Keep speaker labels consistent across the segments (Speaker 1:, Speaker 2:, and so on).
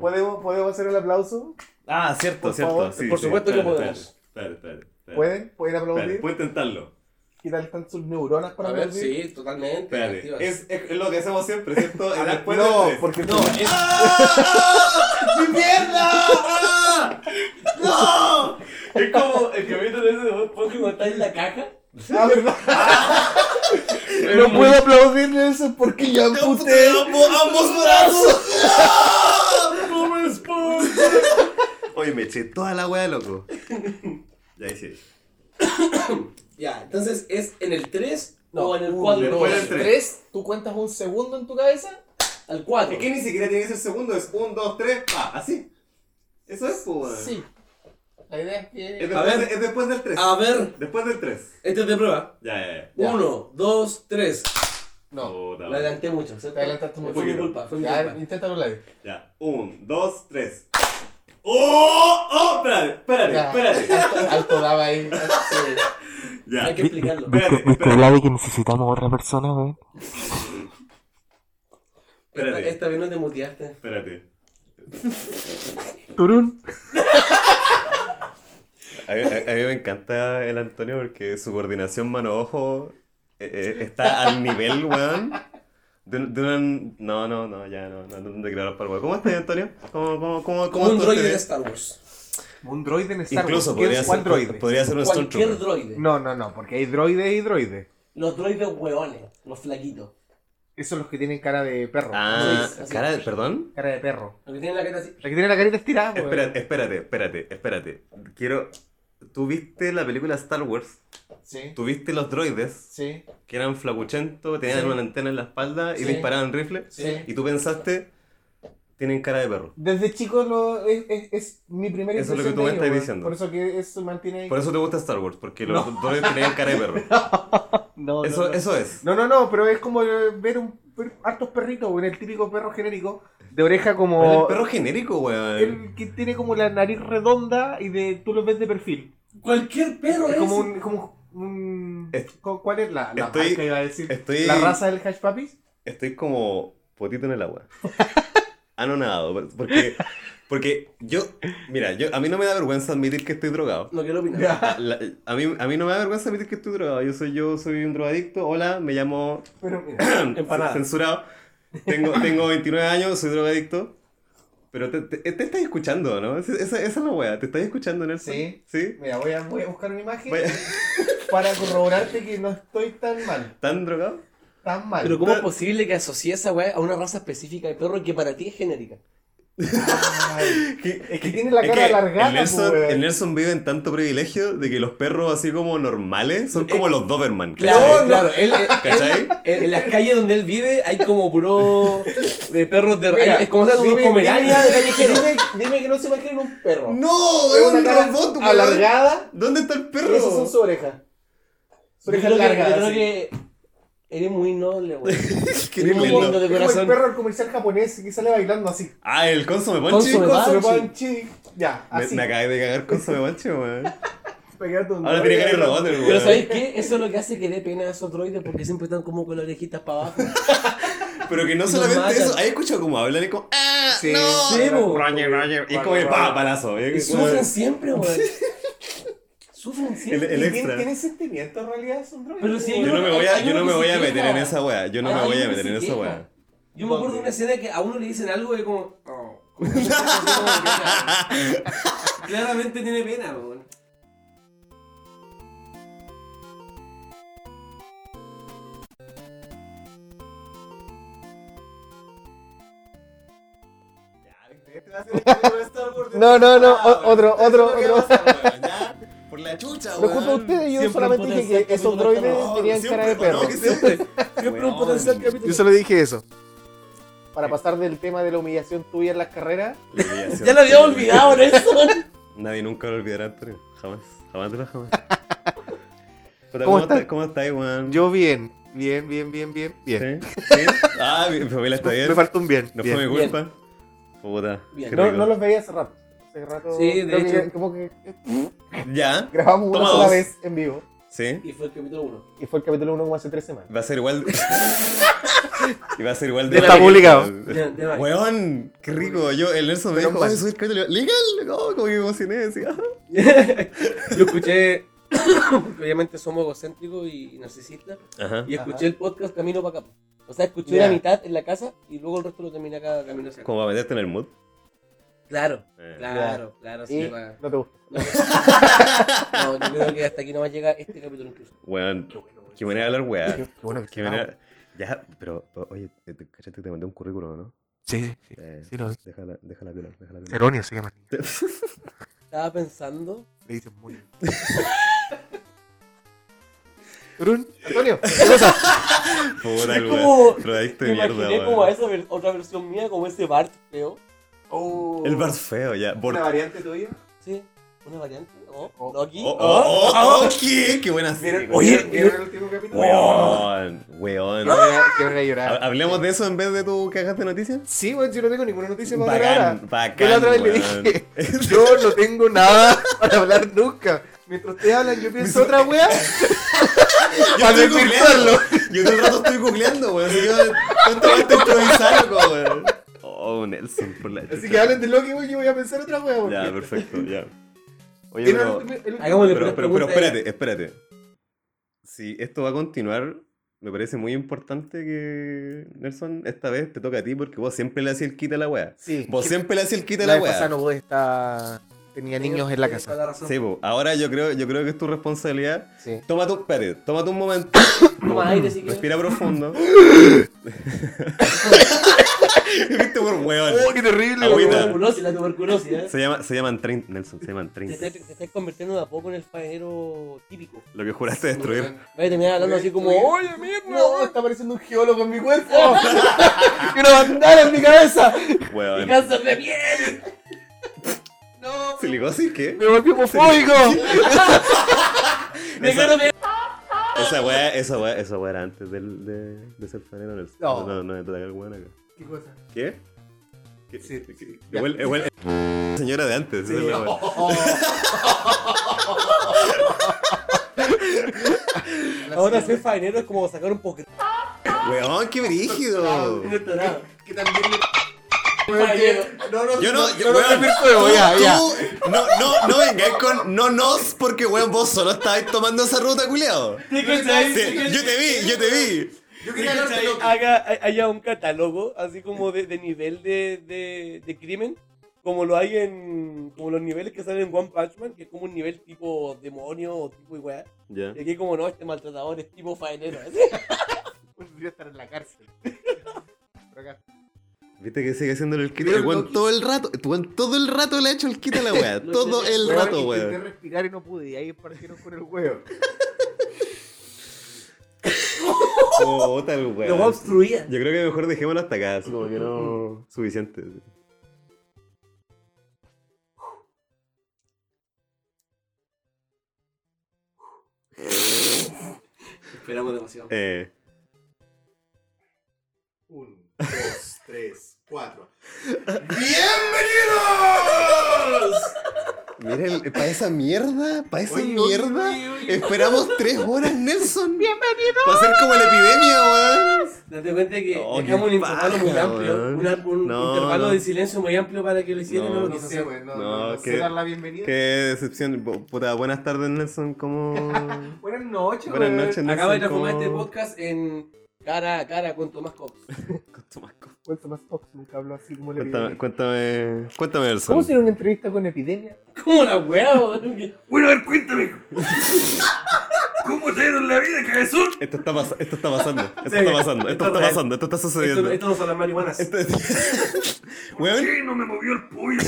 Speaker 1: ¿Podemos, ¿Podemos hacer el aplauso?
Speaker 2: Ah, cierto,
Speaker 1: Por
Speaker 2: cierto.
Speaker 1: favor.
Speaker 2: sí,
Speaker 3: Por
Speaker 2: sí,
Speaker 3: supuesto que
Speaker 2: espera,
Speaker 3: podemos.
Speaker 2: Espera, espera, espera, espera.
Speaker 1: ¿Pueden? ¿Pueden aplaudir?
Speaker 2: Espera, puedo intentarlo.
Speaker 1: ¿Qué tal están sus neuronas para
Speaker 3: A ver,
Speaker 1: aplaudir?
Speaker 3: sí, totalmente. activas.
Speaker 2: Espérate. Es, es lo que hacemos siempre, ¿cierto?
Speaker 1: A ver,
Speaker 2: Después
Speaker 1: no,
Speaker 2: del tres.
Speaker 1: porque
Speaker 3: No, es-
Speaker 2: ¡Ah! ¡Mi pierna! ¡No!
Speaker 3: es como el capítulo ese de Pokémon está en la caja.
Speaker 1: Ah, ¿verdad?
Speaker 3: Pero
Speaker 1: No puedo aplaudirle eso porque ya amputé.
Speaker 2: ambos, ambos brazos!
Speaker 3: ¡No me
Speaker 2: Oye, me eché toda la wea, loco. Ya hice.
Speaker 3: Ya, entonces es en el 3
Speaker 4: No,
Speaker 3: o en el
Speaker 1: uh,
Speaker 3: 4.
Speaker 2: después del
Speaker 4: el 3, tú cuentas un segundo en tu cabeza
Speaker 3: Al 4.
Speaker 2: Es que ni siquiera tiene que ser segundo, es 1, 2, 3, pa, así. Eso es, pues, weón.
Speaker 4: Sí. La idea es
Speaker 2: Es
Speaker 4: que.
Speaker 3: A
Speaker 2: después,
Speaker 3: ver.
Speaker 2: de- es después del 3.
Speaker 3: A ver,
Speaker 2: Después del 3.
Speaker 3: este es de prueba.
Speaker 2: Ah. Ya, ya, ya.
Speaker 4: Ya.
Speaker 3: 1, 2, 3.
Speaker 4: No.
Speaker 2: Puta,
Speaker 3: Lo adelanté mucho, ¿cierto?
Speaker 4: Te adelantaste mucho.
Speaker 3: Fue mi culpa, fue mi
Speaker 4: Ya,
Speaker 3: culpa.
Speaker 4: inténtalo live.
Speaker 2: Ya, un, dos, tres. ¡Oh! ¡Oh! Espérate, espérate,
Speaker 4: Ya.
Speaker 2: espérate.
Speaker 4: Alto, alto daba ahí. Sí.
Speaker 2: Ya.
Speaker 3: Hay que explicarlo.
Speaker 2: Espérate,
Speaker 5: ¿Viste, viste
Speaker 2: espérate,
Speaker 5: Vladi, que necesitamos otra persona, weón?
Speaker 3: Esta,
Speaker 2: espérate.
Speaker 3: esta vez no te muteaste.
Speaker 2: espérate.
Speaker 5: Turun.
Speaker 2: A, mí- a- a mí me encanta el Antonio porque su coordinación mano-ojo eh, eh, está al nivel, weón. De, un- de una- No, no, no, ya, no, no, no te quiero hablar para el weón. ¿Cómo estás, Antonio? ¿Cómo, cómo, cómo,
Speaker 3: Como un
Speaker 2: tú
Speaker 3: droide de
Speaker 2: estás?
Speaker 3: Star Wars.
Speaker 1: Un droide en Star
Speaker 2: Incluso
Speaker 1: Wars.
Speaker 2: podría
Speaker 1: ¿Cuál
Speaker 2: ser,
Speaker 1: droide?
Speaker 2: podría ser un
Speaker 3: Cualquier
Speaker 2: Stormtrooper.
Speaker 3: droide.
Speaker 1: No, no, no, porque hay droide y droide.
Speaker 3: Los droides hueones, los flaquitos.
Speaker 1: Esos son los que tienen cara de perro.
Speaker 2: Ah,
Speaker 3: Sí, así.
Speaker 2: cara, de- perdón.
Speaker 1: Cara de perro.
Speaker 3: Los que tienen la cara así.
Speaker 1: La que tiene la carita estirada, pues. weón.
Speaker 2: Espérate, espérate, espérate, espérate. Quiero. ¿Tú viste la película Star Wars?
Speaker 4: Sí.
Speaker 2: ¿Tú viste los droides?
Speaker 4: Sí.
Speaker 2: Que eran flacuchentos, tenían
Speaker 4: Sí.
Speaker 2: una antena en la espalda y
Speaker 4: Sí.
Speaker 2: disparaban rifles.
Speaker 4: Sí.
Speaker 2: Y tú pensaste, tienen cara de perro.
Speaker 1: Desde chico lo, es, es, es mi primera
Speaker 2: Eso es lo
Speaker 1: impresión
Speaker 2: que tú me
Speaker 1: de
Speaker 2: estás
Speaker 1: ellos, weón.
Speaker 2: diciendo.
Speaker 1: Por eso que eso mantiene ahí.
Speaker 2: Por eso te gusta Star Wars, porque los droides tenían cara de perro.
Speaker 1: No, no,
Speaker 2: Eso,
Speaker 1: no.
Speaker 2: eso es.
Speaker 1: No, no, no, pero es como eh, ver un ver hartos perritos, weón, el típico perro genérico de oreja
Speaker 2: Pero
Speaker 1: como
Speaker 2: El perro genérico, weón.
Speaker 1: el que tiene como la nariz redonda y de tú lo ves de perfil.
Speaker 3: Cualquier perro
Speaker 1: Es
Speaker 3: es.
Speaker 1: como un como un-
Speaker 2: Es-
Speaker 1: co- ¿Cuál es la, la
Speaker 2: estoy-
Speaker 1: marca, iba a decir?
Speaker 2: estoy-
Speaker 1: ¿La raza del Hash Puppies?
Speaker 2: Estoy como potito en el agua. Anonadado. Porque, porque yo, mira, yo, a mí no me da vergüenza admitir que estoy drogado.
Speaker 3: No quiero opinar.
Speaker 2: La- a, mí, a mí no me da vergüenza admitir que estoy drogado. Yo soy yo, soy un drogadicto. Hola, me llamo
Speaker 1: Pero mira,
Speaker 3: Empanada.
Speaker 2: censurado. Tengo, tengo 29 años, soy drogadicto. Pero te, te, te estás escuchando, ¿no? Esa, esa- esa es la wea. ¿Te estás escuchando, Nelson?
Speaker 1: Sí.
Speaker 2: Sí.
Speaker 1: mira, voy a, voy a buscar una imagen
Speaker 2: Vaya,
Speaker 1: para corroborarte que no estoy tan mal,
Speaker 2: ¿Tan drogado?
Speaker 1: tan mal.
Speaker 3: Pero ¿cómo es posible que asocie esa weá a una raza específica de perro que para ti es genérica?
Speaker 1: Ay,
Speaker 2: Es
Speaker 1: que tiene la cara alargada,
Speaker 2: El Nelson,
Speaker 1: po, weón.
Speaker 2: el Nelson vive en tanto privilegio de que los perros así como normales son como los Doberman.
Speaker 3: Claro,
Speaker 2: ¿cachai?
Speaker 3: claro. Él, él-
Speaker 2: ¿Cachai?
Speaker 3: en, en las calles donde él vive hay como puro de perros de
Speaker 1: Mira,
Speaker 3: hay- es como se llama?
Speaker 1: dime-
Speaker 3: como pomerania de
Speaker 1: dime-
Speaker 3: callejero.
Speaker 1: Dime, dime que no se imagina un perro.
Speaker 2: ¡No!
Speaker 1: Es
Speaker 2: ¡Es
Speaker 1: una
Speaker 2: un
Speaker 1: cara
Speaker 2: robot, weón.
Speaker 1: alargada.
Speaker 2: ¿Dónde está el
Speaker 1: Y esas son
Speaker 2: perro?
Speaker 1: sus orejas. Su
Speaker 3: Yo
Speaker 1: oreja
Speaker 3: creo que, yo
Speaker 1: larga.
Speaker 3: creo
Speaker 1: así.
Speaker 3: que eres muy noble, güey.
Speaker 2: Qué
Speaker 3: Eres muy
Speaker 2: lindo.
Speaker 3: lindo de
Speaker 1: Es como el
Speaker 3: corazón.
Speaker 1: perro del comercial japonés que sale bailando así.
Speaker 2: Ah, el Consome Ponchi.
Speaker 3: Consome
Speaker 1: Con su
Speaker 3: Banshee.
Speaker 1: Banshee. Ya,
Speaker 2: Me,
Speaker 1: así.
Speaker 2: me acabé de cagar con su mancho, weón.
Speaker 1: Pegando un
Speaker 2: Ahora tiene
Speaker 1: golpe.
Speaker 2: cara de robot, el
Speaker 3: Pero
Speaker 2: weón.
Speaker 3: ¿sabéis qué? Eso es lo que hace que dé pena a esos droides porque siempre están como con las orejitas para abajo.
Speaker 2: Pero que no
Speaker 3: Nos
Speaker 2: solamente
Speaker 3: matan.
Speaker 2: eso, hay escuchado como hablan y como ¡Ah!
Speaker 1: Sí,
Speaker 2: ¡No!
Speaker 3: Sí, bo.
Speaker 2: Roger, Roger. Y es como el pa, palazo. Y
Speaker 3: Y
Speaker 2: es como-
Speaker 3: sufren siempre, güey. Sufren
Speaker 2: El,
Speaker 3: siempre.
Speaker 2: el
Speaker 1: ¿Y
Speaker 2: extra.
Speaker 1: ¿Tiene, tiene sentimiento en realidad? Son droides.
Speaker 3: Pero sí,
Speaker 1: weón.
Speaker 2: Yo no me voy a,
Speaker 3: Hay
Speaker 2: yo no
Speaker 3: uno
Speaker 2: me
Speaker 3: que
Speaker 2: voy
Speaker 3: se
Speaker 2: a meter
Speaker 3: queja.
Speaker 2: en esa weá. Yo no
Speaker 3: Ah,
Speaker 2: me voy
Speaker 3: hay
Speaker 2: a
Speaker 3: uno que
Speaker 2: meter en
Speaker 3: se
Speaker 2: esa
Speaker 3: queja.
Speaker 2: weá.
Speaker 3: Yo me acuerdo de una escena que a uno le dicen algo y como. "Oh". Claramente tiene pena, weón.
Speaker 1: No, no, no, o- otro, otro, otro.
Speaker 2: Por la chucha,
Speaker 1: Lo culpa a ustedes, yo
Speaker 3: Siempre
Speaker 1: solamente
Speaker 3: un
Speaker 1: dije que
Speaker 3: potencial
Speaker 1: esos
Speaker 3: capítulo
Speaker 1: droides
Speaker 3: está-
Speaker 1: tenían cara de perro.
Speaker 3: Siempre un potencial capítulo.
Speaker 1: Yo solo dije eso. Para pasar del tema de la humillación tuya en las carreras.
Speaker 3: Ya lo había olvidado, Nelson.
Speaker 2: Nadie nunca lo olvidará, Antonio. Jamás. Jamás de los jamás. Puta,
Speaker 1: ¿Cómo
Speaker 2: ¿Cómo
Speaker 1: estás?
Speaker 2: estás? ¿Cómo estás, weón?
Speaker 4: Yo bien. Bien, bien, bien, bien. Bien.
Speaker 2: ¿Sí? ¿Sí? Ah, mi familia está bien.
Speaker 4: Me falta un bien.
Speaker 2: No
Speaker 4: bien.
Speaker 2: fue mi
Speaker 3: Bien.
Speaker 2: culpa. Puta.
Speaker 3: Bien.
Speaker 2: qué
Speaker 1: No,
Speaker 2: rico.
Speaker 1: no los veía hace rato. Hace rato.
Speaker 3: Sí, de
Speaker 1: creo que-
Speaker 3: hecho.
Speaker 1: como que
Speaker 2: Ya.
Speaker 1: grabamos una
Speaker 2: Toma
Speaker 1: sola
Speaker 2: dos.
Speaker 1: vez en vivo.
Speaker 2: ¿Sí?
Speaker 3: Y fue el capítulo 1.
Speaker 6: Y fue el capítulo 1 como hace tres semanas.
Speaker 2: Va a ser igual. y va a ser igual
Speaker 1: Ya está publicado.
Speaker 3: Ya, ya va.
Speaker 2: Weón, qué rico. Yo, el Nelson me
Speaker 1: Pero
Speaker 2: dijo,
Speaker 1: más.
Speaker 2: "Oye, subir capítulo". Legal, no, como que me emocioné. ah. Decía.
Speaker 3: Yo escuché, porque obviamente somos egocéntricos y narcisistas,
Speaker 2: Ajá.
Speaker 3: y escuché el podcast camino para acá. O sea, escuché
Speaker 1: Ya.
Speaker 3: la mitad en la casa y luego el resto lo terminé acá camino hacia acá.
Speaker 2: Como para meterte en el mood.
Speaker 3: Claro,
Speaker 2: Eh.
Speaker 3: claro, claro, sí.
Speaker 6: Y
Speaker 3: va.
Speaker 6: no te gusta.
Speaker 3: No, yo creo que hasta aquí no va a llegar este capítulo incluso.
Speaker 2: Weón, qué manera de hablar, weá.
Speaker 1: Qué bueno Ah, que
Speaker 2: Qué manera. Ya, pero, o- oye, eh, te- te- cachate que te mandé un currículum, ¿no?
Speaker 1: Sí, sí.
Speaker 2: Eh,
Speaker 1: Sí, lo-
Speaker 2: déjala, déjala violar, déjala violar.
Speaker 1: Ceronia se llama.
Speaker 3: Estaba pensando,
Speaker 1: Le dicen muy bien. Brun,
Speaker 6: Antonio,
Speaker 2: Puta, el weón.
Speaker 3: Es como-
Speaker 2: Drogadicto de
Speaker 3: me
Speaker 2: mierda,
Speaker 3: imaginé como a
Speaker 2: weón.
Speaker 3: esa ver- otra versión mía, como ese Bart feo.
Speaker 7: Oh,
Speaker 2: El bar feo, ya. Bor- Oh,
Speaker 7: ¿Una variante tuya?
Speaker 3: Sí, una variante. Oh,
Speaker 7: Oh,
Speaker 3: no aquí.
Speaker 2: Oh,
Speaker 3: oh,
Speaker 2: oh, oh, oh, qué, qué buena serie,
Speaker 7: ¿Vieron,
Speaker 2: weón.
Speaker 7: Oye, ¿vieron el último capítulo?
Speaker 2: Weón, weón.
Speaker 1: que van a- que van Oh. a
Speaker 2: Ha-
Speaker 1: llorar.
Speaker 2: ¿Hablemos de eso en vez de tu cajas de noticias?
Speaker 1: Sí, bueno, yo no tengo ninguna noticia
Speaker 2: pues,
Speaker 1: para hablar ahora.
Speaker 2: Bacán, bacán.
Speaker 1: Yo la otra vez le
Speaker 2: weón.
Speaker 1: dije, yo no tengo nada para hablar nunca. Mientras ustedes hablan, yo pienso otra wea.
Speaker 2: Yo
Speaker 1: Para
Speaker 2: estoy
Speaker 1: desvirtuarlo.
Speaker 2: googleando. Yo todo el rato estoy googleando, weón. Así que ¿cuánto vas a este improvisar, loco, weón? Oh, Nelson, por la
Speaker 1: Así
Speaker 2: chucha.
Speaker 1: que hablen de lo que voy, yo voy a pensar otra wea. porque-
Speaker 2: Ya, perfecto, ya. Oye,
Speaker 1: ¿Vieron el
Speaker 2: pero,
Speaker 1: último- el último-
Speaker 3: Hagámosle
Speaker 2: pero,
Speaker 3: una
Speaker 2: pero, pero
Speaker 3: pregunta ahí.
Speaker 2: espérate, espérate. Si esto va a continuar, me parece muy importante que, Nelson, esta vez te toca a ti porque vos siempre le hacías el quita a la wea.
Speaker 1: Sí.
Speaker 2: Vos siempre le hacías el quita a
Speaker 1: La
Speaker 2: la
Speaker 1: vez pasada
Speaker 2: wea.
Speaker 1: no pude estar- Tenía niños en la casa.
Speaker 3: Toda la razón.
Speaker 2: Sí, po. ahora yo creo, yo creo que es tu responsabilidad.
Speaker 1: Sí.
Speaker 2: Toma tu, espérate, tómate un momento.
Speaker 3: Toma aire, si quieres.
Speaker 2: Respira profundo. Viste por hueón.
Speaker 1: Oh, qué terrible, weón.
Speaker 2: Agüita.
Speaker 3: Tuberculosis, la tuberculosis, ¿eh?
Speaker 2: Se, llama, se llaman 30, Nelson, se llaman
Speaker 3: Te
Speaker 2: 30.
Speaker 3: estás, te estás convirtiendo de a poco en el faenero típico.
Speaker 2: Lo que juraste destruir.
Speaker 3: Vas a terminar hablando así como, oye, mierda.
Speaker 1: No, está apareciendo un geólogo en mi cuerpo. y una bandana en mi cabeza.
Speaker 3: ¡Y
Speaker 2: Hueón.
Speaker 3: cáncer de piel!
Speaker 2: ¿Silicosis qué?
Speaker 1: Me volví homofóbico.
Speaker 3: ¡Me
Speaker 2: Esa-
Speaker 3: quiero ver!
Speaker 2: Esa weá, esa weá, esa weá era antes del, de, de ser fanero Nelson. No,
Speaker 1: No.
Speaker 2: no, no, no, el weón acá.
Speaker 1: ¿Qué cosa?
Speaker 2: ¿Qué? ¿Qué?
Speaker 1: Sí.
Speaker 2: qué- Igual, igual. Señora de antes, esa es la weá.
Speaker 3: Ahora ser faenero es como sacar un poquito.
Speaker 2: Weón, qué brígido.
Speaker 1: Que también No, no,
Speaker 2: Yo no,
Speaker 1: no,
Speaker 2: yo,
Speaker 1: no,
Speaker 2: weón,
Speaker 1: no, no,
Speaker 2: tú-
Speaker 1: ya, ya.
Speaker 2: tú- no, no, no vengáis con no nos porque weón vos solo estabais tomando esa ruta, culiao. Sí, yo te vi, yo te vi.
Speaker 1: Yo quería hablar de lo-
Speaker 3: haga, haya un catálogo así como de, de nivel de, de, de crimen, como lo hay en. como los niveles que salen en One Punch Man, que es como un nivel tipo demonio o tipo igual.
Speaker 2: Ya.
Speaker 3: Y aquí, como no, este maltratador es tipo faenero. así.
Speaker 1: Podría estar en la cárcel. Por acá.
Speaker 2: Viste que sigue haciéndole el quita.
Speaker 1: Pero
Speaker 2: El weón
Speaker 1: no-
Speaker 2: todo el rato, el weón todo el rato le ha hecho el quita a la weá. Todo el
Speaker 1: Weón,
Speaker 2: rato,
Speaker 1: Intenté
Speaker 2: weón.
Speaker 1: respirar y no pude. Y ahí partieron con el huevo.
Speaker 2: Puta el weón.
Speaker 3: Lo obstruía.
Speaker 2: Yo creo que mejor dejémoslo hasta acá, así como que no. Suficiente.
Speaker 3: Esperamos demasiado.
Speaker 2: Eh.
Speaker 7: Un, dos, tres, cuatro.
Speaker 2: Mira, para esa mierda, para esa
Speaker 7: Oye, oye,
Speaker 2: mierda,
Speaker 7: oye, oye.
Speaker 2: esperamos tres horas, Nelson. Bienvenido. Va a ser como la epidemia, weón.
Speaker 3: Date cuenta que
Speaker 2: Oh,
Speaker 3: dejamos un
Speaker 2: qué
Speaker 3: intervalo muy
Speaker 2: paja,
Speaker 3: amplio,
Speaker 2: weón.
Speaker 3: una- un
Speaker 2: No,
Speaker 3: intervalo
Speaker 2: no.
Speaker 3: de silencio muy amplio para que lo hicieran.
Speaker 2: No,
Speaker 3: No,
Speaker 2: no
Speaker 3: lo
Speaker 7: No
Speaker 3: quiso
Speaker 7: sé,
Speaker 3: hacer.
Speaker 7: weón, no,
Speaker 2: No,
Speaker 7: no, no
Speaker 2: que-
Speaker 7: sé dar la bienvenida.
Speaker 2: Qué decepción. Bu- Puta, buenas tardes, Nelson. ¿Cómo?
Speaker 7: Buenas noches,
Speaker 2: buenas
Speaker 7: weón.
Speaker 2: noches, Nelson.
Speaker 3: Acaba de transformar
Speaker 2: ¿cómo-
Speaker 3: este podcast en cara a cara con Tomás Cox.
Speaker 2: con tu mascota?
Speaker 6: cuento más Fox nunca habló así como le
Speaker 2: Cuéntame, cuéntame, cuéntame, Nelson.
Speaker 6: ¿Cómo sería una entrevista con Epidemia?
Speaker 3: ¿Cómo la weá, weón?
Speaker 7: Bueno, a ver, cuéntame. ¿Cómo te ha ido en la vida, cabezón?
Speaker 2: Esto está, pas- esto está pasando, esto
Speaker 3: Sí.
Speaker 2: está pasando, esto está
Speaker 3: Esto-
Speaker 2: pasando, esto está
Speaker 3: Esto,
Speaker 2: sucediendo.
Speaker 3: esto no son las marihuanas.
Speaker 2: Esto es- Weón,
Speaker 7: no me movió el pollo?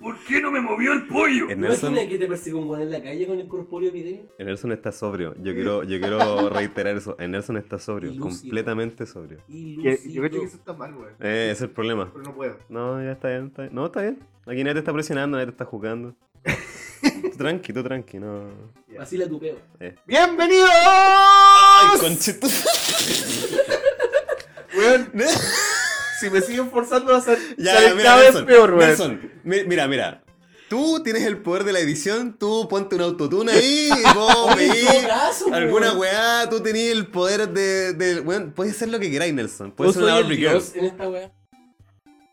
Speaker 7: ¿Por qué no me movió el pollo?
Speaker 2: el Nelson,
Speaker 3: Imagina que te persigue un weón en la calle con el corpóreo epidemia.
Speaker 2: el Nelson está sobrio. Yo quiero, yo quiero reiterar eso. El Nelson está sobrio,
Speaker 3: Lúcido.
Speaker 2: completamente sobrio.
Speaker 3: Y
Speaker 7: Yo yo
Speaker 3: Lucido.
Speaker 7: creo que eso está mal, weón.
Speaker 2: Eh, ese es el problema.
Speaker 7: Pero no puedo.
Speaker 2: No, ya está bien, está bien. No, está bien. Aquí nadie te está presionando, nadie te está jugando. Tranqui, tú tranqui, no.
Speaker 3: Así la tupeo.
Speaker 1: ¡Bienvenidos!
Speaker 2: ¡Ay, conchito!
Speaker 1: Weón, si me siguen forzando a hacer.
Speaker 2: Ya,
Speaker 1: sale
Speaker 2: mira,
Speaker 1: cada vez
Speaker 2: Nelson,
Speaker 1: peor, weón.
Speaker 2: Nelson, mi- mira, mira. Tú tienes el poder de la edición, tú ponte un autotune ahí, y vos pedís alguna weá, tú tenés el poder de. de weón, puedes hacer lo que queráis, Nelson.
Speaker 3: Yo
Speaker 2: Puedes ser
Speaker 3: soy
Speaker 2: una
Speaker 3: el
Speaker 2: Barbie Girl.
Speaker 3: dios en esta weá.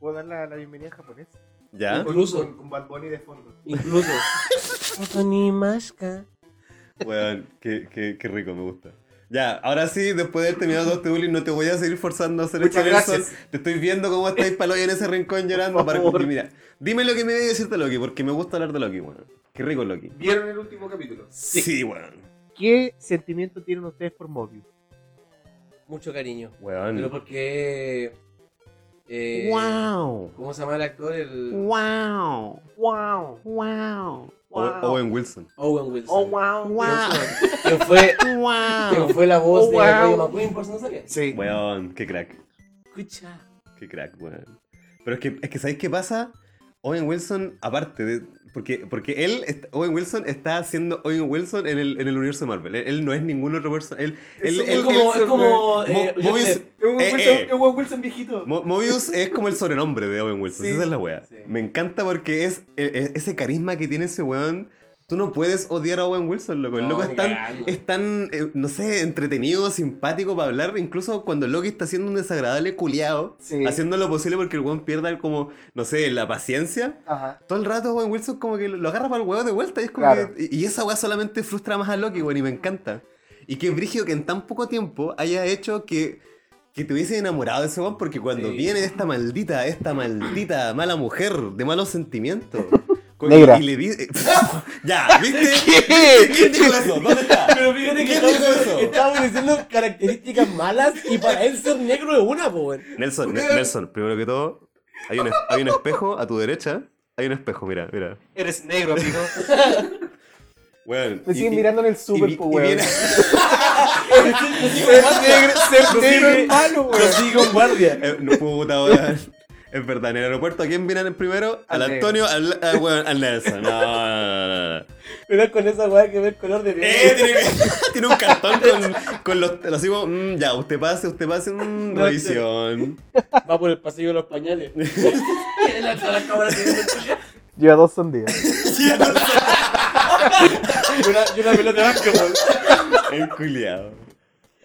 Speaker 5: ¿Puedo dar la, la bienvenida en japonés?
Speaker 2: ¿Ya?
Speaker 3: Incluso.
Speaker 8: Con, con Bad Bunny de fondo.
Speaker 3: Incluso.
Speaker 2: Weón, qué, qué, qué rico, me gusta. Ya, ahora sí, después de haber terminado todo este bullying, no te voy a seguir forzando a hacer
Speaker 5: Muchas
Speaker 2: esto, Nelson.
Speaker 5: gracias.
Speaker 2: Te estoy viendo cómo estáis palo en ese rincón llorando para
Speaker 5: favor.
Speaker 2: cumplir. Mira, dime lo que me debes decirte, Loki, porque me gusta hablar de Loki, weón. Qué rico Loki.
Speaker 8: ¿Vieron el último capítulo?
Speaker 2: Sí, weón.
Speaker 5: ¿Qué sentimiento tienen ustedes por Mobius?
Speaker 3: Mucho cariño. Pero
Speaker 2: Weón.
Speaker 3: porque. eh,
Speaker 2: ¡Wow!
Speaker 3: ¿Cómo se llama el actor? El
Speaker 2: ¡Wow!
Speaker 5: ¡Wow!
Speaker 2: ¡Wow! Owen Wilson.
Speaker 3: Owen Wilson.
Speaker 5: ¡Oh, wow!
Speaker 3: Que fue,
Speaker 2: ¡Wow!
Speaker 3: que fue la voz
Speaker 5: Oh,
Speaker 3: de
Speaker 5: wow.
Speaker 3: Rayo McQueen, por si no sabía.
Speaker 5: Sí.
Speaker 2: Weón, qué crack.
Speaker 3: Escucha.
Speaker 2: Qué crack, weón. Pero es que, es que ¿sabéis qué pasa? Owen Wilson, aparte de. Porque, porque él, est- Owen Wilson, está haciendo Owen Wilson en el, en el universo de Marvel. Él, él no es ningún otro personaje. Él, él,
Speaker 8: un
Speaker 2: él-
Speaker 3: Es como. Es como
Speaker 2: Mo-
Speaker 3: eh, yo
Speaker 2: Mobius,
Speaker 3: sé.
Speaker 8: Es un
Speaker 2: Eh,
Speaker 8: Wilson,
Speaker 2: eh.
Speaker 8: es un Wilson viejito.
Speaker 2: Mo- Mobius es como el sobrenombre de Owen Wilson.
Speaker 8: Sí.
Speaker 2: Esa es la wea.
Speaker 3: Sí.
Speaker 2: Me encanta porque es, e- e- ese carisma que tiene ese weón. Tú no puedes odiar a Owen Wilson, loco. El
Speaker 3: No,
Speaker 2: loco
Speaker 3: ni
Speaker 2: es tan,
Speaker 3: cagando.
Speaker 2: es tan, eh, no sé, entretenido, simpático para hablar. Incluso cuando Loki está haciendo un desagradable culiado,
Speaker 5: Sí.
Speaker 2: haciendo lo posible porque el weón pierda como, no sé, la paciencia.
Speaker 5: Ajá.
Speaker 2: Todo el rato Owen Wilson como que lo lo agarra para el huevo de vuelta y es como
Speaker 5: Claro.
Speaker 2: que- y, y esa weá solamente frustra más a Loki, weón, y me encanta. Y que Brigio que en tan poco tiempo haya hecho que, que te hubiese enamorado de ese weón porque cuando
Speaker 3: Sí.
Speaker 2: viene esta maldita, esta maldita mala mujer de malos sentimientos. con-
Speaker 9: Negra.
Speaker 2: Y le dice... ya, ¿viste? ¿Quién dijo eso? ¿Dónde está?
Speaker 3: Pero fíjate que
Speaker 2: ¿Quién dijo eso?
Speaker 3: estaba, estaba diciendo características malas y para él ser negro es una, po, weón.
Speaker 2: Nelson, Ne- Nelson, primero que todo, hay un, es- hay un espejo a tu derecha. Hay un espejo, mira, mira.
Speaker 5: Eres negro, amigo.
Speaker 2: Weón,
Speaker 9: Me
Speaker 2: y-
Speaker 9: siguen
Speaker 2: y-
Speaker 9: mirando en el
Speaker 2: y
Speaker 9: super,
Speaker 2: vi-
Speaker 9: pues,
Speaker 2: y
Speaker 9: weón.
Speaker 2: viene-
Speaker 5: ser negro es malo, weón.
Speaker 3: Consigo un guardia.
Speaker 2: Eh, no puta, weón. Es verdad, en el aeropuerto, ¿a quién vienen primero? Al
Speaker 5: Al
Speaker 2: Antonio, al, al, weón, al Nelson. No, no, no, no.
Speaker 3: Pero con esa weá que ve el color de piel.
Speaker 2: Eh, tiene, tiene un cartón con, con los. Los digo, mm, ya, usted pase, usted pase, mm,
Speaker 3: No,
Speaker 2: revisión.
Speaker 3: Va por el pasillo de los pañales. En la, toda la cámara tiene un-
Speaker 9: Lleva dos sondeos.
Speaker 3: y una, y una pelota de básquetbol.
Speaker 2: El culiado.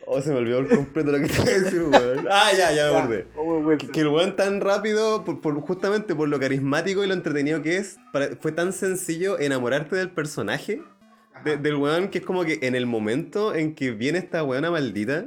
Speaker 2: Oh, se me olvidó el completo lo que te iba a decir, weón. Ah, ya, ya me acordé.
Speaker 5: oh,
Speaker 9: Owen
Speaker 1: Pues
Speaker 2: Que-
Speaker 9: Wilson.
Speaker 2: Que el weón tan rápido, por, por- justamente por lo carismático y lo entretenido que es, para- fue tan sencillo enamorarte del personaje, de- del weón que es como que en el momento en que viene esta weona maldita,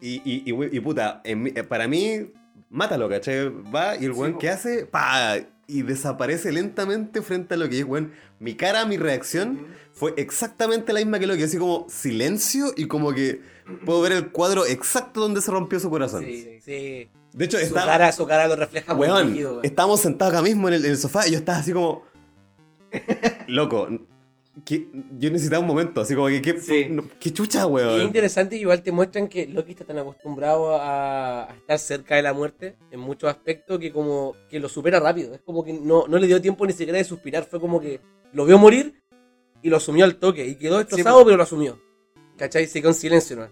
Speaker 2: y, y, y we- y puta, en mi- eh, para mí, mátalo, ¿cachai? Va y el weón
Speaker 8: po.
Speaker 2: que hace, pa, y desaparece lentamente frente a lo que es, weón. Mi cara, mi reacción fue exactamente la misma que lo que, así como silencio y como que puedo ver el cuadro exacto donde se rompió su corazón.
Speaker 3: Sí, sí.
Speaker 2: De hecho,
Speaker 3: Su
Speaker 2: está...
Speaker 3: cara, su cara lo refleja muy
Speaker 2: Ah, pues, Weón,
Speaker 3: rígido, weón.
Speaker 2: estábamos sentados acá mismo en el, en el sofá y yo estaba así como. Loco, que- yo necesitaba un momento, así como que. que-
Speaker 5: Sí.
Speaker 2: no, qué chucha,
Speaker 3: Y es
Speaker 2: weón.
Speaker 3: interesante, igual te muestran que Loki está tan acostumbrado a, a estar cerca de la muerte en muchos aspectos que como que lo supera rápido. Es como que no, no le dio tiempo ni siquiera de suspirar. Fue como que lo vio morir y lo asumió al toque. Y quedó destrozado, pero lo asumió. ¿Cachai? Se quedó en silencio, ¿no?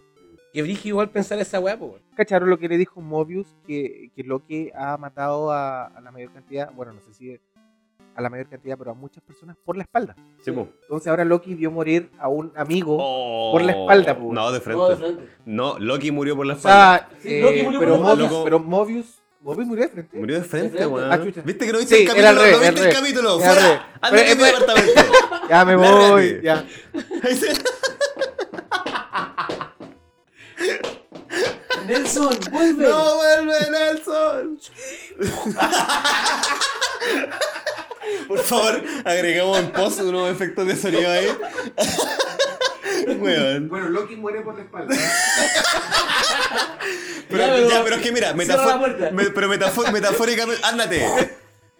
Speaker 3: Que brige igual pensar esa weá, po, weón.
Speaker 5: ¿Cacharon lo que le dijo Mobius? Que, que Loki ha matado a, a la mayor cantidad, bueno, no sé si a la mayor cantidad, pero a muchas personas por la espalda.
Speaker 2: Sí, po.
Speaker 5: Entonces ahora Loki vio morir a un amigo.
Speaker 2: Oh.
Speaker 5: Por la espalda, po.
Speaker 2: No, de
Speaker 3: No, de
Speaker 2: frente.
Speaker 3: frente.
Speaker 2: No, Loki murió por la
Speaker 5: O
Speaker 2: espalda.
Speaker 5: sea,
Speaker 3: Sí,
Speaker 5: eh,
Speaker 3: Loki murió
Speaker 5: pero,
Speaker 2: por la
Speaker 5: Mobius,
Speaker 2: espalda.
Speaker 5: pero Mobius, Mobius murió de frente.
Speaker 2: Murió de frente,
Speaker 3: de frente.
Speaker 2: weón.
Speaker 5: Ah, chucha.
Speaker 2: ¿Viste que no viste
Speaker 5: Sí,
Speaker 2: el
Speaker 5: era
Speaker 2: capítulo?
Speaker 5: al revés,
Speaker 2: ¿No viste
Speaker 5: al
Speaker 2: el
Speaker 5: revés.
Speaker 2: capítulo?
Speaker 5: Era al revés.
Speaker 2: ¡Fuera! ¡Anda
Speaker 5: Pero
Speaker 2: que mi
Speaker 5: es-
Speaker 2: departamento!
Speaker 5: Ya me
Speaker 2: La
Speaker 5: voy.
Speaker 2: reate.
Speaker 5: Ya.
Speaker 2: Ahí se-
Speaker 3: Nelson, vuelve.
Speaker 2: ¡No vuelve Nelson! Por favor, agregamos en post unos efectos de sonido ahí. Weón.
Speaker 8: Bueno, Loki muere por la espalda.
Speaker 2: Pero,
Speaker 3: Ya,
Speaker 2: ya,
Speaker 3: pero-
Speaker 2: pero es que mira,
Speaker 3: Cierra
Speaker 2: metafo-
Speaker 3: la puerta.
Speaker 2: me- pero metafo- metafóricamente, ándate.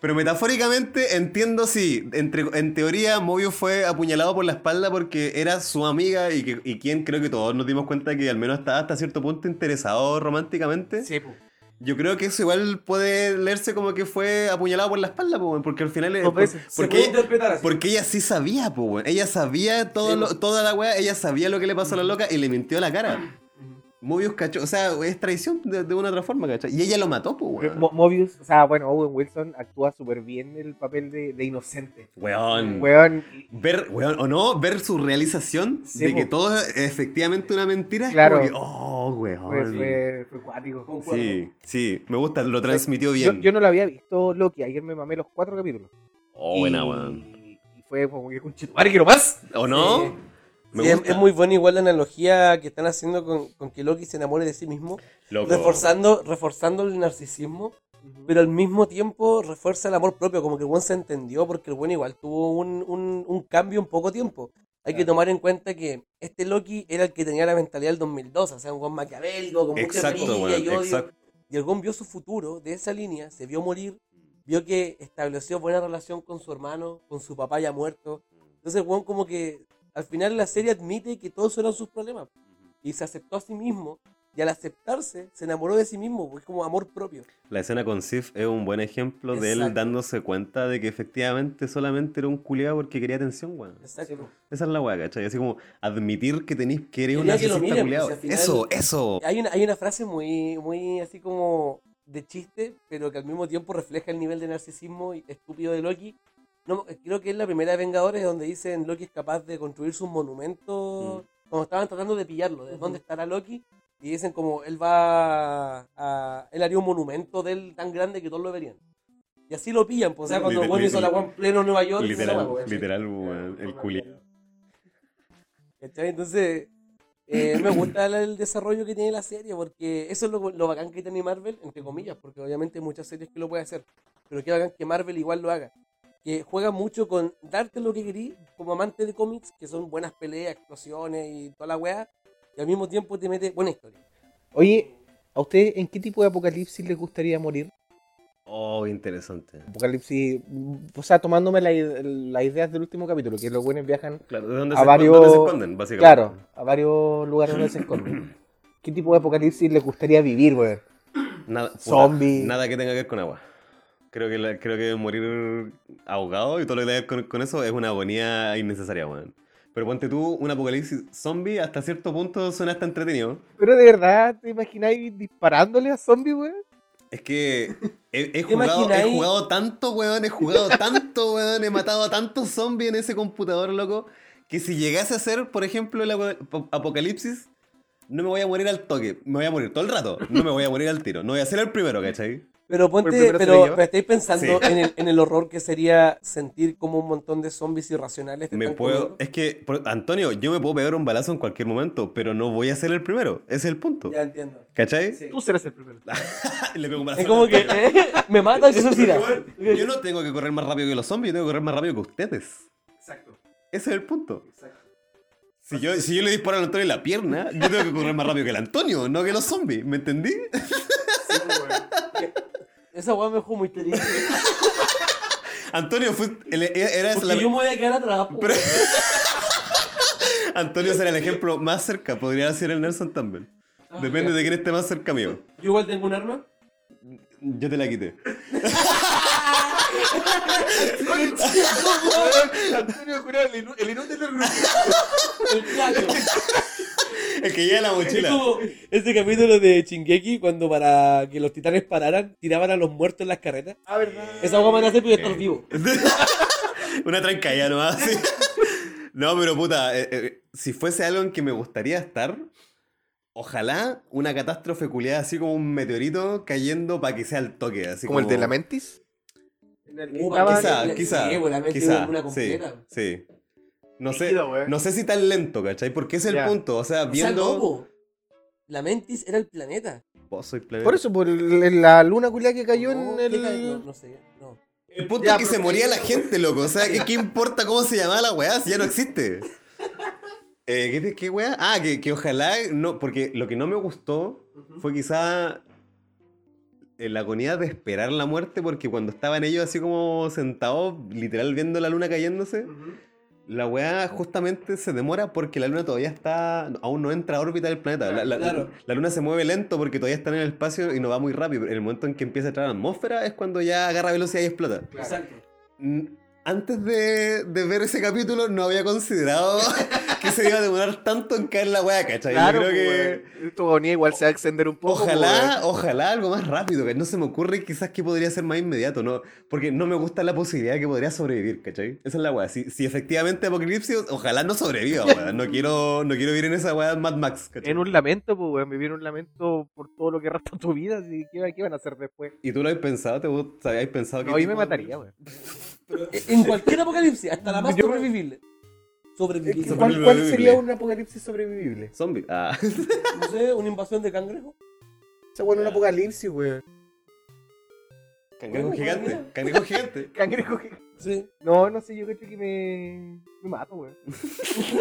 Speaker 2: Pero metafóricamente entiendo si, entre- en teoría, Mobius fue apuñalado por la espalda porque era su amiga y, que, y quien creo que todos nos dimos cuenta que al menos estaba hasta cierto punto interesado románticamente.
Speaker 5: Sí, po.
Speaker 2: Yo creo que eso igual puede leerse como que fue apuñalado por la espalda, po, weón, porque al final...
Speaker 5: Dos
Speaker 2: por-
Speaker 5: veces.
Speaker 3: Se
Speaker 2: porque,
Speaker 3: puede
Speaker 2: ella,
Speaker 3: interpretar así.
Speaker 2: porque ella sí sabía, po, weón. Ella sabía todo
Speaker 3: Sí,
Speaker 2: lo- toda la weá, ella sabía lo que le pasó a la loca y le mintió a la cara. Mobius cachó, o sea, es traición de, de una otra forma, ¿cachai? Y ella lo mató, pues, weón.
Speaker 5: Mo- Mobius, o sea, bueno, Owen Wilson actúa súper bien el papel de, de inocente.
Speaker 2: Weón.
Speaker 5: Weón,
Speaker 2: Ver, weón, o no, ver su realización
Speaker 5: Sí,
Speaker 2: de que
Speaker 5: po.
Speaker 2: todo es efectivamente una mentira. es
Speaker 5: Claro.
Speaker 2: como que, oh, weón.
Speaker 5: fue, fue, fue cuático.
Speaker 2: Sí, sí, me gusta, lo transmitió
Speaker 5: Yo,
Speaker 2: bien.
Speaker 5: yo no lo había visto Loki, ayer me mamé los cuatro capítulos.
Speaker 2: Oh, buena,
Speaker 5: Y-
Speaker 2: weón.
Speaker 5: Y fue como que con quiero más.
Speaker 2: ¿O no?
Speaker 3: Sí.
Speaker 2: Me
Speaker 3: Sí, es,
Speaker 2: gusta.
Speaker 3: es muy buena igual la analogía que están haciendo con, con que Loki se enamore de sí mismo,
Speaker 2: Loco.
Speaker 3: reforzando, reforzando el narcisismo, pero al mismo tiempo refuerza el amor propio, como que el buen se entendió, porque el buen igual tuvo un, un- un cambio en poco tiempo. Hay que
Speaker 5: Claro.
Speaker 3: tomar en cuenta que este Loki era el que tenía la mentalidad del 2002, o sea, un buen maquiavélico, con mucha
Speaker 2: Exacto,
Speaker 3: envidia y
Speaker 2: weón,
Speaker 3: odio.
Speaker 2: exacto.
Speaker 3: Y el buen vio su futuro de esa línea, se vio morir, vio que estableció buena relación con su hermano, con su papá ya muerto. Entonces el weón como que al final la serie admite que todos eran sus problemas. Y se aceptó a sí mismo. Y al aceptarse, se enamoró de sí mismo. Es como amor propio.
Speaker 2: La escena con Sif es un buen ejemplo de él
Speaker 3: Exacto.
Speaker 2: dándose cuenta de que efectivamente solamente era un culiado porque quería atención, weón.
Speaker 3: Exacto.
Speaker 2: Esa es la weá, ¿cachai? Así como admitir que tenés que eres un
Speaker 3: Quería que lo
Speaker 2: narcisista
Speaker 3: miren,
Speaker 2: culiao.
Speaker 3: pues, si al final-
Speaker 2: Eso, eso.
Speaker 3: Hay una, hay una frase muy, muy así como de chiste, pero que al mismo tiempo refleja el nivel de narcisismo y- estúpido de Loki. No, creo que es la primera de Vengadores donde dicen Loki es capaz de construir sus monumentos.
Speaker 2: Mm.
Speaker 3: Cuando estaban tratando de pillarlo, de dónde estará Loki. Y dicen como él va a, Él haría un monumento de él tan grande que todos lo verían. Y así lo pillan, pues, o sea, cuando
Speaker 2: Liter-
Speaker 3: Juan hizo la
Speaker 2: liter-
Speaker 3: Juan pleno Nueva York. esa
Speaker 2: Literal,
Speaker 3: hueá, pues,
Speaker 2: literal, weón, el culiao.
Speaker 3: ¿Cachai? Entonces, eh, me gusta la- el desarrollo que tiene la serie, porque eso es lo, lo bacán que tiene Marvel, entre comillas, porque obviamente hay muchas series que lo puede hacer, pero qué bacán que Marvel igual lo haga. Que juega mucho con darte lo que querís como amante de cómics, que son buenas peleas, explosiones y toda la weá, y al mismo tiempo te mete buena historia.
Speaker 5: Oye, ¿a usted en qué tipo de apocalipsis les gustaría morir?
Speaker 2: Oh, interesante.
Speaker 5: Apocalipsis, mm, o sea, tomándome la id- las ideas del último capítulo, que los buenos viajan,
Speaker 2: Claro, ¿de dónde,
Speaker 5: A
Speaker 2: se,
Speaker 5: varios-
Speaker 2: dónde se esconden, básicamente?
Speaker 5: claro, a varios lugares donde se esconden. ¿Qué tipo de apocalipsis les gustaría vivir, weón?
Speaker 2: Nada, puta,
Speaker 5: Zombie.
Speaker 2: Nada que tenga que ver con agua. Creo que, la- creo que morir ahogado y todo lo que tenga que ver con, con eso es una agonía innecesaria, weón. Pero ponte tú, un apocalipsis zombie hasta cierto punto suena hasta entretenido.
Speaker 5: Pero de verdad, ¿te imagináis disparándole a zombies, weón?
Speaker 2: Es que he, he
Speaker 3: ¿Te
Speaker 2: jugado, he
Speaker 3: imagináis?
Speaker 2: jugado tanto, weón, he jugado tanto, weón, he matado a tantos zombies en ese computador, loco, que si llegase a ser, por ejemplo, el apo- apocalipsis, no me voy a morir al toque, me voy a morir todo el rato, no me voy a morir al tiro, no voy a ser el primero, ¿cachai?
Speaker 3: Pero
Speaker 5: Por
Speaker 3: ponte,
Speaker 5: primero
Speaker 3: pero,
Speaker 5: seré yo.
Speaker 3: pero estáis pensando
Speaker 2: Sí.
Speaker 3: en, el, en el horror que sería sentir como un montón de zombies irracionales te
Speaker 2: Me
Speaker 3: están
Speaker 2: puedo,
Speaker 3: comiendo.
Speaker 2: es que, por- Antonio, yo me puedo pegar un balazo en cualquier momento, pero no voy a ser el primero, ese es el punto,
Speaker 3: Ya entiendo.
Speaker 2: ¿cachai?
Speaker 3: Sí.
Speaker 5: Tú serás el primero.
Speaker 2: Le pego un balazo
Speaker 3: Es como
Speaker 2: al
Speaker 3: que
Speaker 2: Antonio.
Speaker 3: eh, me mata y se suicida.
Speaker 2: Igual, Yo no tengo que correr más rápido que los zombies, yo tengo que correr más rápido que ustedes.
Speaker 8: Exacto,
Speaker 2: Ese es el punto.
Speaker 8: exacto.
Speaker 2: Si yo, si yo le disparo al Antonio en la pierna, yo tengo que correr más rápido que el Antonio, no que los zombies, ¿me entendí?
Speaker 8: Sí, weón.
Speaker 3: Esa weá me dejó muy triste.
Speaker 2: Antonio fue. el- e, era esa la-
Speaker 3: Porque yo me voy a quedar atrás. po.
Speaker 2: Pero- Antonio será el ejemplo más cerca, podría ser el Nelson Campbell.
Speaker 3: Ah,
Speaker 2: Depende de quién esté más cerca mío.
Speaker 3: Yo igual tengo un arma.
Speaker 2: Yo te la quité.
Speaker 8: Antonio Jurado, el inu- el inútil del grupo.
Speaker 3: El claro.
Speaker 2: El que lleva la
Speaker 3: Es
Speaker 2: mochila.
Speaker 3: como ese capítulo de Chingeki cuando para que los titanes pararan, tiraban a los muertos en las carretas.
Speaker 8: Ah, verdad.
Speaker 3: Esa weá me van a hacer porque estás vivo.
Speaker 2: Una trancalla nomás. sí. No, pero puta, eh, eh, si fuese algo en que me gustaría estar, ojalá una catástrofe culiada así como un meteorito cayendo para que sea al toque. Así
Speaker 5: Como el de Lamentis.
Speaker 8: En el-
Speaker 3: Uh,
Speaker 5: Estaban-
Speaker 2: Quizá,
Speaker 3: le-
Speaker 2: quizá.
Speaker 3: sí, bueno, la mente
Speaker 2: quizá,
Speaker 3: de una
Speaker 2: sí,
Speaker 3: completa.
Speaker 2: sí. No sé,
Speaker 8: Líquido, weón.
Speaker 2: no sé si tan lento, ¿cachai? Porque es el
Speaker 5: eh. Ya.
Speaker 2: punto. O sea,
Speaker 3: O sea,
Speaker 2: viendo.
Speaker 3: no, po. la Mentis era el planeta.
Speaker 2: Vos sois planeta.
Speaker 5: Por eso, por el- la luna culia que cayó
Speaker 3: No,
Speaker 5: en
Speaker 3: ¿qué
Speaker 5: el.
Speaker 3: tal? No, no sé, no.
Speaker 2: El punto
Speaker 8: Ya,
Speaker 2: es que
Speaker 8: pero-
Speaker 2: se moría la gente, loco. O sea, ¿qué, qué importa cómo se llamaba la weá? Si ya no existe. Eh, ¿qué, te- ¿Qué weá? Ah, que, que ojalá. no Porque lo que no me gustó fue quizá. eh, La agonía de esperar la muerte, porque cuando estaban ellos así como sentados, literal viendo la luna cayéndose,
Speaker 8: Ujú.
Speaker 2: La weá justamente se demora porque la luna todavía está. Aún no entra a órbita del planeta. La, la-
Speaker 3: Claro.
Speaker 2: la luna se mueve lento porque todavía está en el espacio y no va muy rápido. En el momento en que empieza a entrar a la atmósfera es cuando ya agarra velocidad y explota.
Speaker 8: Claro.
Speaker 3: Exacto.
Speaker 2: Mm, antes de, de ver ese capítulo no había considerado que se iba a demorar tanto en caer la weá, ¿cachai?
Speaker 1: Claro, pues,
Speaker 2: Yo creo que...
Speaker 1: que... tu agonía igual se va a extender un poco. pues,
Speaker 2: Ojalá, ojalá algo más rápido, que no se me ocurre quizás que podría ser más inmediato, ¿no? Porque no me gusta la posibilidad de que podría sobrevivir, ¿cachai? Esa es la weá. Si, si efectivamente Apocalipsis, ojalá no sobreviva, weá. No quiero, no quiero vivir en esa weá Mad Max,
Speaker 1: weón.
Speaker 2: ¿cachai?
Speaker 1: En un lamento, pues, weón, vivir un lamento por todo lo que resta de tu vida. así, ¿Qué, qué van a hacer después?
Speaker 2: ¿Y tú lo habéis pensado? ¿Te vos habías pensado que.?
Speaker 1: No, ahí me mataría, weón.
Speaker 3: E, En cualquier apocalipsis, hasta la más sobrevivible. Sobrevivible.
Speaker 2: Sobre-
Speaker 5: ¿Cuál, cuál sería un apocalipsis sobrevivible?
Speaker 2: Zombie. Ah.
Speaker 3: No sé, una invasión de cangrejos.
Speaker 5: O sea, bueno, un apocalipsis, weón.
Speaker 2: Cangrejo
Speaker 3: Uy,
Speaker 2: gigante.
Speaker 3: mira.
Speaker 2: Cangrejo gigante.
Speaker 1: Cangrejo que-
Speaker 3: Sí.
Speaker 1: No, no sé, yo creo que me, me mato, weón.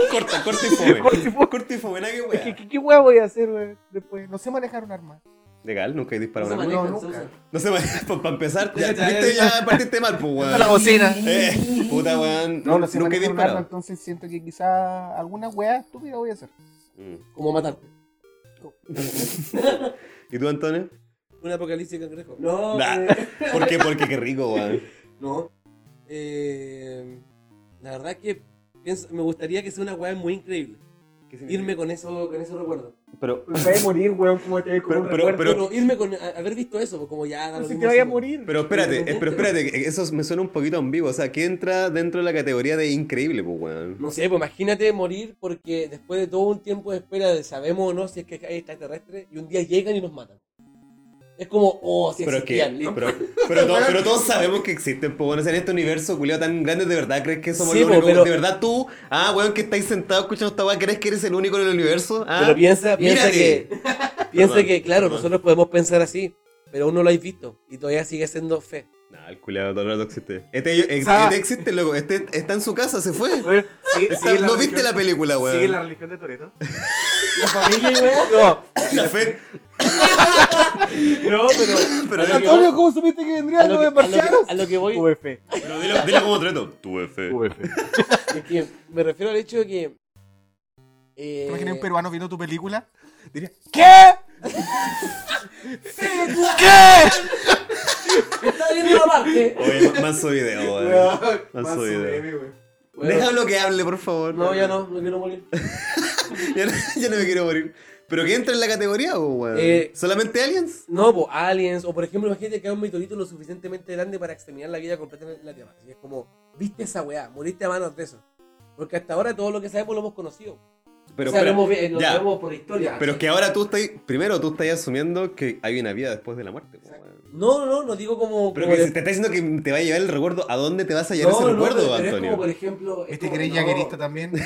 Speaker 2: Corta, corta y fome.
Speaker 1: Corta y fome.
Speaker 2: Corta y fome, nada que
Speaker 1: Es que,
Speaker 2: weá.
Speaker 1: ¿qué, qué weá voy a hacer, weón? Después, no sé manejar un arma.
Speaker 2: Legal, nunca he
Speaker 3: No
Speaker 2: disparado
Speaker 3: se
Speaker 2: una weá.
Speaker 3: manejan,
Speaker 5: no,
Speaker 3: se
Speaker 5: nunca.
Speaker 3: usan.
Speaker 2: No se Para empezar, ya,
Speaker 3: Ya, ya,
Speaker 2: viste,
Speaker 3: ya.
Speaker 2: ya partiste mal, pues weá.
Speaker 1: bocina.
Speaker 2: Eh, puta weón.
Speaker 1: No, no sé
Speaker 2: nunca he
Speaker 1: manejar un arma,
Speaker 2: disparado.
Speaker 1: entonces siento que quizá alguna weá estúpida voy a hacer.
Speaker 2: Mm.
Speaker 3: Como matarte.
Speaker 2: ¿Y tú, Antonio?
Speaker 3: Un apocalipsis de cangrejos. No,
Speaker 2: Nah.
Speaker 3: eh,
Speaker 2: ¿Por qué? Porque qué rico, weón.
Speaker 3: no. Eh, la verdad es que pienso- me gustaría que sea una weá muy increíble. Irme con eso, con esos recuerdos.
Speaker 2: Pero,
Speaker 5: Me voy a morir, weón, como te como
Speaker 2: Pero-
Speaker 5: un
Speaker 2: pero-
Speaker 5: recuerdo.
Speaker 3: Pero, irme con a- haber visto eso, pues, como ya da lo
Speaker 5: si
Speaker 3: mismo
Speaker 5: te vaya a
Speaker 3: así.
Speaker 5: morir.
Speaker 2: pero espérate, eh, pero espérate, que eso me suena un poquito ambiguo. O sea, ¿qué entra dentro de la categoría de increíble, pues, weón?
Speaker 3: No sé, pues imagínate morir porque después de todo un tiempo de espera de sabemos o no si es que hay extraterrestres y un día llegan y nos matan. Es como, oh, si
Speaker 2: Pero es que,
Speaker 3: existían, listo.
Speaker 2: pero, pero, to- pero todos sabemos que existen, pues, weón. O sea, en este universo, culiao, tan grande, ¿de verdad crees que somos
Speaker 3: Sí,
Speaker 2: los
Speaker 3: po,
Speaker 2: únicos?
Speaker 3: pero-
Speaker 2: ¿De verdad tú, ah, weón, que estáis sentado escuchando esta weá, crees que eres el único en el universo? Ah,
Speaker 3: Pero piensa, piensa
Speaker 2: mírate.
Speaker 3: que, piensa
Speaker 2: Perdón,
Speaker 3: que, claro,
Speaker 2: perdón.
Speaker 3: nosotros podemos pensar así, pero uno lo ha visto y todavía sigue siendo fe.
Speaker 2: Nah, el culiado todo el rato existe. Este, ex-
Speaker 1: Ah.
Speaker 2: este existe, loco. Este está en su casa, se fue.
Speaker 1: Sigue,
Speaker 2: Está- no viste la película, weón.
Speaker 1: religión de Toreto.
Speaker 2: No, la fe.
Speaker 1: No, pero.
Speaker 2: Pero
Speaker 1: Antonio, ¿cómo supiste que vendría
Speaker 3: A
Speaker 1: algo
Speaker 3: lo que,
Speaker 1: de
Speaker 3: a lo que-
Speaker 1: marcianos?
Speaker 3: a lo que voy
Speaker 1: UF.
Speaker 2: Pero dilo, dilo como trato. Tuve fe.
Speaker 3: es que me refiero al hecho de que... eh,
Speaker 1: ¿Te imaginas un peruano viendo tu película? Diría,
Speaker 3: Está viendo la parte.
Speaker 2: Oye, ma- manso video, weón. Manso video.
Speaker 3: Bueno,
Speaker 2: Déjalo que hable, por favor.
Speaker 3: no, ya no, no quiero morir.
Speaker 2: ya no. ya no me quiero morir. ¿Pero qué entra en la categoría, po, weón?
Speaker 3: Eh,
Speaker 2: ¿Solamente aliens?
Speaker 3: No, pues aliens, o por ejemplo, imagínate que hay un meteorito lo suficientemente grande para exterminar la vida completa en la Tierra. Y es como, viste esa weá, moriste a manos de eso. Porque hasta ahora todo lo que sabemos lo hemos conocido.
Speaker 2: Pero,
Speaker 3: o sea, lo
Speaker 2: espera,
Speaker 3: hemos, vi- lo
Speaker 2: ya.
Speaker 3: sabemos por historia.
Speaker 2: pero es que ahora tú estás. Primero, tú estás asumiendo que hay una vida después de la muerte, po, weón.
Speaker 3: No, no, no digo como.
Speaker 2: Pero
Speaker 3: como
Speaker 2: que
Speaker 3: de-
Speaker 2: se te está diciendo que te va a llevar el recuerdo. ¿A dónde te vas a llevar
Speaker 3: No,
Speaker 2: ese
Speaker 3: no,
Speaker 2: recuerdo,
Speaker 3: pero- pero es
Speaker 2: Antonio?
Speaker 3: como, por ejemplo. es
Speaker 1: Este
Speaker 3: como-
Speaker 1: crees
Speaker 3: no.
Speaker 1: yaguerista también.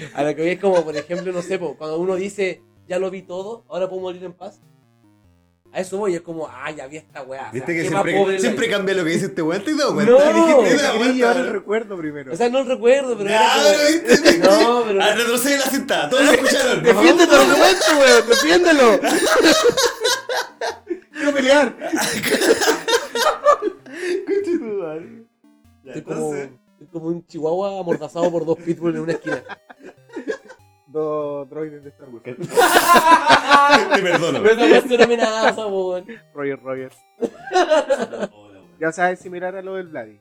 Speaker 1: Este
Speaker 3: A lo que voy es como, por ejemplo, no sé, po, cuando uno dice, ya lo vi todo, ahora puedo morir en paz. A eso voy, es como, ah, ya vi esta weá. o sea,
Speaker 2: Viste
Speaker 3: qué
Speaker 2: que
Speaker 3: más
Speaker 2: siempre,
Speaker 3: pobre la
Speaker 2: siempre
Speaker 3: vida.
Speaker 2: cambia lo que dice este weón. ¿Te has dado cuenta?
Speaker 3: No,
Speaker 2: Dijiste,
Speaker 3: te
Speaker 2: "Te has dado
Speaker 5: Quería llevar el
Speaker 2: cuenta".
Speaker 5: recuerdo primero.
Speaker 3: O sea, no recuerdo, pero. era
Speaker 2: Ya,
Speaker 3: como-
Speaker 2: pero viste, viste.
Speaker 3: No, pero.
Speaker 2: Ah, retrocede la cinta. Todos lo escucharon.
Speaker 1: Defiende tu argumento, weón. Defiéndelo.
Speaker 5: quiero pelear.
Speaker 2: Ya,
Speaker 3: Estoy como,
Speaker 2: entonces-
Speaker 3: estoy como un chihuahua amordazado por dos pitbulls en una esquina.
Speaker 5: Dos droides de Star Wars.
Speaker 2: Te perdono.
Speaker 3: Pero esa weá es una amenaza, po, weón.
Speaker 1: Roger Rogers. Ya sabes, similar a lo del Vladi.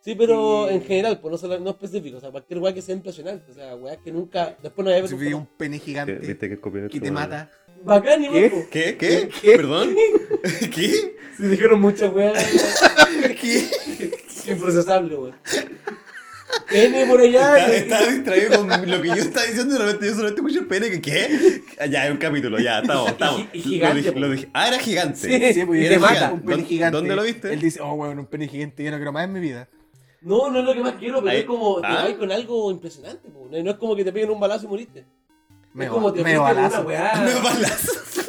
Speaker 3: Sí, pero en general, pues no, solo, no específico. O sea, cualquier weá que sea impresionante. O sea, weá que nunca. Después no había
Speaker 1: Si vi un pene
Speaker 2: ¿Qué?
Speaker 1: gigante
Speaker 2: ¿Viste que este copió
Speaker 1: que te mata.
Speaker 3: Bacán, y
Speaker 1: ¿Qué?
Speaker 3: loco.
Speaker 2: ¿Qué? ¿Qué?
Speaker 1: ¿Qué?
Speaker 2: ¿Perdón? ¿Qué?
Speaker 3: Se dijeron muchas weas
Speaker 2: ¿Qué?
Speaker 3: improcesables, weón. N por allá.
Speaker 2: Estaba,
Speaker 3: que-
Speaker 2: estaba distraído con lo que yo estaba diciendo y de repente yo solamente escuché el pene que ¿qué? Ah, Ya, es un capítulo, ya, estamos, estamos.
Speaker 3: Y gi- y gigante,
Speaker 2: Lo dije-
Speaker 3: po.
Speaker 2: lo dije- Ah, era gigante.
Speaker 3: Sí.
Speaker 1: Sí, pues, y
Speaker 2: Era
Speaker 1: te mata
Speaker 2: gigante.
Speaker 1: un pene
Speaker 2: ¿Dó-
Speaker 1: gigante.
Speaker 2: dónde lo viste?
Speaker 1: Él dice, oh, weón, un pene gigante. Yo no quiero más en mi vida.
Speaker 3: No, no es lo que más quiero, pero
Speaker 2: Ahí-
Speaker 3: es como. Te
Speaker 2: ¿Ah?
Speaker 3: vas con algo impresionante, po. No no es como que te peguen un balazo y moriste.
Speaker 1: Me
Speaker 3: es como te
Speaker 1: me
Speaker 3: fuiste con
Speaker 1: balazo.
Speaker 2: Me
Speaker 3: weá.
Speaker 2: balazo.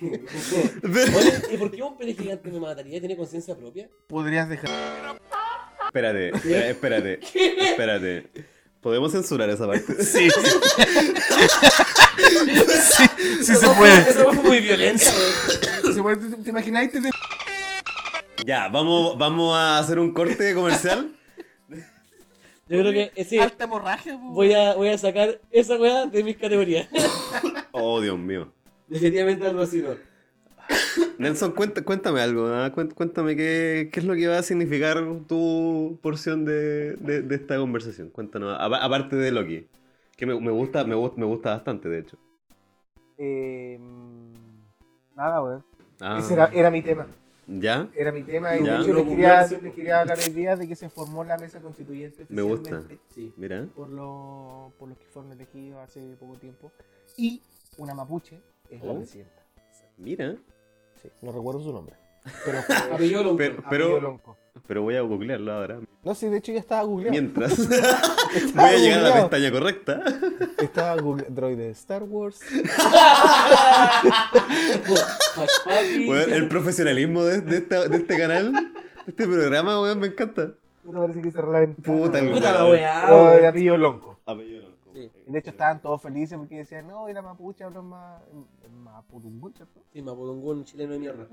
Speaker 3: Oye, ¿y por qué un pene gigante me mataría? ¿Tiene conciencia propia?
Speaker 1: Podrías dejar.
Speaker 2: Espérate, espera- espérate, espérate. ¿Podemos censurar esa parte?
Speaker 1: Sí. sí, sí se puede.
Speaker 3: Eso fue muy violenta, weón.
Speaker 1: Se puede. ¿Te- ¿Te imagináis? Te-
Speaker 2: Ya, vamos, vamos a hacer un corte comercial.
Speaker 3: Yo creo que eh, sí,
Speaker 1: Alta hemorragia, po.
Speaker 3: voy a, voy a sacar esa weá de mis categorías.
Speaker 2: Oh, Dios mío.
Speaker 3: Definitivamente algo así, ¿no?
Speaker 5: Nelson, cuenta- cuéntame algo, ¿ah? Cuént- cuéntame qué, qué es lo que va a significar tu porción de, de- de esta conversación. Cuéntanos, apa- aparte de Loki, que me, me gusta, me, gust- me gusta bastante, de hecho.
Speaker 1: Eh, mm, nada, weón.
Speaker 5: Ah,
Speaker 1: Ese era, era mi tema.
Speaker 5: ¿Ya?
Speaker 1: Era mi tema. Y
Speaker 5: Ya.
Speaker 1: de hecho
Speaker 10: Lo
Speaker 1: les quería,
Speaker 10: googleaste.
Speaker 1: les quería hablar hoy día de que se formó la mesa constituyente.
Speaker 5: Me gusta.
Speaker 1: oficialmente,
Speaker 10: Sí.
Speaker 5: Mira.
Speaker 1: Por, lo- por los que fueron elegidos hace poco tiempo. Y una mapuche es la
Speaker 5: Oh.
Speaker 1: presidenta.
Speaker 5: Mira.
Speaker 1: Sí, no recuerdo su nombre. Pero fue
Speaker 3: Apellido Lonco.
Speaker 5: Pero,
Speaker 1: apellido
Speaker 5: pero,
Speaker 1: Lonco.
Speaker 5: pero voy a googlearlo ahora.
Speaker 2: No, sí, de hecho ya estaba googleado.
Speaker 5: Mientras voy
Speaker 2: Estaba
Speaker 5: a llegar a la
Speaker 2: googleado.
Speaker 5: pestaña correcta.
Speaker 2: Estaba Google Droid de Star Wars.
Speaker 3: Papi.
Speaker 5: Weón, el profesionalismo de, de esta- de este canal, de este programa, weón, me encanta.
Speaker 1: Puta, parece que cerró la ventana.
Speaker 5: Puta el
Speaker 3: Puta la
Speaker 5: weón.
Speaker 3: weá,
Speaker 1: Oh,
Speaker 3: weón.
Speaker 1: el apellido Lonco.
Speaker 5: Apellido Lonco.
Speaker 3: Sí.
Speaker 1: De hecho estaban todos felices porque decían, no, era mapuche, hablan más... Mapudungún, ¿cierto?
Speaker 3: Sí, Mapudungún, chileno de mierda.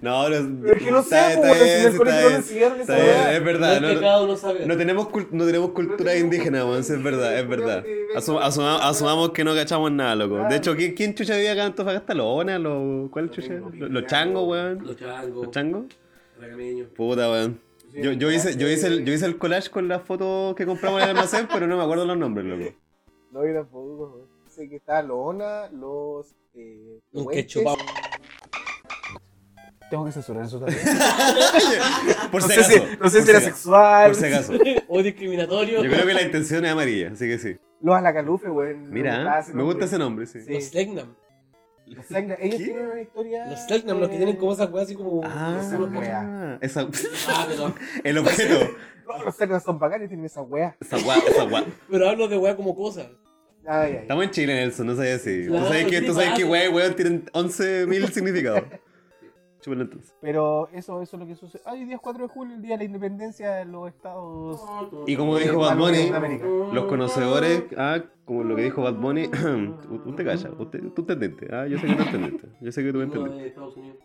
Speaker 5: No, no,
Speaker 1: Pero es que no sé,
Speaker 5: está-
Speaker 1: pues,
Speaker 5: está bien, está
Speaker 1: bueno, si en el colegio no
Speaker 5: bien,
Speaker 1: le enseñaron esa
Speaker 5: está bien,
Speaker 1: weá.
Speaker 5: Es verdad,
Speaker 3: No es que
Speaker 5: no,
Speaker 3: cada uno sabe.
Speaker 5: no tenemos, cul- no tenemos cultura indígena, weón, sí, es verdad, es verdad. Asum- asuma- asumamos que no cachamos nada, loco. De hecho, ¿quién, quién chucha vive acá en Antofagasta? ¿Los ONA? ¿Los, ¿Cuál chucha? ¿Los, los changos, weón?
Speaker 3: Los changos,
Speaker 5: ¿Los changos?
Speaker 3: Racameños.
Speaker 5: Puta, weón. Yo, yo, hice, yo, hice el, yo hice el collage con las fotos que compramos en el almacén, pero no me acuerdo los nombres, loco.
Speaker 1: No, yo tampoco, güey. Sé que está Loona, los... Eh,
Speaker 3: Un
Speaker 1: huentes.
Speaker 3: quechua.
Speaker 2: Tengo que censurar eso también.
Speaker 5: Por
Speaker 1: No
Speaker 5: si
Speaker 1: sé
Speaker 5: acaso.
Speaker 1: si, no sé
Speaker 5: por
Speaker 1: si era
Speaker 5: si-
Speaker 1: sexual.
Speaker 5: Por si acaso.
Speaker 3: O discriminatorio.
Speaker 5: Yo creo que la intención es amarilla, así que sí.
Speaker 1: Los alacalufe, güey. Me gustaba
Speaker 5: Mira,
Speaker 1: ese
Speaker 5: me gusta
Speaker 1: nombre.
Speaker 5: ese nombre, sí.
Speaker 1: Sí.
Speaker 3: Los Slegnam.
Speaker 1: Los Selknam. Ellos
Speaker 5: ¿Qué?
Speaker 1: tienen una historia...
Speaker 3: Los Slegnam, los que
Speaker 1: eh,
Speaker 3: tienen como esas weas así como.
Speaker 1: Esa weá.
Speaker 5: Ah, esa,
Speaker 3: Ah, pero,
Speaker 5: el objeto.
Speaker 1: No, los Selknam son bacanes, tienen esa wea.
Speaker 5: Esa gua, esa gua.
Speaker 3: pero hablo de wea como cosas.
Speaker 1: Ay, ay.
Speaker 5: Estamos en Chile, Nelson, no sabía así. Tú
Speaker 3: Claro,
Speaker 5: sabes que, tú sabes que
Speaker 3: sí,
Speaker 5: weón, weón, tienen 11.000 significados. Chúpalo entonces.
Speaker 1: Pero eso, eso es lo que sucede. Ay, día es 4 de julio, el día de la independencia de los estados...
Speaker 5: Y como dijo Bad Bunny,
Speaker 1: América.
Speaker 5: los
Speaker 3: Oh,
Speaker 5: conocedores, ah, como lo que dijo Bad Bunny, u- usted calla, usted, tú entendiste, ah, yo sé que tú entendiste, yo sé que tú
Speaker 3: Uno
Speaker 5: entendiste.
Speaker 3: de Estados Unidos.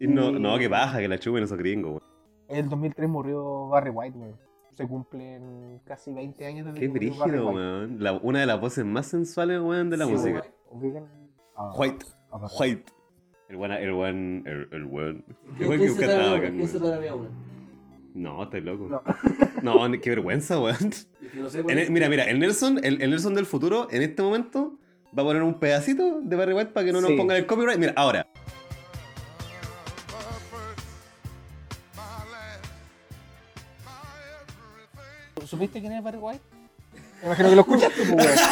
Speaker 5: Y no,
Speaker 1: Uh.
Speaker 5: no, que baja, que la chupen esos gringos, weón.
Speaker 1: En el 2003 murió Barry White, weón. Se cumplen casi 20 años desde
Speaker 5: Qué
Speaker 1: que murió Barry
Speaker 5: brígido,
Speaker 1: White.
Speaker 5: weón. La- una de las voces más sensuales, weón, de la
Speaker 3: Sí,
Speaker 5: música.
Speaker 1: Ubican a-
Speaker 5: White,
Speaker 1: a Barry
Speaker 5: White. El weón, el weón, el, el weón. El weón que
Speaker 3: ¿Quién se
Speaker 5: busca
Speaker 3: trae
Speaker 5: nada,
Speaker 3: una?
Speaker 5: acá,
Speaker 3: ¿Quién se
Speaker 5: weón.
Speaker 3: trae una?
Speaker 5: No, estás loco.
Speaker 1: No.
Speaker 5: No, ni- qué vergüenza, weón.
Speaker 3: Y que no sé,
Speaker 5: En el- mira, mira, el Nelson, el, el Nelson del futuro, en este momento, va a poner un pedacito de Barry White para que no nos
Speaker 1: Sí.
Speaker 5: pongan el copyright. Mira, ahora.
Speaker 1: White. ¿Supiste quién es Barry White? Me imagino que lo escuchaste, pues,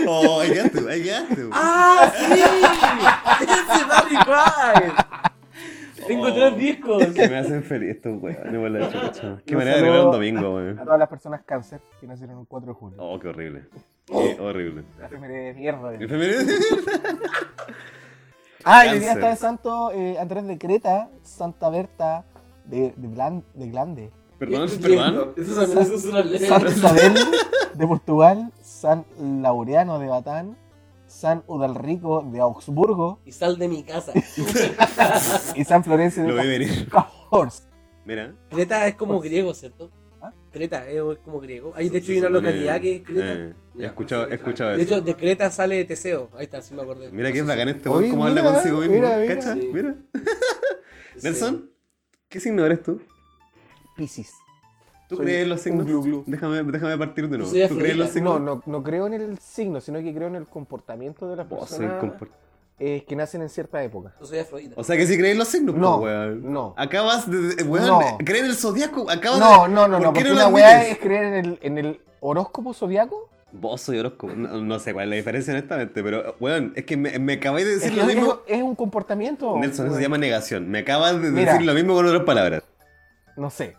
Speaker 1: weón.
Speaker 5: Oh, ahí quedaste, ahí quedaste.
Speaker 3: ¡Ah, sí! ¡Ese Barry White! Tengo
Speaker 5: Oh.
Speaker 3: tres discos.
Speaker 5: Que me hacen feliz estos weón. No la chucha. Qué
Speaker 1: Un
Speaker 5: manera de
Speaker 1: saludo
Speaker 5: arreglar un domingo,
Speaker 1: A
Speaker 5: weón.
Speaker 1: todas las personas cáncer que nacieron el 4 de julio.
Speaker 5: Oh, qué horrible. Qué horrible.
Speaker 1: La primera de mierda, weón.
Speaker 2: Ah, y hoy día
Speaker 5: Cáncer.
Speaker 2: está el santo eh, Andrés de Creta, Santa Berta de, de, Blan- de Glande,
Speaker 5: Perdón, perdón.
Speaker 3: Eso también es censurable.
Speaker 2: Santa Isabel de Portugal, San Laureano de Batán, San Udalrico de Augsburgo
Speaker 3: Y sal de mi casa.
Speaker 2: y San Florencio
Speaker 5: Lo vi
Speaker 2: de
Speaker 5: venir.
Speaker 2: Cahors.
Speaker 5: Mira.
Speaker 3: Creta es como griego, ¿cierto?
Speaker 2: ¿Ah?
Speaker 3: Creta eh, es es como griego. Hay, de hecho, hay una localidad que es Creta.
Speaker 5: Eh, He escuchado, he escuchado
Speaker 3: De
Speaker 5: eso.
Speaker 3: hecho, de Creta sale Teseo. Ahí está, sí me acordé.
Speaker 5: eh, Mira que es bacán este
Speaker 2: Oye,
Speaker 5: weón, cómo habla
Speaker 2: mira,
Speaker 5: consigo mismo.
Speaker 2: mira, mira.
Speaker 5: ¿Cacha?
Speaker 3: Sí.
Speaker 5: Mira.
Speaker 3: Sí.
Speaker 5: Nelson, ¿qué signo eres tú?
Speaker 2: Piscis.
Speaker 5: ¿Tú
Speaker 2: Soy
Speaker 5: crees en los
Speaker 2: un
Speaker 5: signos?
Speaker 2: glu glu.
Speaker 5: Déjame, déjame partir de nuevo.
Speaker 3: Soy
Speaker 5: ¿Tú crees en los
Speaker 3: afrodita.
Speaker 2: No,
Speaker 5: signos?
Speaker 2: no, no creo en el signo, sino que creo en el comportamiento de las
Speaker 5: Oh, soy
Speaker 2: personas
Speaker 5: compor-
Speaker 2: eh, que nacen en cierta época.
Speaker 3: Yo soy afrodita.
Speaker 5: O sea que sí crees en los signos,
Speaker 2: No,
Speaker 5: po, weón.
Speaker 2: no.
Speaker 5: Acabas de. de- Weón,
Speaker 2: No.
Speaker 5: crees en el zodiaco. Acabas
Speaker 2: No,
Speaker 5: de.
Speaker 2: no, no,
Speaker 5: ¿por
Speaker 2: no,
Speaker 5: qué
Speaker 2: porque
Speaker 5: Ah, no
Speaker 2: una
Speaker 5: lo
Speaker 2: weá
Speaker 5: admites?
Speaker 2: es creer en el, en el horóscopo zodiaco.
Speaker 5: Vos soy horóscopo. No, no sé cuál es la diferencia, honestamente, pero, weón, es que me, me acabáis de
Speaker 2: Es,
Speaker 5: decir
Speaker 2: que
Speaker 5: lo
Speaker 2: es-
Speaker 5: mismo.
Speaker 2: es un comportamiento.
Speaker 5: Nelson, eso
Speaker 2: weón.
Speaker 5: se llama negación. Me acabas de
Speaker 2: Mira.
Speaker 5: decir lo mismo con otras palabras.
Speaker 2: No sé.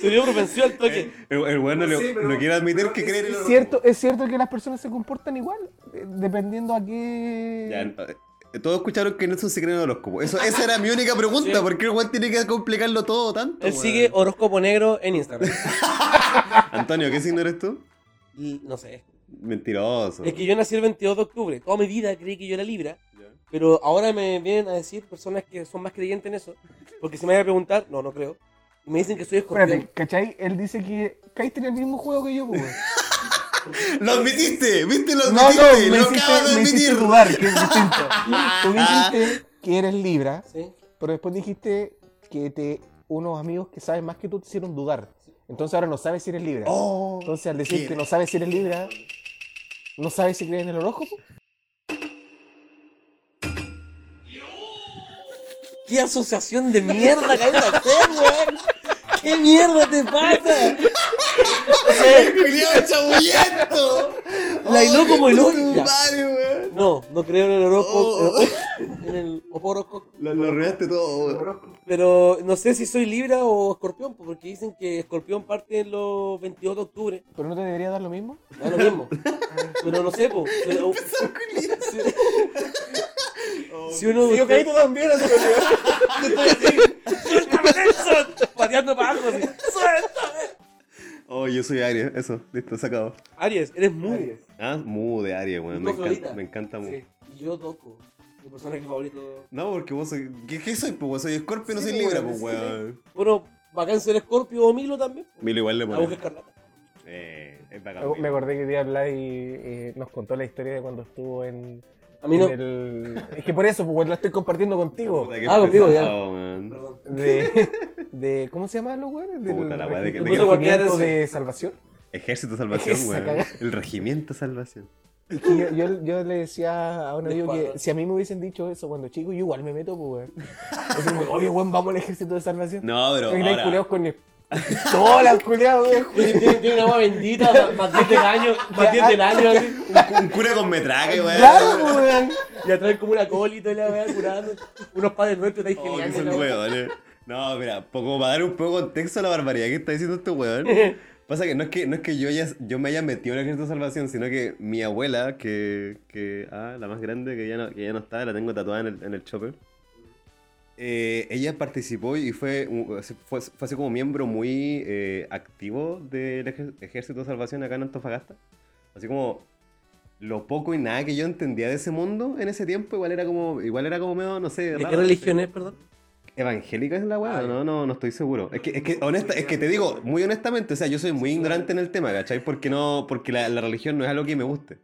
Speaker 3: Se dio propensión al toque.
Speaker 5: El, el weón no,
Speaker 2: Pues
Speaker 5: le-
Speaker 10: Sí, pero-
Speaker 5: no quiere admitir
Speaker 10: pero
Speaker 5: que
Speaker 10: es
Speaker 5: cree en el
Speaker 2: Es
Speaker 5: horóscopo.
Speaker 2: cierto, es cierto que las personas se comportan igual, eh, dependiendo a qué.
Speaker 5: Ya, eh, todos escucharon que Nelson se cree en el horóscopo. Eso, esa era mi única pregunta.
Speaker 3: Sí.
Speaker 5: ¿Por qué el weón tiene que complicarlo todo tanto?
Speaker 3: Él
Speaker 5: weón?
Speaker 3: sigue horóscopo negro en Instagram.
Speaker 5: Antonio, ¿qué signo eres tú?
Speaker 3: Y no sé.
Speaker 5: Mentiroso.
Speaker 3: Es que yo nací el 22 de octubre. Toda mi vida creí que yo era Libra.
Speaker 5: Ya.
Speaker 3: Pero ahora me vienen a decir personas que son más creyentes en eso. Porque se me van a preguntar, no, no creo. Y me dicen que soy escorpión.
Speaker 2: Espérate, ¿cachai? Él dice que caíste en el mismo juego que yo, pues. weón.
Speaker 5: ¡Lo admitiste! ¿Viste? ¡Lo
Speaker 1: No, no,
Speaker 5: admitiste!
Speaker 1: me
Speaker 5: ¡Lo acabas
Speaker 1: hiciste,
Speaker 5: de
Speaker 1: me hiciste
Speaker 5: admitir!
Speaker 1: dudar, que es distinto. Tú dijiste que eres Libra,
Speaker 3: ¿Sí?
Speaker 1: pero después dijiste que te, unos amigos que saben más que tú te hicieron dudar. Entonces ahora no sabes si eres Libra.
Speaker 5: ¡Oh!
Speaker 1: Entonces al decir
Speaker 5: qué-
Speaker 1: que no sabes si eres Libra, no sabes si crees en el horóscopo.
Speaker 3: ¿Qué asociación de mierda acabas de hacer, weón? eh? ¿Qué mierda te pasa? O sea,
Speaker 5: ¡Culeado chabullento!
Speaker 3: La hiló como el hoyo.
Speaker 5: Tu madre, weón!
Speaker 3: no, no creo en el horóscopo.
Speaker 5: Oh.
Speaker 3: En el horóscopo.
Speaker 5: Lo, lo arruinaste todo, weón.
Speaker 3: Pero no sé si soy Libra o Escorpión, pues, porque dicen que Escorpión parte en los 22 de octubre.
Speaker 1: ¿Pero no te debería dar lo mismo?
Speaker 3: Da lo mismo. Pero no sé, pues, po. Pero- si, si uno.
Speaker 11: Yo caí también, así que-
Speaker 3: ¡Suéltame, Nelson! Pateando para abajo así. ¡Suéltame!
Speaker 5: Oh, yo soy Aries, eso, listo, sacado.
Speaker 3: Aries, eres muy.
Speaker 5: Ah, Mu de Aries, weón. Me,
Speaker 3: Dos
Speaker 5: encanta-
Speaker 3: floritas.
Speaker 5: me encanta Mu.
Speaker 3: Sí. Y yo toco. Mi personaje favorito.
Speaker 5: No, porque vos soy. ¿Qué, qué soy, pues? weón? Soy Scorpio, no
Speaker 3: Sí,
Speaker 5: soy Libra,
Speaker 3: weón,
Speaker 5: pues,
Speaker 3: sí.
Speaker 5: weón.
Speaker 3: Bueno, bacán ser Escorpio o Milo también.
Speaker 5: Milo igual le
Speaker 3: La boca
Speaker 5: pone.
Speaker 3: escarlata.
Speaker 5: Eh, es bacán.
Speaker 2: Me
Speaker 5: Milo.
Speaker 2: acordé que día Blay eh, nos contó la historia de cuando estuvo en,
Speaker 3: A mí no.
Speaker 2: en el... Es que por eso, pues la estoy compartiendo contigo.
Speaker 5: Puta, qué
Speaker 3: Ah, contigo, ya.
Speaker 5: pesado, weón.
Speaker 3: Perdón.
Speaker 2: De, de- ¿Cómo se llaman los güeyes? Del
Speaker 5: Puta la weá, de que- de
Speaker 2: regimiento
Speaker 3: que-
Speaker 2: regimiento de salvación.
Speaker 5: Ejército de Salvación,
Speaker 2: Esa
Speaker 5: weón.
Speaker 2: cagada.
Speaker 5: El Regimiento de Salvación.
Speaker 1: Y que yo, yo, yo le decía a un
Speaker 3: De
Speaker 1: amigo que
Speaker 3: escuadra.
Speaker 1: si a mí me hubiesen dicho eso cuando chico, yo igual me meto, pues, weón. Es como, oye, weón, vamos al ejército de salvación.
Speaker 5: No, pero.
Speaker 2: Imagináis
Speaker 5: ahora-
Speaker 2: culeados con pistolas, culeados, viejo.
Speaker 3: Oye, Tiene, tiene una agua bendita, más- más 10 del año, más 10 del año, así.
Speaker 5: Un cura con metraque, weón.
Speaker 1: Claro, pues, weón.
Speaker 3: Y atrás como una cola y toda la weá curando. Unos padres nuestros estáis
Speaker 5: Oh, que
Speaker 3: geniales,
Speaker 5: son
Speaker 3: la weá.
Speaker 5: weones. No, mira, po- como para dar un poco de contexto a la barbaridad que está diciendo este weón. Pasa que no es que, no es que yo, haya, yo me haya metido en el ejército de salvación, sino que mi abuela, que, que ah, la más grande, que ya, no, que ya no está, la tengo tatuada en el, en el chopper. eh, ella participó y fue, un- fue, fue así como miembro muy eh, activo del ej- Ejército de Salvación acá en Antofagasta. Así como lo poco y nada que yo entendía de ese mundo en ese tiempo, igual era como, igual era como medio, no sé,
Speaker 3: ¿De qué
Speaker 5: raro,
Speaker 3: religión es, perdón?
Speaker 5: Evangélica es la weá,
Speaker 3: Ah, ya.
Speaker 5: no, no, no estoy seguro. Es que, es que honesta, es que te digo, muy honestamente, o sea, yo soy muy ignorante en el tema, ¿cachai? Porque no, porque la, la religión no es algo que me guste.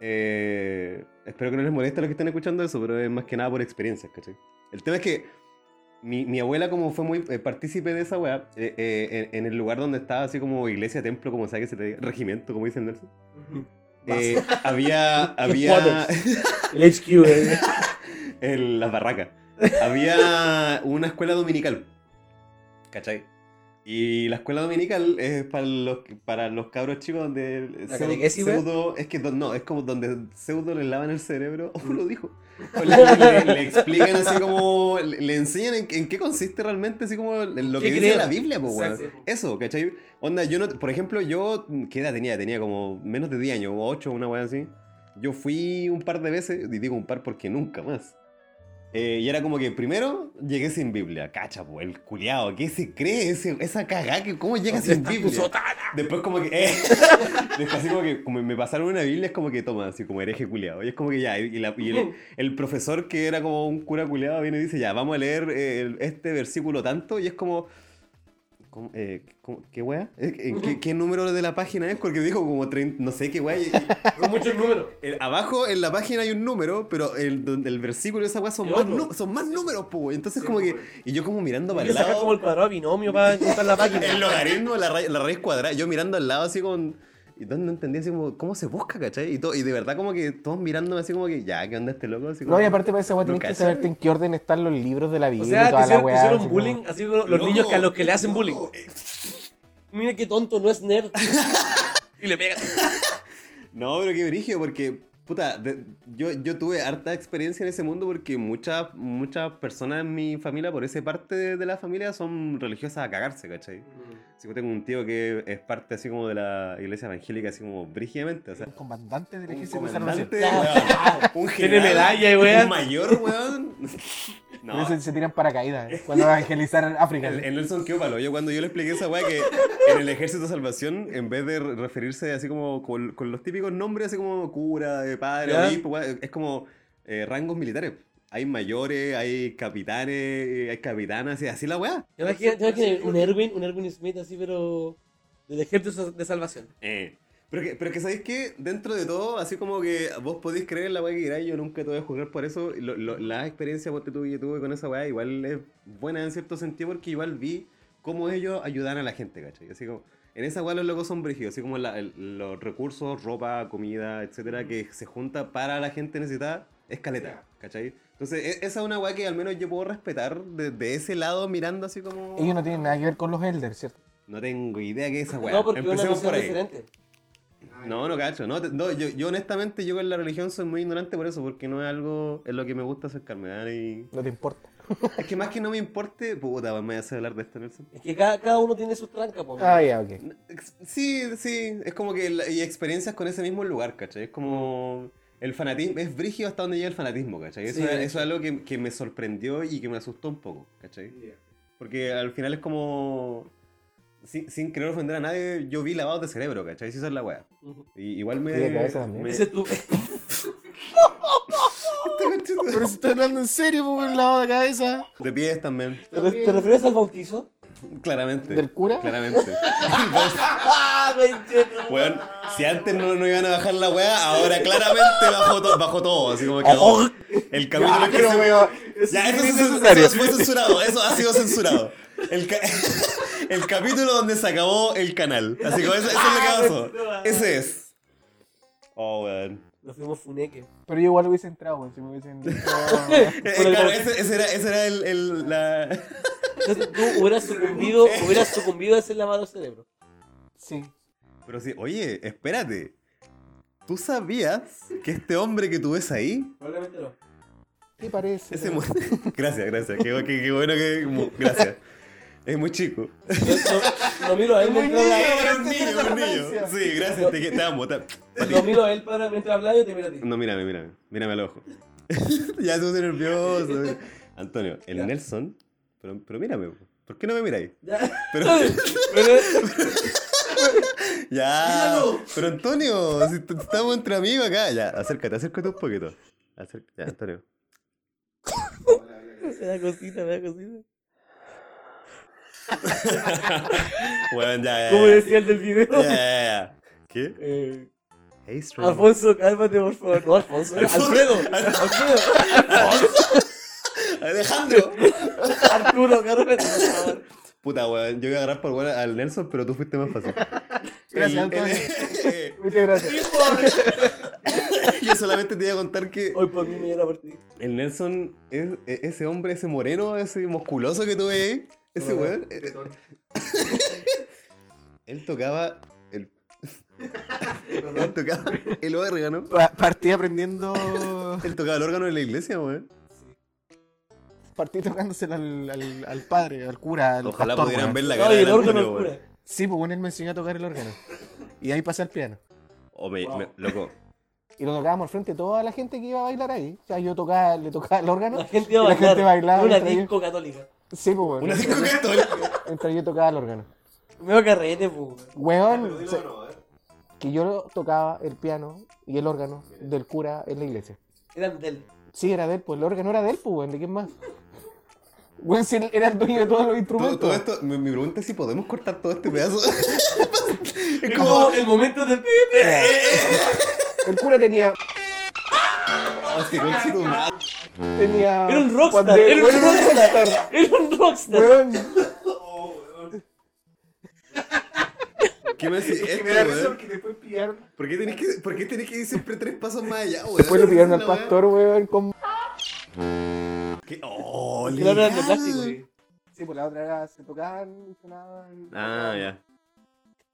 Speaker 5: Eh, espero que no les moleste a los que están escuchando eso, pero es más que nada por experiencias, ¿cachai? El tema es que mi, mi abuela, como fue muy eh, partícipe de esa weá, eh, eh, en, en el lugar donde estaba así como iglesia, templo, como sea que se te diga, regimiento, como dicen Nelson, eh, había, había,
Speaker 3: El HQ, eh.
Speaker 5: en las barracas. Había una escuela dominical. ¿Cachai? Y la escuela dominical es para los, para los cabros chicos donde el
Speaker 3: ¿La
Speaker 5: pseudo-
Speaker 3: catequesis, güey?
Speaker 5: pseudo- es que do- no, es como donde pseudo le lavan el cerebro, o
Speaker 3: Mm.
Speaker 5: lo dijo. O Le, le- le explican así como, le, le enseñan en, en qué consiste realmente así como en lo que
Speaker 3: ¿Qué
Speaker 5: dice
Speaker 3: creo?
Speaker 5: la Biblia, pues, weón.
Speaker 3: Exacto.
Speaker 5: Eso, ¿cachai? Onda, yo no, por ejemplo, yo, ¿qué edad tenía? Tenía como menos de 10 años, o 8, una weá así. Yo fui un par de veces, y digo un par porque nunca más. Eh, y era como que primero llegué sin Biblia. Cacha, pues, el culiao, ¿qué se cree ese- esa cagá? que ¿Cómo llega sin Biblia? Después como que... eh, después así como que como me pasaron una Biblia, es como que toma, así como hereje culiao. Y es como que ya, y, la- y el, el profesor que era como un cura culiao viene y dice, ya, vamos a leer eh, el- este versículo tanto, y es como... ¿Cómo- eh, cómo- ¿Qué wea? Eh, ¿En qué, qué número de la página es? Porque dijo como 30, no sé qué wea. y- y-
Speaker 3: Son muchos números.
Speaker 5: el- abajo en la página hay un número, pero el, donde el versículo de esa wea son,
Speaker 3: El
Speaker 5: más,
Speaker 3: otro.
Speaker 5: nu- son más números, po. wea. Entonces, como que. Y yo, como mirando para
Speaker 3: Hay que
Speaker 5: el
Speaker 3: sacar
Speaker 5: lado.
Speaker 3: como el cuadrado binomio para encontrar la
Speaker 5: El
Speaker 3: máquina.
Speaker 5: logaritmo, la, ra- la raíz cuadrada. Yo mirando al lado, así con. Y todos no entendían así como, ¿cómo se busca, cachai? Y, to- y de verdad, como que todos mirándome así como que, ya, ¿qué onda este loco? Así
Speaker 1: No,
Speaker 5: como-
Speaker 1: y aparte para esa weá
Speaker 5: ¿No
Speaker 1: tenés que
Speaker 5: cachai?
Speaker 1: saberte en qué orden están los libros de la Biblia
Speaker 3: O
Speaker 1: y
Speaker 3: sea, te
Speaker 1: toda la
Speaker 3: hicieron, te
Speaker 1: weá.
Speaker 3: hicieron
Speaker 1: así como-
Speaker 3: bullying, así como los
Speaker 5: Loco,
Speaker 3: niños que a los que le hacen bullying.
Speaker 5: loco, eh,
Speaker 3: Mira qué tonto, no es nerd. y le pegan.
Speaker 5: No, pero qué brillo, porque, puta, de- yo, yo tuve harta experiencia en ese mundo porque muchas muchas personas en mi familia, por esa parte de, de la familia, son religiosas a cagarse,
Speaker 1: Mm.
Speaker 5: ¿cachai? Si yo tengo un tío que es parte así como de la iglesia evangélica, así como brígidamente, o sea,
Speaker 1: Un comandante del
Speaker 5: un
Speaker 1: ejército de
Speaker 5: comandante,
Speaker 1: salvación.
Speaker 5: weón, un
Speaker 3: Tiene
Speaker 5: general,
Speaker 3: medalla y
Speaker 5: un
Speaker 3: weón.
Speaker 5: mayor, weón.
Speaker 1: Por
Speaker 5: No,
Speaker 1: eso se tiran paracaídas, ¿eh? cuando evangelizaron África.
Speaker 5: el, el Nelson quedó palo. Yo cuando yo le expliqué esa weá que en el Ejército de Salvación, en vez de re- referirse así como con, con los típicos nombres, así como cura, eh, padre,
Speaker 3: ¿Ya?
Speaker 5: obispo, weá, es como eh, rangos militares. Hay mayores, hay capitanes, eh, hay capitanas, y así la weá.
Speaker 3: ¿Te imaginas, te imaginas un Erwin, un Erwin Smith así, pero del ejército de salvación?
Speaker 5: Eh, Pero que, pero que sabéis que dentro de todo, así como que vos podéis creer en la weá que queráis, yo nunca te voy a juzgar por eso. Lo- lo- la experiencia ponte tú, que yo tuve con esa weá igual es buena en cierto sentido porque igual vi cómo ellos ayudan a la gente, ¿cachai? Así como, en esa weá los locos son brígidos, así como la- el- los recursos, ropa, comida, etcétera, que se junta para la gente necesitada, es caleta, ¿cachai? Entonces, e- esa es una weá que al menos yo puedo respetar de, de ese lado mirando así como...
Speaker 1: Ellos no tienen nada que ver con los elders, ¿cierto?
Speaker 5: No tengo idea que es esa weá.
Speaker 3: no, porque es una
Speaker 5: Empecemos
Speaker 3: visión
Speaker 5: por ahí.
Speaker 3: diferente.
Speaker 5: No, no cacho, no, te- no, yo, yo honestamente yo con la religión soy muy ignorante por eso, porque no es algo en lo que me gusta acercarme. ¿verdad? Y-
Speaker 1: No te importa.
Speaker 5: Es que más que no me importe, puta, me voy a hacer hablar de esto, Nelson.
Speaker 3: Es que cada, cada uno tiene sus trancas, po.
Speaker 12: Ah, ya, ok.
Speaker 5: Sí, sí, es como que la- y experiencias con ese mismo lugar, ¿cachai? Es como el fanatismo, es brígido hasta donde llega el fanatismo, ¿cachai? Eso,
Speaker 3: Sí,
Speaker 5: es-
Speaker 3: de
Speaker 5: eso es algo que, que me sorprendió y que me asustó un poco, ¿cachai? Porque al final es como... Sin, sin querer ofender a nadie, yo vi lavados de cerebro, ¿cachai? Si esa es la weá.
Speaker 3: Ujú.
Speaker 5: Y, igual me...
Speaker 12: Y de cabeza también.
Speaker 5: me-
Speaker 3: Ese es tu-
Speaker 1: Pero si estoy hablando en serio, por el lado de la cabeza.
Speaker 5: De pies también,
Speaker 3: ¿Te, re- te refieres al bautizo?
Speaker 5: claramente.
Speaker 1: ¿Del cura?
Speaker 5: Claramente.
Speaker 3: ¡Ah, conchetumare!
Speaker 5: Weón, si antes no, no iban a bajar la weá, ahora claramente bajó, to- bajó todo. Así como que el capítulo que se- Ya, eso, es eso fue censurado, eso ha sido censurado. El, ca- el capítulo donde se acabó el canal. Así como eso, eso es lo que pasó. Ese es. Oh, weón.
Speaker 3: Nos fuimos funeque.
Speaker 1: Pero yo igual hubiese entrado, weón, si me hubiesen dicho.
Speaker 5: Eh, eh, claro, ese, ese era, ese era el, el- la...
Speaker 3: Entonces tú hubieras sucumbido,
Speaker 5: Eh.
Speaker 3: hubieras sucumbido a ese lavado de cerebro.
Speaker 1: Sí.
Speaker 5: Pero sí, oye, espérate. ¿Tú sabías que este hombre que tú ves ahí
Speaker 3: Probablemente no.
Speaker 1: ¿Qué parece?
Speaker 5: Ese mu- gracias, gracias. Qué, bu- qué- qué bueno que. mu- Gracias. Es muy chico.
Speaker 3: Yo no- lo miro a él mientras
Speaker 5: Era
Speaker 3: habla.
Speaker 5: un niño, era un niño. Sí, gracias, te, te amo. te-
Speaker 3: Lo miro a él para mientras habla y te miro a ti.
Speaker 5: No, mírame, mírame. Mírame al ojo. ya te puse nervioso. Antonio, el Nelson. Pero, pero mírame, ¿por qué no me miráis?
Speaker 3: Ya.
Speaker 5: Pero,
Speaker 3: Pero-
Speaker 5: ya. Pero Antonio, si est- estamos entre amigos acá. Ya, acércate, acércate un poquito. Acer- ya, Antonio.
Speaker 3: me da cosita, me da cosita.
Speaker 5: Eh. Bueno, ya, ya,
Speaker 3: Como
Speaker 5: ya.
Speaker 3: decía el del
Speaker 5: Ya,
Speaker 3: video.
Speaker 5: ya, ya. ¿Qué? Ah,
Speaker 3: Eh,
Speaker 5: Hey, stranger.
Speaker 3: Alfonso, cálmate, por favor. No, Alfonso. Alfredo. Alfredo.
Speaker 5: Alejandro.
Speaker 3: Arturo, cálmate, por favor.
Speaker 5: Puta, weón, yo voy a agarrar por weón al Nelson, pero tú fuiste más fácil.
Speaker 1: Gracias, Antonio. Muchas gracias.
Speaker 5: yo solamente te iba a contar que
Speaker 3: Hoy por mí, mañana por ti.
Speaker 5: el Nelson, es, e- ese hombre, ese moreno, ese musculoso que tuve ahí, ese weón, eh, él tocaba el. él tocaba el órgano.
Speaker 13: Pa- partí aprendiendo.
Speaker 5: Él tocaba el órgano en la iglesia, weón.
Speaker 1: Partí tocándosela al, al, al padre, al cura, al
Speaker 5: Ojalá
Speaker 1: pastor,
Speaker 5: pudieran
Speaker 1: weón.
Speaker 5: ver la cara
Speaker 3: Ay,
Speaker 5: del
Speaker 3: el órgano
Speaker 5: Antonio,
Speaker 3: del
Speaker 5: weón.
Speaker 3: cura.
Speaker 1: Sí, pues bueno, él me enseñó a tocar el órgano. Y ahí pasé al piano.
Speaker 5: O Oh, me, me- loco.
Speaker 1: Y lo tocábamos al frente de toda la gente que iba a bailar ahí. O sea, yo tocaba, le tocaba el órgano.
Speaker 3: La gente
Speaker 1: y
Speaker 3: iba a
Speaker 1: la
Speaker 3: bailar.
Speaker 1: gente bailaba.
Speaker 3: Una
Speaker 1: mientras yo-
Speaker 3: disco católica.
Speaker 1: Sí, pues bueno.
Speaker 5: Una
Speaker 1: Mientras,
Speaker 5: disco católica.
Speaker 1: yo- mientras yo tocaba el órgano.
Speaker 3: Meo carrete, pues.
Speaker 1: Weón, o sea, que yo tocaba el piano y el órgano del cura en la iglesia.
Speaker 3: Eran del.
Speaker 1: Sí, era de él, pues el órgano era de él, pues, weón, ¿de quién más? Weón, si él era el dueño de todos los
Speaker 5: Todo,
Speaker 1: instrumentos.
Speaker 5: todo esto, mi, mi pregunta es si podemos cortar todo este pedazo. es
Speaker 3: Es
Speaker 5: como.
Speaker 3: como el momento de pipe.
Speaker 1: El cura tenía.
Speaker 5: Así Ah, que conche tu madre.
Speaker 1: tenía
Speaker 3: Era un rockstar.
Speaker 1: cuando-
Speaker 3: Era un
Speaker 1: weón, era un
Speaker 3: rockstar. Era un rockstar.
Speaker 1: Weón,
Speaker 5: ¿Qué me decís esto,
Speaker 2: Me da
Speaker 5: weón?
Speaker 2: risa que después pillaron.
Speaker 5: ¿Por qué tenés que, por qué tenés que ir siempre tres pasos más allá, weón?
Speaker 1: después le pillaron al
Speaker 5: La weá-
Speaker 1: pastor, weón, con.
Speaker 5: ¿Qué? ¡Oh,
Speaker 3: Claro, eran de
Speaker 5: legal!
Speaker 3: plástico, güey.
Speaker 1: Sí, pues la otra era, se tocaban, sonaban.
Speaker 5: Ah, ya.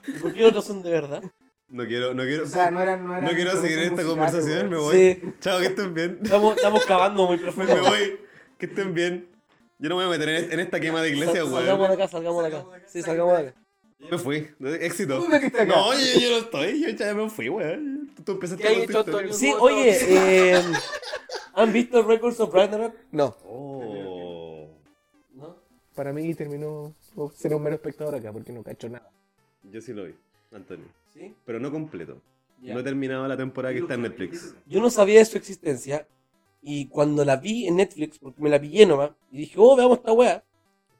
Speaker 3: ¿Y ¿Por qué los otros son de verdad?
Speaker 5: No quiero, no quiero.
Speaker 1: O sea, no eran.
Speaker 5: no quiero seguir esta conversación, me voy.
Speaker 3: Sí.
Speaker 5: Chao, que estén bien.
Speaker 3: Estamos, estamos cavando muy profundo.
Speaker 5: Me voy. Que estén bien. Yo no me voy a meter en, en esta quema de iglesia,
Speaker 3: Sal- salgamos
Speaker 5: weón.
Speaker 3: de acá, salgamos de acá. Sí, salgamos de acá.
Speaker 5: Yo me fui. Éxito.
Speaker 1: Tú me quitaste acá.
Speaker 5: No, yo, yo no estoy. Yo ya me fui, weón. Tú, tú empezaste
Speaker 1: ¿Qué has
Speaker 5: con tu
Speaker 1: hecho,
Speaker 5: historia.
Speaker 1: Antonio?
Speaker 3: Sí, oye, eh, ¿han visto Records of Ragnarok?
Speaker 1: No,
Speaker 5: Oh.
Speaker 3: ¿No?
Speaker 1: para mí terminó. Ser un mero espectador acá, porque no cacho nada.
Speaker 5: Yo sí lo vi, Antonio.
Speaker 3: Sí.
Speaker 5: Pero no completo.
Speaker 3: Ya.
Speaker 5: No he terminado la temporada que está en Netflix.
Speaker 3: Yo no sabía de su existencia y cuando la vi en Netflix, porque me la pillé nomás, y dije, oh, veamos esta weá,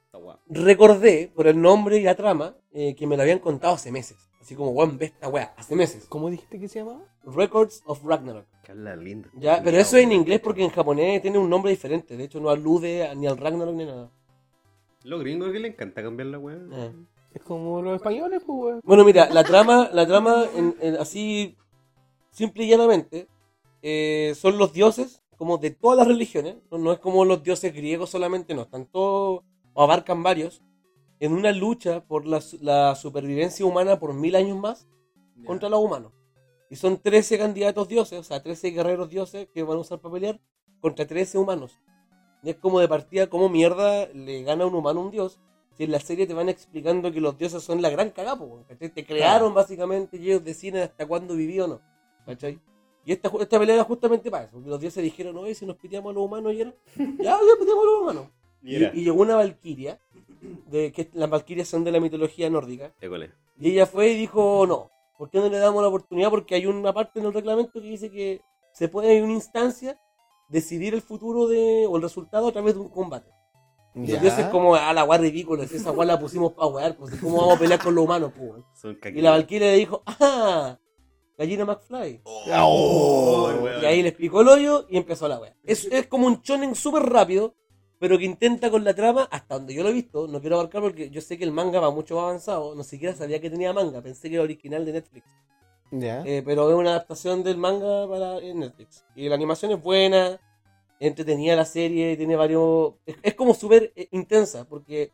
Speaker 5: Está guapo.
Speaker 3: recordé por el nombre y la trama eh, que me la habían contado hace meses. Así como, weón, ve esta weá, hace meses.
Speaker 1: ¿Cómo dijiste que se llamaba?
Speaker 3: Records of Ragnarok.
Speaker 5: Que habla lindo.
Speaker 3: Ya, pero eso es en inglés porque en japonés tiene un nombre diferente. De hecho, no alude a- ni al Ragnarok ni nada.
Speaker 5: Los gringos que le encanta cambiar la weá.
Speaker 3: Eh.
Speaker 1: Es como los españoles, pues, weón.
Speaker 3: Bueno, mira, la trama, la trama en- en- así, simple y llanamente, eh, son los dioses, como de todas las religiones, no, no es como los dioses griegos solamente, no, están todos, o abarcan varios, en una lucha por la, su- la supervivencia humana por mil años más contra los humanos. Y son 13 candidatos dioses, o sea, 13 guerreros dioses que van a usar para pelear contra 13 humanos. Y es como de partida, como mierda le gana un humano a un dios. Si en la serie te van explicando que los dioses son la gran cagapo, ¿cachai? Te crearon básicamente y ellos deciden hasta cuándo viví o no, ¿cachai? Y esta, ju- esta pelea era justamente para eso. porque Los dioses dijeron, oye, si nos piteamos a los humanos y era, ya, ya piteamos a los humanos. Y,
Speaker 5: Mira.
Speaker 3: y llegó una valquiria, de que las valquirias son de la mitología nórdica,
Speaker 5: École.
Speaker 3: y ella fue y dijo, no, ¿por qué no le damos la oportunidad? Porque hay una parte en el reglamento que dice que se puede en una instancia decidir el futuro de, o el resultado a través de un combate. Y Los dioses como, ah, la guay ridícula, si esa guay la pusimos para wear, pues ¿cómo vamos a pelear con los humanos, pues? weón?
Speaker 5: Son
Speaker 3: Y la Valkyria le dijo, ah, gallina McFly. Y ahí le explicó el hoyo y empezó la wea. Es, es como un chonen súper rápido, pero que intenta con la trama, hasta donde yo lo he visto, no quiero abarcar porque yo sé que el manga va mucho más avanzado, no siquiera sabía que tenía manga, pensé que era original de Netflix.
Speaker 1: Ya.
Speaker 3: Eh, pero es una adaptación del manga para en Netflix. Y la animación es buena, entretenida la serie, tiene varios... Es, es como súper eh, intensa, porque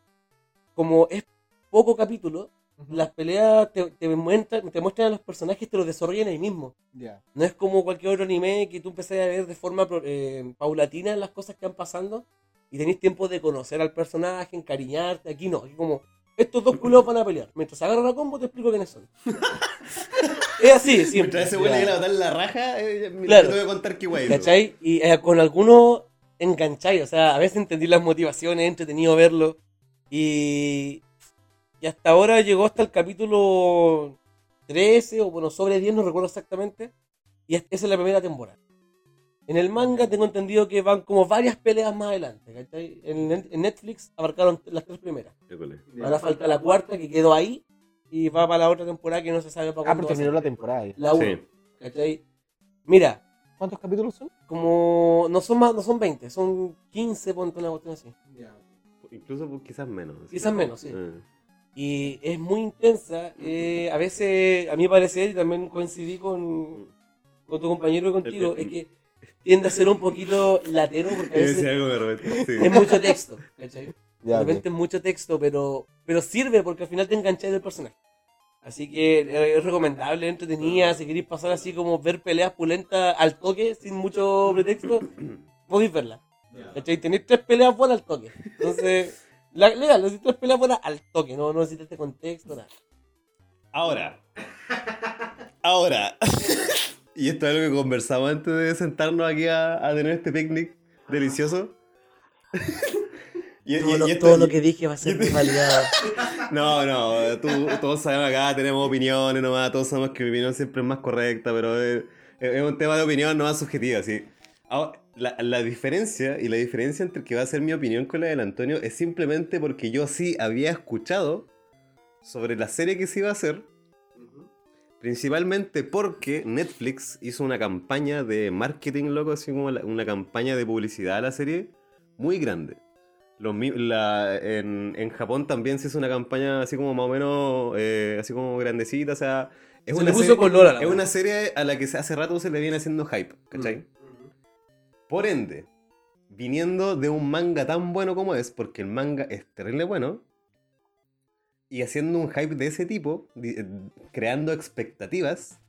Speaker 3: como es poco capítulo, las peleas te, te, muestran, te muestran a los personajes, te los desarrollan ahí mismo.
Speaker 14: Ya.
Speaker 3: No es como cualquier otro anime que tú empezás a ver de forma pro- eh, paulatina las cosas que van pasando y tenés tiempo de conocer al personaje, encariñarte. Aquí no, aquí como estos dos culos van a pelear. Mientras agarran la combo te explico quiénes son. es así,
Speaker 5: Mientras
Speaker 3: siempre.
Speaker 5: ese güey le iba a botar la raja, eh, mira,
Speaker 3: Claro.
Speaker 5: yo te voy a contar qué guay.
Speaker 3: ¿Cachai? Y eh, con algunos engancháis, o sea, a veces entendí las motivaciones, entretenido verlo. Y, y hasta ahora llegó hasta el capítulo 13 o bueno, sobre 10, no recuerdo exactamente. Y es- esa es la primera temporada. En el manga tengo entendido que van como varias peleas más adelante, ¿cachai? En, Net- en Netflix abarcaron las tres primeras.
Speaker 5: École.
Speaker 3: Ahora falta la cuarta que quedó ahí y va para la otra temporada que no se sabe para
Speaker 1: Ah, pero
Speaker 3: cuándo. va a ser.
Speaker 1: terminó la temporada. ya.
Speaker 3: La 1,
Speaker 5: Sí.
Speaker 3: ¿cachai? Mira,
Speaker 1: ¿Cuántos capítulos son?
Speaker 3: como no son más, no son 20, son 15, ponte una cuestión así.
Speaker 5: Incluso pues, quizás menos. sí.
Speaker 3: Quizás menos, sí.
Speaker 5: Eh.
Speaker 3: Y es muy intensa. eh, a veces, a mi parecer, y también coincidí con, con tu compañero y contigo, es que tiende a ser un poquito latero porque a
Speaker 5: Yo decía
Speaker 3: veces
Speaker 5: algo de repente. sí.
Speaker 3: es mucho texto. ¿cachai? De
Speaker 1: ok.
Speaker 9: Ah,
Speaker 3: repente es mucho texto, pero, pero sirve porque al final te enganchas del personaje. Así que eh, es recomendable, entretenida, si queréis pasar así como ver peleas pulentas al toque, sin mucho pretexto, podéis verla. ¿Cachai? Tenéis tres peleas buenas al toque. Entonces, la, legal, necesitas tres peleas buenas al toque, no, no necesitas este contexto, nada.
Speaker 5: Ahora. Ahora. y esto es algo que conversamos antes de sentarnos aquí a, a tener este picnic delicioso. Y- y-
Speaker 3: Todo,
Speaker 5: y
Speaker 3: lo,
Speaker 5: esto-
Speaker 3: todo lo que dije va a ser
Speaker 5: y-
Speaker 3: validado.
Speaker 5: No, no, tú- todos sabemos acá, tenemos opiniones nomás, todos sabemos que mi opinión siempre es más correcta, pero eh, es, es un tema de opinión nomás subjetiva, sí. Ahora, La, la diferencia y la diferencia entre que va a ser mi opinión con la del Antonio es simplemente porque yo sí había escuchado sobre la serie que se iba a hacer, principalmente porque Netflix hizo una campaña de marketing, loco, así como la- una campaña de publicidad a la serie muy grande. Los mi- la- en, en Japón también se hizo una campaña así como más o menos, eh, así como grandecita, o sea... Es,
Speaker 3: Se
Speaker 5: una
Speaker 3: le puso
Speaker 5: serie,
Speaker 3: color a la
Speaker 5: es
Speaker 3: wea. Mm.
Speaker 5: una serie a la que se- hace rato se le viene haciendo hype, ¿cachai? Por ende, viniendo de un manga tan bueno como es, porque el manga es terrible bueno, y haciendo un hype de ese tipo, di- eh, creando expectativas,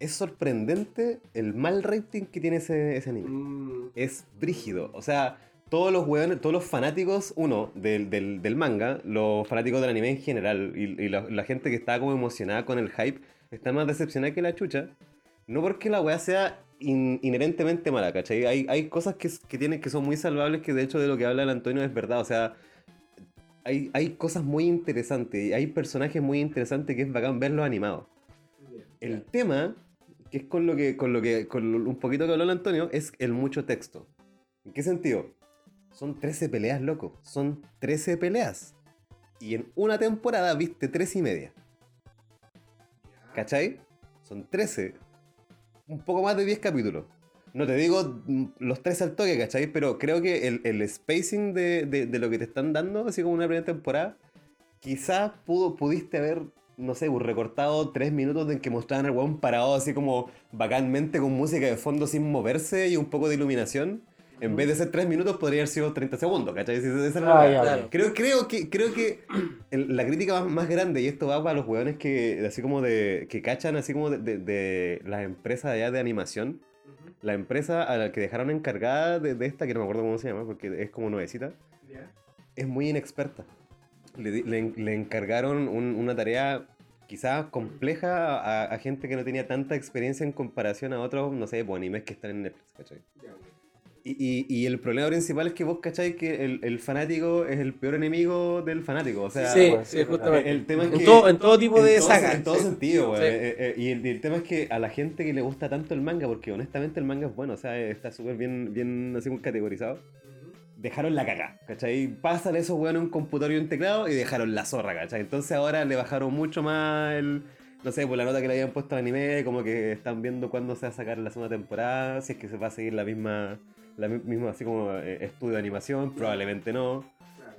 Speaker 5: es sorprendente el mal rating que tiene ese, ese anime
Speaker 3: Mm.
Speaker 5: es brígido. O sea, todos los hueones, todos los fanáticos, uno, del, del, del manga, los fanáticos del anime en general, y, y la, la gente que está como emocionada con el hype, está más decepcionada que la chucha. No porque la weá sea in- inherentemente mala, ¿cachai? Hay, hay cosas que, s- que tienen que son muy salvables que de hecho de lo que habla el Antonio es verdad. O sea, hay, hay cosas muy interesantes y hay personajes muy interesantes que es bacán verlos animados. El tema, que es con lo que, con lo que, con lo- un poquito que habló el Antonio, es el mucho texto. ¿En qué sentido? Son 13 peleas, loco. Son 13 peleas. Y en una temporada viste tres y media.
Speaker 2: ¿Cachai? Son 13. Un poco más de 10 capítulos. No te digo mm, los tres al toque, ¿cachai? Pero creo que el, el spacing de, de- de lo que te están dando, así como una primera temporada, quizás pudo, pudiste haber, no sé, pues, recortado tres minutos en que mostraban al weón parado así como bacanmente con música de fondo sin moverse y un poco de iluminación. En vez de ser tres minutos, podría haber sido 30 segundos, ¿cachai? Esa es
Speaker 1: Ah,
Speaker 2: la weá.
Speaker 1: ya,
Speaker 3: Claro.
Speaker 2: Creo, creo que, creo que el- la crítica más, más grande, y esto va para los hueones que así como de. que cachan así como de, de- de las empresas allá de animación. La empresa a la que dejaron encargada de, de esta, que no me acuerdo cómo se llama, porque es como nuevecita, es muy inexperta. Le, di- le en- le encargaron un- una tarea quizás compleja a, a gente que no tenía tanta experiencia en comparación a otros, no sé, pues, animes que están en Netflix, ¿cachai? Y, y- y el problema principal es que vos cacháis que el, el fanático es el peor enemigo del fanático. O sea,
Speaker 3: sí,
Speaker 1: pues,
Speaker 3: sí, justamente.
Speaker 2: el tema es
Speaker 3: en,
Speaker 2: que-
Speaker 3: todo, en todo tipo
Speaker 2: en
Speaker 3: de
Speaker 2: todo-
Speaker 3: sagas.
Speaker 2: En todo
Speaker 3: sí.
Speaker 2: sentido, güey.
Speaker 3: Sí.
Speaker 2: Eh, eh, y, el, y el tema es que a la gente que le gusta tanto el manga, porque honestamente el manga es bueno, o sea, está súper bien, bien así como categorizado. Dejaron la caca, ¿cachai? Pasan esos weones un computador y un teclado y dejaron la zorra, ¿cachai? Entonces ahora le bajaron mucho más el. No sé, por la nota que le habían puesto al anime, como que están viendo cuándo se va a sacar la segunda temporada, si es que se va a seguir la misma. La mi- misma, así como eh, estudio de animación, probablemente no.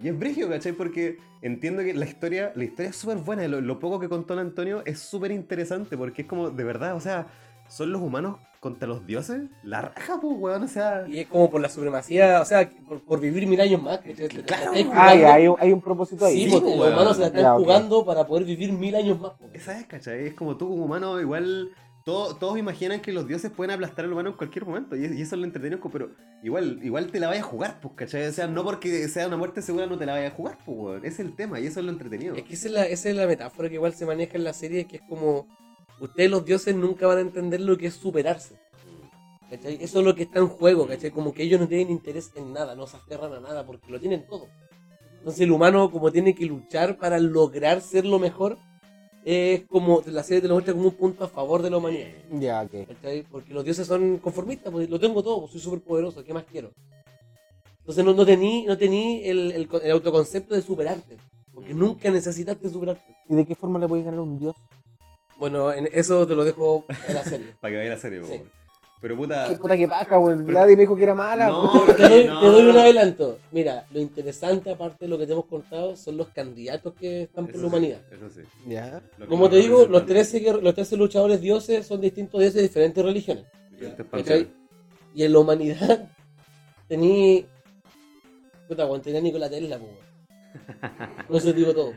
Speaker 2: Y es brígido, ¿cachai? Porque entiendo que la historia, la historia es súper buena. Lo, lo poco que contó el Antonio es súper interesante porque es como, de verdad, o sea, ¿son los humanos contra los dioses? La raja, pues, weón, o sea...
Speaker 3: Y es como por la supremacía, o sea, por, por vivir mil años más. ¿cachai? Te- te- te- te- te-
Speaker 9: Ah, ya, hay, un- hay un propósito ahí.
Speaker 3: Sí,
Speaker 2: Sí,
Speaker 3: porque
Speaker 2: pues,
Speaker 3: los
Speaker 2: weón.
Speaker 3: humanos se la están
Speaker 9: Ya, ok.
Speaker 3: jugando para poder vivir mil años más. pues.
Speaker 2: Esa es, ¿cachai? Es como tú como humano, igual... todo- todos imaginan que los dioses pueden aplastar al humano en cualquier momento y, es- y eso es lo entretenido, pero igual, igual te la vayas a jugar, pues, ¿cachai? O sea, no porque sea una muerte segura no te la vayas a jugar, pues, weón. Es el tema y eso es lo entretenido.
Speaker 3: Es que esa es, la, esa es la metáfora que igual se maneja en la serie, que es como, ustedes los dioses nunca van a entender lo que es superarse. ¿Cachai? Eso es lo que está en juego, ¿cachai? Como que ellos no tienen interés en nada, no se aferran a nada porque lo tienen todo. Entonces el humano como tiene que luchar para lograr ser lo mejor, es como, la serie te lo muestra como un punto a favor de la humanidad.
Speaker 9: pues. Ya, ok.
Speaker 3: ¿cachai? Porque los dioses son conformistas, pues, lo tengo todo, soy súper poderoso, ¿qué más quiero? Entonces no, no tení, no tení el, el co- el autoconcepto de superarte, porque
Speaker 2: Mm.
Speaker 3: nunca necesitaste superarte.
Speaker 9: ¿Y de qué forma le voy a ganar a un dios?
Speaker 3: Bueno, en eso te lo dejo en la serie.
Speaker 2: Para que vaya la serie, pues,
Speaker 3: Sí.
Speaker 2: weón. Pero puta...
Speaker 9: Ah. Qué puta que paja, weón. Nadie me dijo que era mala.
Speaker 2: No,
Speaker 9: weón.
Speaker 3: Te doy,
Speaker 2: no,
Speaker 3: te doy
Speaker 2: no,
Speaker 3: un
Speaker 2: no.
Speaker 3: adelanto. Mira, lo interesante, aparte de lo que te hemos contado, son los candidatos que están por
Speaker 2: Eso
Speaker 3: la
Speaker 2: sí,
Speaker 3: humanidad.
Speaker 2: eso sí.
Speaker 9: Ya.
Speaker 2: Lo que
Speaker 3: Como
Speaker 2: no
Speaker 3: te digo,
Speaker 2: representan.
Speaker 3: los 13, que- los 13 luchadores dioses son distintos dioses de diferentes religiones.
Speaker 2: Diferentes
Speaker 3: ¿Cachai?
Speaker 2: panteones.
Speaker 3: Y en la humanidad tení. Puta, cuando tenía Nikola Tesla, po, weón. Por eso te digo todo.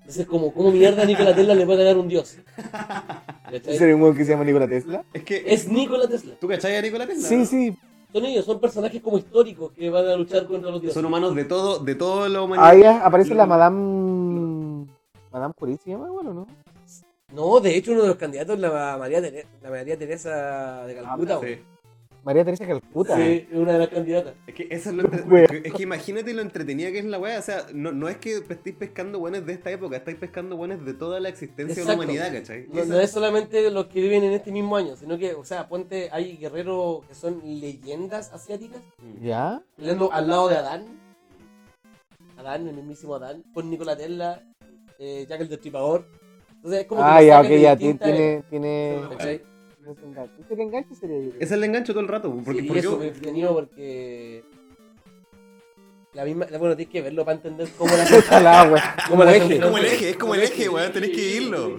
Speaker 3: Entonces, como, ¿cómo mierda a Nikola Tesla le va a ganar un dios? ¿Cachai?
Speaker 9: ¿Ese era un weón que se llama Nikola Tesla?
Speaker 2: Es que.
Speaker 3: Es Nikola Tesla.
Speaker 2: ¿Tú cachai a Nikola Tesla?
Speaker 9: Sí, sí.
Speaker 3: Son ellos, son personajes como históricos que van a luchar contra los dioses.
Speaker 2: Son humanos de todo, de toda la humanidad.
Speaker 9: Ahí aparece la Madame. Madame Curie se llama, bueno, ¿no?
Speaker 3: No, de hecho, uno de los candidatos es la María, Tere- la María Teresa de Calcuta.
Speaker 2: Ah, Sí.
Speaker 9: María Teresa Calcuta.
Speaker 3: weón. Sí, es una de las candidatas.
Speaker 2: Es que eso es lo entre-
Speaker 9: Wea.
Speaker 2: Es que imagínate lo entretenida que es la wea. O sea, no, no es que estéis pescando buenos de esta época, estáis pescando buenos de toda la existencia de la
Speaker 3: Exacto.
Speaker 2: humanidad, ¿cachai?
Speaker 3: No,
Speaker 2: Esa-
Speaker 3: no es solamente los que viven en este mismo año, sino que, o sea, ponte, hay guerreros que son leyendas asiáticas,
Speaker 9: ¿Ya?
Speaker 3: peleando al lado de Adán. Adán, el mismísimo Adán, con Nikola Tesla, eh, Jack el Destripador. Entonces es como
Speaker 9: Ah,
Speaker 3: lo
Speaker 9: ya, ok,
Speaker 3: sacan de
Speaker 9: ya. ti-
Speaker 3: distintas
Speaker 9: Tiene.
Speaker 3: épocas,
Speaker 9: tiene...
Speaker 3: ¿cachai?
Speaker 9: Este que enganche sería yo. creo.
Speaker 2: Ese es el engancho todo el rato. pues. Porque,
Speaker 3: Sí,
Speaker 2: porque-
Speaker 3: eso es entretenido porque... La misma, la- bueno, tienes que verlo para entender cómo la
Speaker 9: Ojalá, weón.
Speaker 3: cómo la
Speaker 2: Es como el
Speaker 3: construyeron.
Speaker 2: eje, es como el eje, weón, tenés que irlo.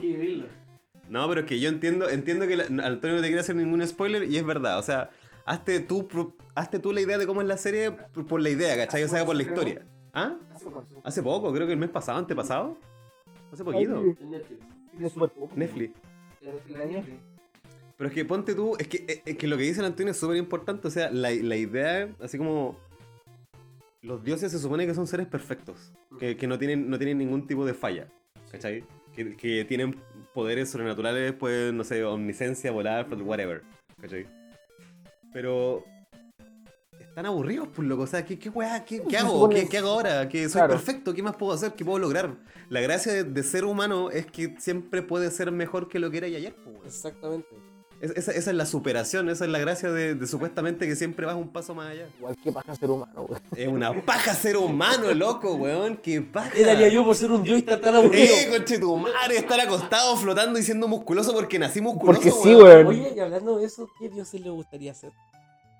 Speaker 2: No, pero es que yo entiendo, entiendo que la- Antonio no te quiere hacer ningún spoiler y es verdad. O sea, hazte tú, pro- hazte tú la idea de cómo es la serie por, por la idea, ¿cachai? O sea, por la historia. ¿Ah? Hace poco, creo que el mes pasado, antepasado. Hace poquito.
Speaker 9: Tiene súper poco.
Speaker 2: Netflix. Pero es que ponte tú, es que, eh, es que lo que dice el Antonio es súper importante. O sea, la, la idea, así como. Los dioses se supone que son seres perfectos, que, que no, tienen, no tienen ningún tipo de falla, ¿cachai? Que, que tienen poderes sobrenaturales, pues, no sé, omnisencia, volar, whatever, ¿cachai? Pero. Están aburridos, pues, loco. O sea, ¿qué, qué weá? ¿Qué, qué
Speaker 9: Se
Speaker 2: hago?
Speaker 9: supone-
Speaker 2: ¿Qué, qué hago ahora? ¿Que soy
Speaker 9: Claro.
Speaker 2: perfecto? ¿Qué más puedo hacer? ¿Qué puedo lograr? La gracia de, de ser humano es que siempre puede ser mejor que lo que era ayer, pues, weón.
Speaker 3: Exactamente.
Speaker 2: Es- esa, esa es la superación, esa es la gracia de, de supuestamente que siempre vas un paso más allá.
Speaker 9: Igual que paja ser humano, güey.
Speaker 2: Es una paja ser humano, loco, weón. Qué paja.
Speaker 3: ¿Qué daría yo por ser un dios y estar tan aburrido?
Speaker 2: Eh, conchetumare, estar acostado, flotando y siendo musculoso porque nací musculoso.
Speaker 9: Porque sí, güey.
Speaker 3: Oye, y hablando de eso, ¿qué dioses le gustaría ser?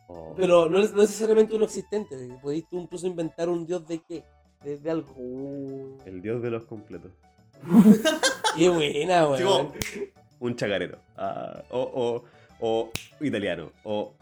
Speaker 2: Oh.
Speaker 3: Pero no, es- no necesariamente uno existente. Podéis tú incluso inventar un dios de qué? De, de algo.
Speaker 2: El dios de los completos.
Speaker 3: Qué buena, weón.
Speaker 2: Tipo, un chacarero. Ah, o, o, o italiano. O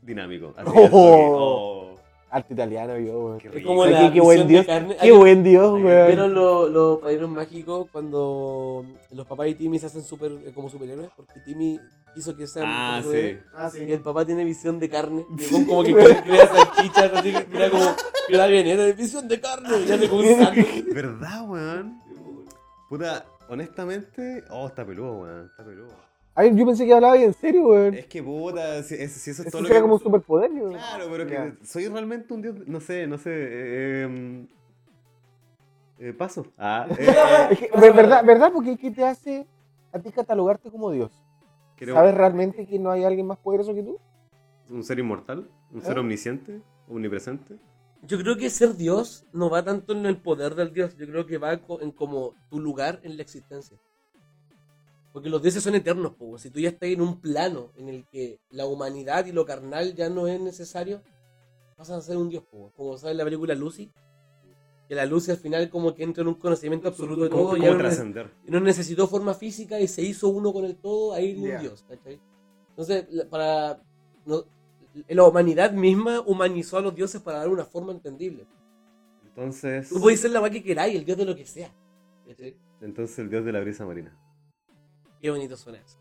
Speaker 2: dinámico. Así, al toque.
Speaker 9: Oh.
Speaker 2: Oh,
Speaker 9: Arte italiano yo, güey.
Speaker 2: qué
Speaker 3: es
Speaker 2: rico.
Speaker 3: como
Speaker 9: Aquí,
Speaker 3: la
Speaker 9: qué buen
Speaker 3: misión de
Speaker 9: dios.
Speaker 3: carne.
Speaker 9: Qué buen dios,
Speaker 2: Ahí
Speaker 9: güey.
Speaker 3: ¿Vieron lo- los padrinos mágicos cuando mm, los papás y Timmy se hacen super, eh, como superhéroes? Porque Timmy quiso que sean
Speaker 2: Ah,
Speaker 3: como
Speaker 2: sí.
Speaker 3: superhéroes.
Speaker 1: eh.
Speaker 8: Ah, sí.
Speaker 3: Y el papá tiene visión de carne. Y el weón como que crea salchichas, así que crea como crea vieneta de visión de carne. Y ya le como un sándwich.
Speaker 2: ¿Verdad, weón? Puta, honestamente. Oh, está peludo, weón. Está peludo.
Speaker 9: Ay, yo pensé que hablaba en serio, güey.
Speaker 2: Es que puta, si, es- si eso
Speaker 9: Eso
Speaker 2: es Eh, todo lo
Speaker 9: sería
Speaker 2: que.
Speaker 9: como un superpoder, güey.
Speaker 2: Claro, pero que
Speaker 9: Ya.
Speaker 2: soy realmente un dios. No sé, no sé. eh, em, eh, paso. Ah, eh, eh,
Speaker 9: Es que, ver- ¿verdad, ¿Verdad? Porque ¿qué te hace a ti catalogarte como Dios?
Speaker 2: creo-
Speaker 9: ¿Sabes realmente que no hay alguien más poderoso que tú?
Speaker 2: ¿Un ser inmortal? ¿Un ser omnisciente? ¿Omnipresente?
Speaker 3: Yo creo que ser Dios no va tanto en el poder del Dios, yo creo que va co- en como tu lugar en la existencia. Porque los dioses son eternos, po, weón. si tú ya estás en un plano en el que la humanidad y lo carnal ya no es necesario, vas a ser un dios, po, weón. como sabes la película Lucy, que la Lucy al final como que entra en un conocimiento absoluto de todo,
Speaker 2: ¿Cómo,
Speaker 3: y
Speaker 2: cómo
Speaker 3: no, nece-
Speaker 2: trascender?
Speaker 3: no necesitó forma física y se hizo uno con el todo, ahí de un dios, ¿cachai? Entonces, la- para... no- la humanidad misma humanizó a los dioses para dar una forma entendible.
Speaker 2: Entonces,
Speaker 3: Tú podés ser la weá que queráis, el dios de lo que sea.
Speaker 2: entonces el dios de la brisa marina.
Speaker 3: Qué bonito suena eso.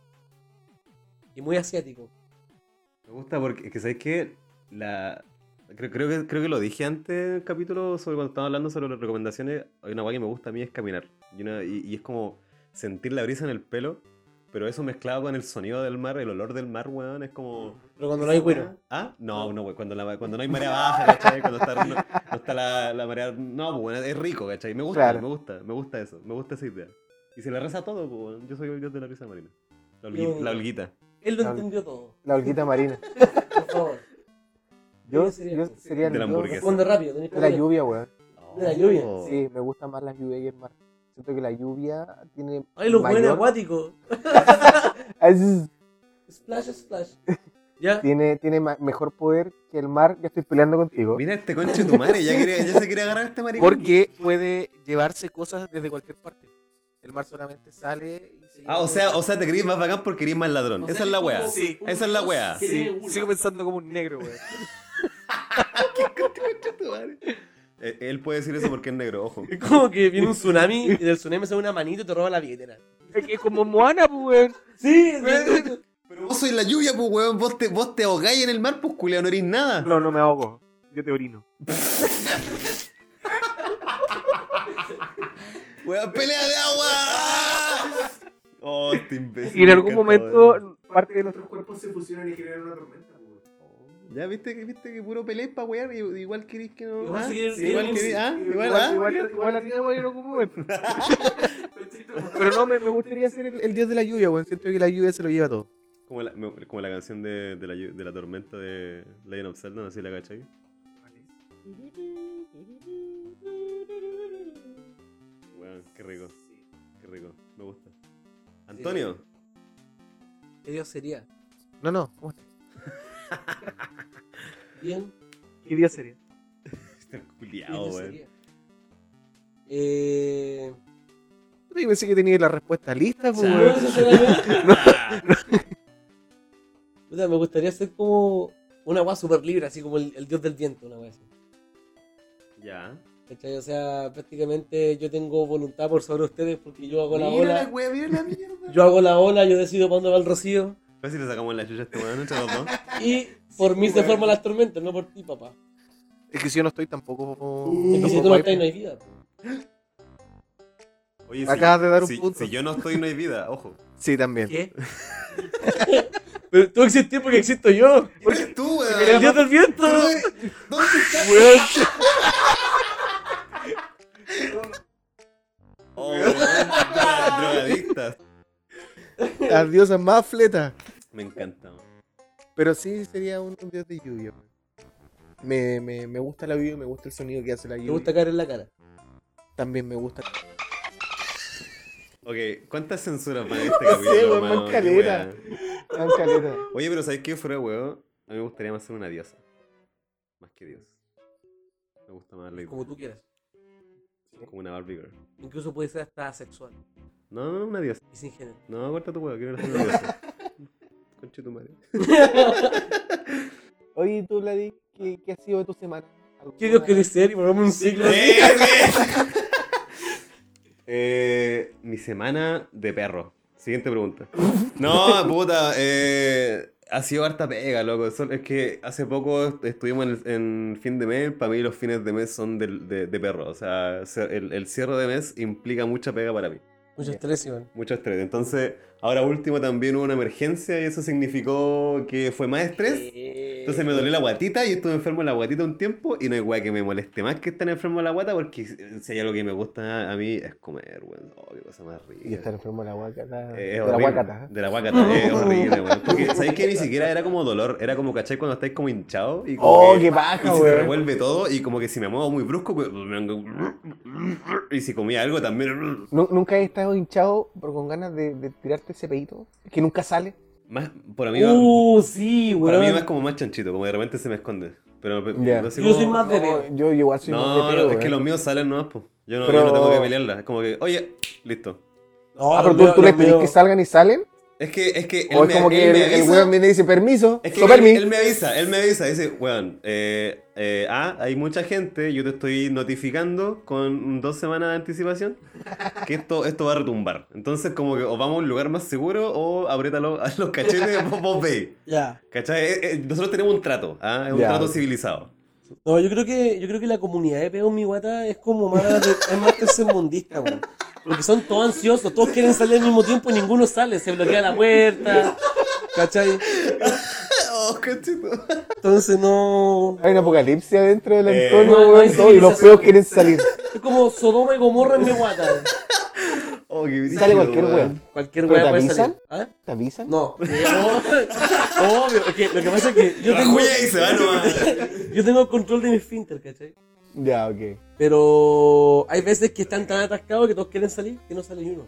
Speaker 3: Y muy asiático.
Speaker 2: Me gusta porque, es que ¿sabes qué? La... Creo, creo, que, creo que lo dije antes en el capítulo sobre cuando estaba hablando sobre las recomendaciones. Hay una guay que me gusta a mí es caminar. Y, una- y- y es como sentir la brisa en el pelo, pero eso mezclado con el sonido del mar, el olor del mar, weón, es
Speaker 9: Oh.
Speaker 2: como...
Speaker 3: Pero cuando no hay güero.
Speaker 2: ¿Ah? No, no, güey. Cuando, la- cuando no hay marea baja, ¿cachai? Cuando está, no, no está la, la marea. No, pues bueno, es rico, ¿cachai? Me gusta,
Speaker 9: Claro.
Speaker 2: me gusta, me gusta eso, me gusta esa idea. Y se le reza todo, pues bueno. Yo soy el dios de la risa marina. La, holgui-
Speaker 3: Yo-
Speaker 2: la holguita.
Speaker 3: Él lo
Speaker 9: Ah.
Speaker 3: entendió todo.
Speaker 9: La holguita marina.
Speaker 3: Por favor.
Speaker 9: Yo,
Speaker 3: Yo sería-
Speaker 9: yo sería el
Speaker 2: De la
Speaker 9: dios
Speaker 2: hamburguesa.
Speaker 3: Responde rápido. tenés
Speaker 9: de la
Speaker 3: que-
Speaker 9: lluvia, Oh. güey.
Speaker 3: De la lluvia.
Speaker 9: Sí, me gusta más la lluvia que el mar. Siento que la lluvia tiene.
Speaker 3: Ay, los buenos
Speaker 9: mayor-
Speaker 3: acuáticos.
Speaker 9: Ah, es-
Speaker 3: Splash, splash. Ya.
Speaker 9: tiene, tiene ma- mejor poder que el mar. Ya estoy peleando contigo.
Speaker 2: Mira este conche tu madre, ya, quiere- ya se quiere agarrar a este maricón.
Speaker 5: Porque puede llevarse cosas desde cualquier parte. El mar solamente sale y se
Speaker 2: Ah, o sea, o sea, te creís más bacán porque eres más ladrón. Esa es la wea.
Speaker 5: Sí.
Speaker 2: Esa es la wea.
Speaker 5: Sí, sigo pensando como un negro, güey.
Speaker 2: Eh, Él puede decir eso porque es negro, ojo.
Speaker 3: Es como que viene un tsunami y del tsunami sale una manito y te roba la billetera.
Speaker 5: Es que es como Moana, pues, güey.
Speaker 3: Sí,
Speaker 2: Pero vos sois la lluvia, pues weón. Vos te, vos te ahogáis en el mar, pues culiao, no eres nada.
Speaker 5: No, no me ahogo. Yo te orino.
Speaker 2: Weón, pelea de agua. Oh, este imbécil.
Speaker 5: Y en algún
Speaker 2: me encanta, weón.
Speaker 5: momento, parte de nuestro cuerpo.
Speaker 8: cuerpos se fusionan y generan una tormenta, güey.
Speaker 2: Ya viste que viste que puro peleáis para wear, y- igual queréis que no.
Speaker 3: Igual
Speaker 2: ¿Ah?
Speaker 3: si queréis-
Speaker 2: igual
Speaker 3: queréis-
Speaker 2: queréis, ¿ah? Igual, ¿ah?
Speaker 5: Igual, igual, igual la tenemos en algún momento. Pero no, me, me gustaría ser el, el dios de la lluvia, güey. Siento que la lluvia se lo lleva todo.
Speaker 2: Como la, me- como la canción de, de la, llu- de la tormenta de Legend of Zelda, no sé si la cachai. Weón, qué rico. Qué rico. Me gusta. Antonio,
Speaker 3: ¿Qué dios sería?
Speaker 5: No, no, ¿cómo está?
Speaker 3: Bien.
Speaker 5: ¿Qué dios sería?
Speaker 2: está
Speaker 3: ¿Qué
Speaker 2: culiao,
Speaker 3: dios
Speaker 2: weón.
Speaker 3: sería? Eh...
Speaker 5: Yo pensé que tenía la respuesta lista, pues,
Speaker 2: Chao.
Speaker 5: güey.
Speaker 3: No, sinceramente. Puta, me gustaría ser como una weá super libre, así como el, el dios del viento, una weá así.
Speaker 2: Ya.
Speaker 3: ¿Cachai? O sea, prácticamente yo tengo voluntad por sobre ustedes porque yo hago la
Speaker 2: Mira la
Speaker 3: ola.
Speaker 2: weón, mira la mierda.
Speaker 3: Yo hago la ola, yo decido para dónde va el rocío.
Speaker 2: A ver si le sacamos la chucha a este weón entre los dos.
Speaker 3: Y por mí se forman las tormentas, no por ti, papá.
Speaker 5: Es que si yo no estoy tampoco.
Speaker 3: Es que si
Speaker 5: tampoco
Speaker 3: tú no
Speaker 5: hay-
Speaker 3: estás, no hay vida.
Speaker 2: Oye, si-
Speaker 5: Acabas de dar un
Speaker 2: si-
Speaker 5: punto.
Speaker 2: Si yo no estoy, no hay vida, ojo.
Speaker 5: Sí, también.
Speaker 3: ¿Qué? Pero tú existís porque existo yo.
Speaker 2: Porque tú, weón.
Speaker 3: El dios del viento.
Speaker 2: ¿Dónde estás?
Speaker 3: Weón,
Speaker 2: Oh, weón, droga- drogadictas.
Speaker 5: Adiós a más fleta.
Speaker 2: Me encanta. weón.
Speaker 1: Pero sí sería un, un dios de lluvia. man. Me, me, me gusta la lluvia, me gusta el sonido que hace la
Speaker 3: ¿Te
Speaker 1: lluvia.
Speaker 3: gusta caer en la cara?
Speaker 1: También me gusta.
Speaker 2: Ok, ¿cuántas censuras van en este
Speaker 1: sé,
Speaker 2: capítulo?
Speaker 1: weón,
Speaker 2: hermano?
Speaker 1: más
Speaker 2: Qué
Speaker 1: caleta.
Speaker 2: weá.
Speaker 9: Tan caleta.
Speaker 2: Oye, pero ¿sabes qué? Fuera de huevo, a mí me gustaría más ser una diosa. Más que dios. Me gusta más la idea.
Speaker 3: Como tú quieras.
Speaker 2: Como una Barbie Girl.
Speaker 3: Incluso puede ser hasta asexual
Speaker 2: No, no, no, una diosa.
Speaker 3: y sin género.
Speaker 2: No, corta tu huevo, quiero ser una diosa. Conche tu madre.
Speaker 9: Oye, tú, Vladi, ¿qué, ¿qué ha sido de tu semana?
Speaker 3: ¿Qué Dios querés ser? Y ponemos un ciclo. así.
Speaker 2: Eh, mi semana de perro. Siguiente pregunta. No, puta. eh, ha sido harta pega, loco. Sol- Es que hace poco est- estuvimos en, el- en fin de mes. Para mí los fines de mes son del- de, de perro. O sea, cer- el, el cierre de mes implica mucha pega para mí.
Speaker 3: Mucho estrés, Iván.
Speaker 2: Mucho estrés. Entonces, ahora último también hubo una emergencia y eso significó que fue más estrés. Entonces me dolió la guatita y estuve enfermo en la guatita un tiempo y no hay weá que me moleste más que estar enfermo en la guata porque si hay algo que me gusta a mí es comer, weón. Oh, qué cosa más rica.
Speaker 1: Y estar enfermo de la guacata.
Speaker 2: Eh, es
Speaker 1: de la
Speaker 2: horrible.
Speaker 1: guacata.
Speaker 2: De la guacata, eh, es horrible, weón. Porque, ¿sabéis que ni siquiera era como dolor? Era como, ¿cachai? Cuando estáis como hinchado y como
Speaker 1: Oh,
Speaker 2: que-
Speaker 1: qué
Speaker 2: y
Speaker 1: baja,
Speaker 2: se te
Speaker 1: weón.
Speaker 2: revuelve todo y como que si me muevo muy brusco, weón, y si comía algo también...
Speaker 1: Nu- ¿Nunca he estado hinchado pero con ganas de, de tirarte ese pedito? Que nunca sale.
Speaker 2: Más, por mí,
Speaker 3: Uh, sí,
Speaker 2: para mí más
Speaker 3: weón.
Speaker 2: como más chanchito, como de repente se me esconde. Pero
Speaker 1: Ya.
Speaker 2: no sé
Speaker 3: Yo
Speaker 2: cómo-
Speaker 3: soy más Ah, de
Speaker 1: No, eh.
Speaker 3: peo.
Speaker 1: yo igual soy más de
Speaker 2: No,
Speaker 1: peo,
Speaker 2: no, es que
Speaker 1: weón.
Speaker 2: los míos salen nomás, po. Yo no, yo
Speaker 1: eh. Pero-
Speaker 2: no tengo que pelearla. Es como que, oye, listo.
Speaker 3: No,
Speaker 1: Ah, pero
Speaker 3: los
Speaker 1: tú,
Speaker 3: veo-
Speaker 1: tú les
Speaker 3: los
Speaker 1: pedís
Speaker 3: veo-
Speaker 1: que salgan y salen.
Speaker 2: Es que, es que
Speaker 1: O es como que
Speaker 2: él
Speaker 1: el,
Speaker 2: me
Speaker 1: el
Speaker 2: avisa-
Speaker 1: weón viene y dice permiso.
Speaker 2: es que
Speaker 1: no,
Speaker 2: él,
Speaker 1: permi.
Speaker 2: él me avisa, él me avisa, dice, weón, eh, eh, ah, hay mucha gente, yo te estoy notificando con dos semanas de anticipación que esto, esto va a retumbar. Entonces como que o vamos a un lugar más seguro o apriétalo a los cachetes, vos, vos veis.
Speaker 3: Ya.
Speaker 2: ¿Cachai? Eh, eh, nosotros tenemos un trato, ¿ah? es un
Speaker 1: Ya.
Speaker 2: trato civilizado.
Speaker 3: No, yo creo que, yo creo que la comunidad de peo en mi guata es como más, de- es más tercermundista, weón. Porque son todos ansiosos, todos quieren salir al mismo tiempo y ninguno sale, se bloquea la puerta, ¿cachai?
Speaker 2: Oh, cachito.
Speaker 3: Entonces no...
Speaker 1: Hay un apocalipsis adentro del
Speaker 2: Eh,
Speaker 1: Antonio,
Speaker 3: no, no hay
Speaker 1: weón. No, y los
Speaker 3: civilización.
Speaker 1: feos quieren salir.
Speaker 3: Es como Sodoma y Gomorra en mi guata.
Speaker 2: Oh, qué brígido,
Speaker 1: Sale cualquier weón.
Speaker 3: Cualquier
Speaker 1: ¿Pero
Speaker 3: weá
Speaker 1: te
Speaker 3: puede
Speaker 1: avisan?
Speaker 3: salir. ¿Ah?
Speaker 1: ¿Te avisan?
Speaker 3: No. Obvio, es que lo que pasa es que yo tengo,
Speaker 2: Rajuña y se va nomás.
Speaker 3: yo tengo control de mi esfínter, ¿cachai?
Speaker 1: Ya, ok.
Speaker 3: Pero hay veces que están tan atascados que todos quieren salir que no sale ni uno.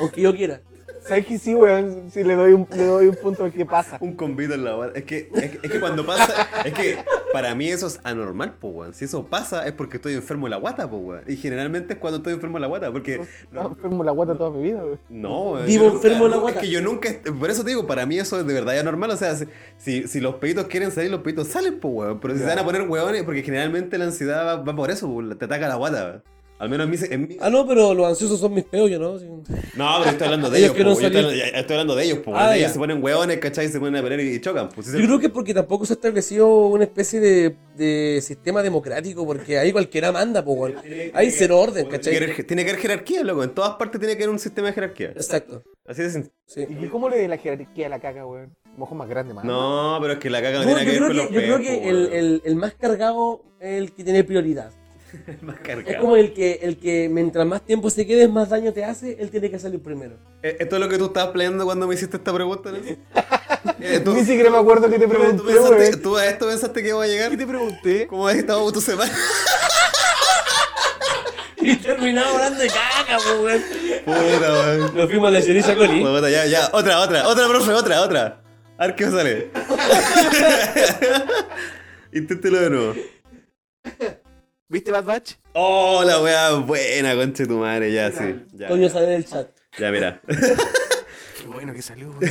Speaker 3: Aunque yo quiera.
Speaker 1: ¿Sabes que sí, weón? Si le doy un, le doy un punto al que pasa.
Speaker 2: Un convito en la guata. Es que, es, que- es que cuando pasa, es que para mí eso es anormal, po, weón. Si eso pasa es porque estoy enfermo en la guata, po, weón. Y generalmente es cuando estoy enfermo en la guata, porque
Speaker 1: No, enfermo la guata toda mi vida, weón.
Speaker 2: no, weón,
Speaker 3: Vivo
Speaker 2: yo nunca-
Speaker 3: enfermo en la guata.
Speaker 2: Es que yo nunca, por eso te digo, para mí eso es de verdad ya normal. O sea, si- si, si los peditos quieren salir, los peditos salen, po, weón. Pero si se van a poner weones, porque generalmente la ansiedad va, va por eso, po, te ataca la guata, weón. Al menos en mí, se- en mí-
Speaker 3: Ah, no, pero los ansiosos son mis peos, yo no. Sí.
Speaker 2: No, pero estoy hablando de ellos,
Speaker 3: Ellos
Speaker 2: po,
Speaker 3: quieren
Speaker 2: yo estoy,
Speaker 3: salir.
Speaker 2: hablando- estoy hablando de ellos, po,
Speaker 3: Ah,
Speaker 2: weón. Ellos
Speaker 3: ya.
Speaker 2: se ponen weones, ¿cachai? Y se ponen a pelear y, y chocan. Pues, si se-
Speaker 3: Yo creo que es porque tampoco se ha establecido una especie de, de sistema democrático, porque ahí cualquiera manda, po, weón. Hay cero orden,
Speaker 2: Tiene que
Speaker 3: ¿cachai?
Speaker 2: haber- Tiene que haber jerarquía, loco. En todas partes tiene que haber un sistema de jerarquía.
Speaker 3: Exacto.
Speaker 2: Así de sencillo.
Speaker 3: Sí.
Speaker 1: ¿Y cómo le di la jerarquía a la caca, weón? Mojo más grande, más.
Speaker 2: No, pero es que la caca no,
Speaker 3: No,
Speaker 2: tiene
Speaker 3: yo
Speaker 2: que ver
Speaker 3: creo
Speaker 2: con
Speaker 3: que,
Speaker 2: los
Speaker 3: yo creo
Speaker 2: peos,
Speaker 3: que
Speaker 2: po,
Speaker 3: el,
Speaker 2: weón.
Speaker 3: el- el más cargado es el que tiene prioridad.
Speaker 2: El más
Speaker 3: Es
Speaker 2: cargado.
Speaker 3: como el que, el que mientras más tiempo se quede, más daño te hace, él tiene que salir primero.
Speaker 2: Eh, ¿Esto es lo que tú estabas peleando cuando me hiciste esta pregunta, ¿no? Eh, tú-
Speaker 1: Ni siquiera me acuerdo que te
Speaker 2: tú- tú
Speaker 1: pregunté,
Speaker 2: pensaste-
Speaker 1: weón.
Speaker 2: ¿Tú a esto pensaste que iba a llegar? ¿Qué te pregunté? ¿Cómo has estado tu semana?
Speaker 3: Y terminaba hablando de caca, po, weón.
Speaker 2: Puta, weón.
Speaker 3: Nos fuimos a la choriza Coli.
Speaker 2: Puta, ya, ya. Otra, otra, otra, profe, otra, otra. A ver qué sale. Inténtelo de nuevo.
Speaker 5: ¿Viste Bad Batch?
Speaker 2: Oh, la weá buena, conche tu madre, ya, sí. Ya,
Speaker 3: Toño sale del chat.
Speaker 2: ya mira.
Speaker 5: Qué bueno que salió, weón.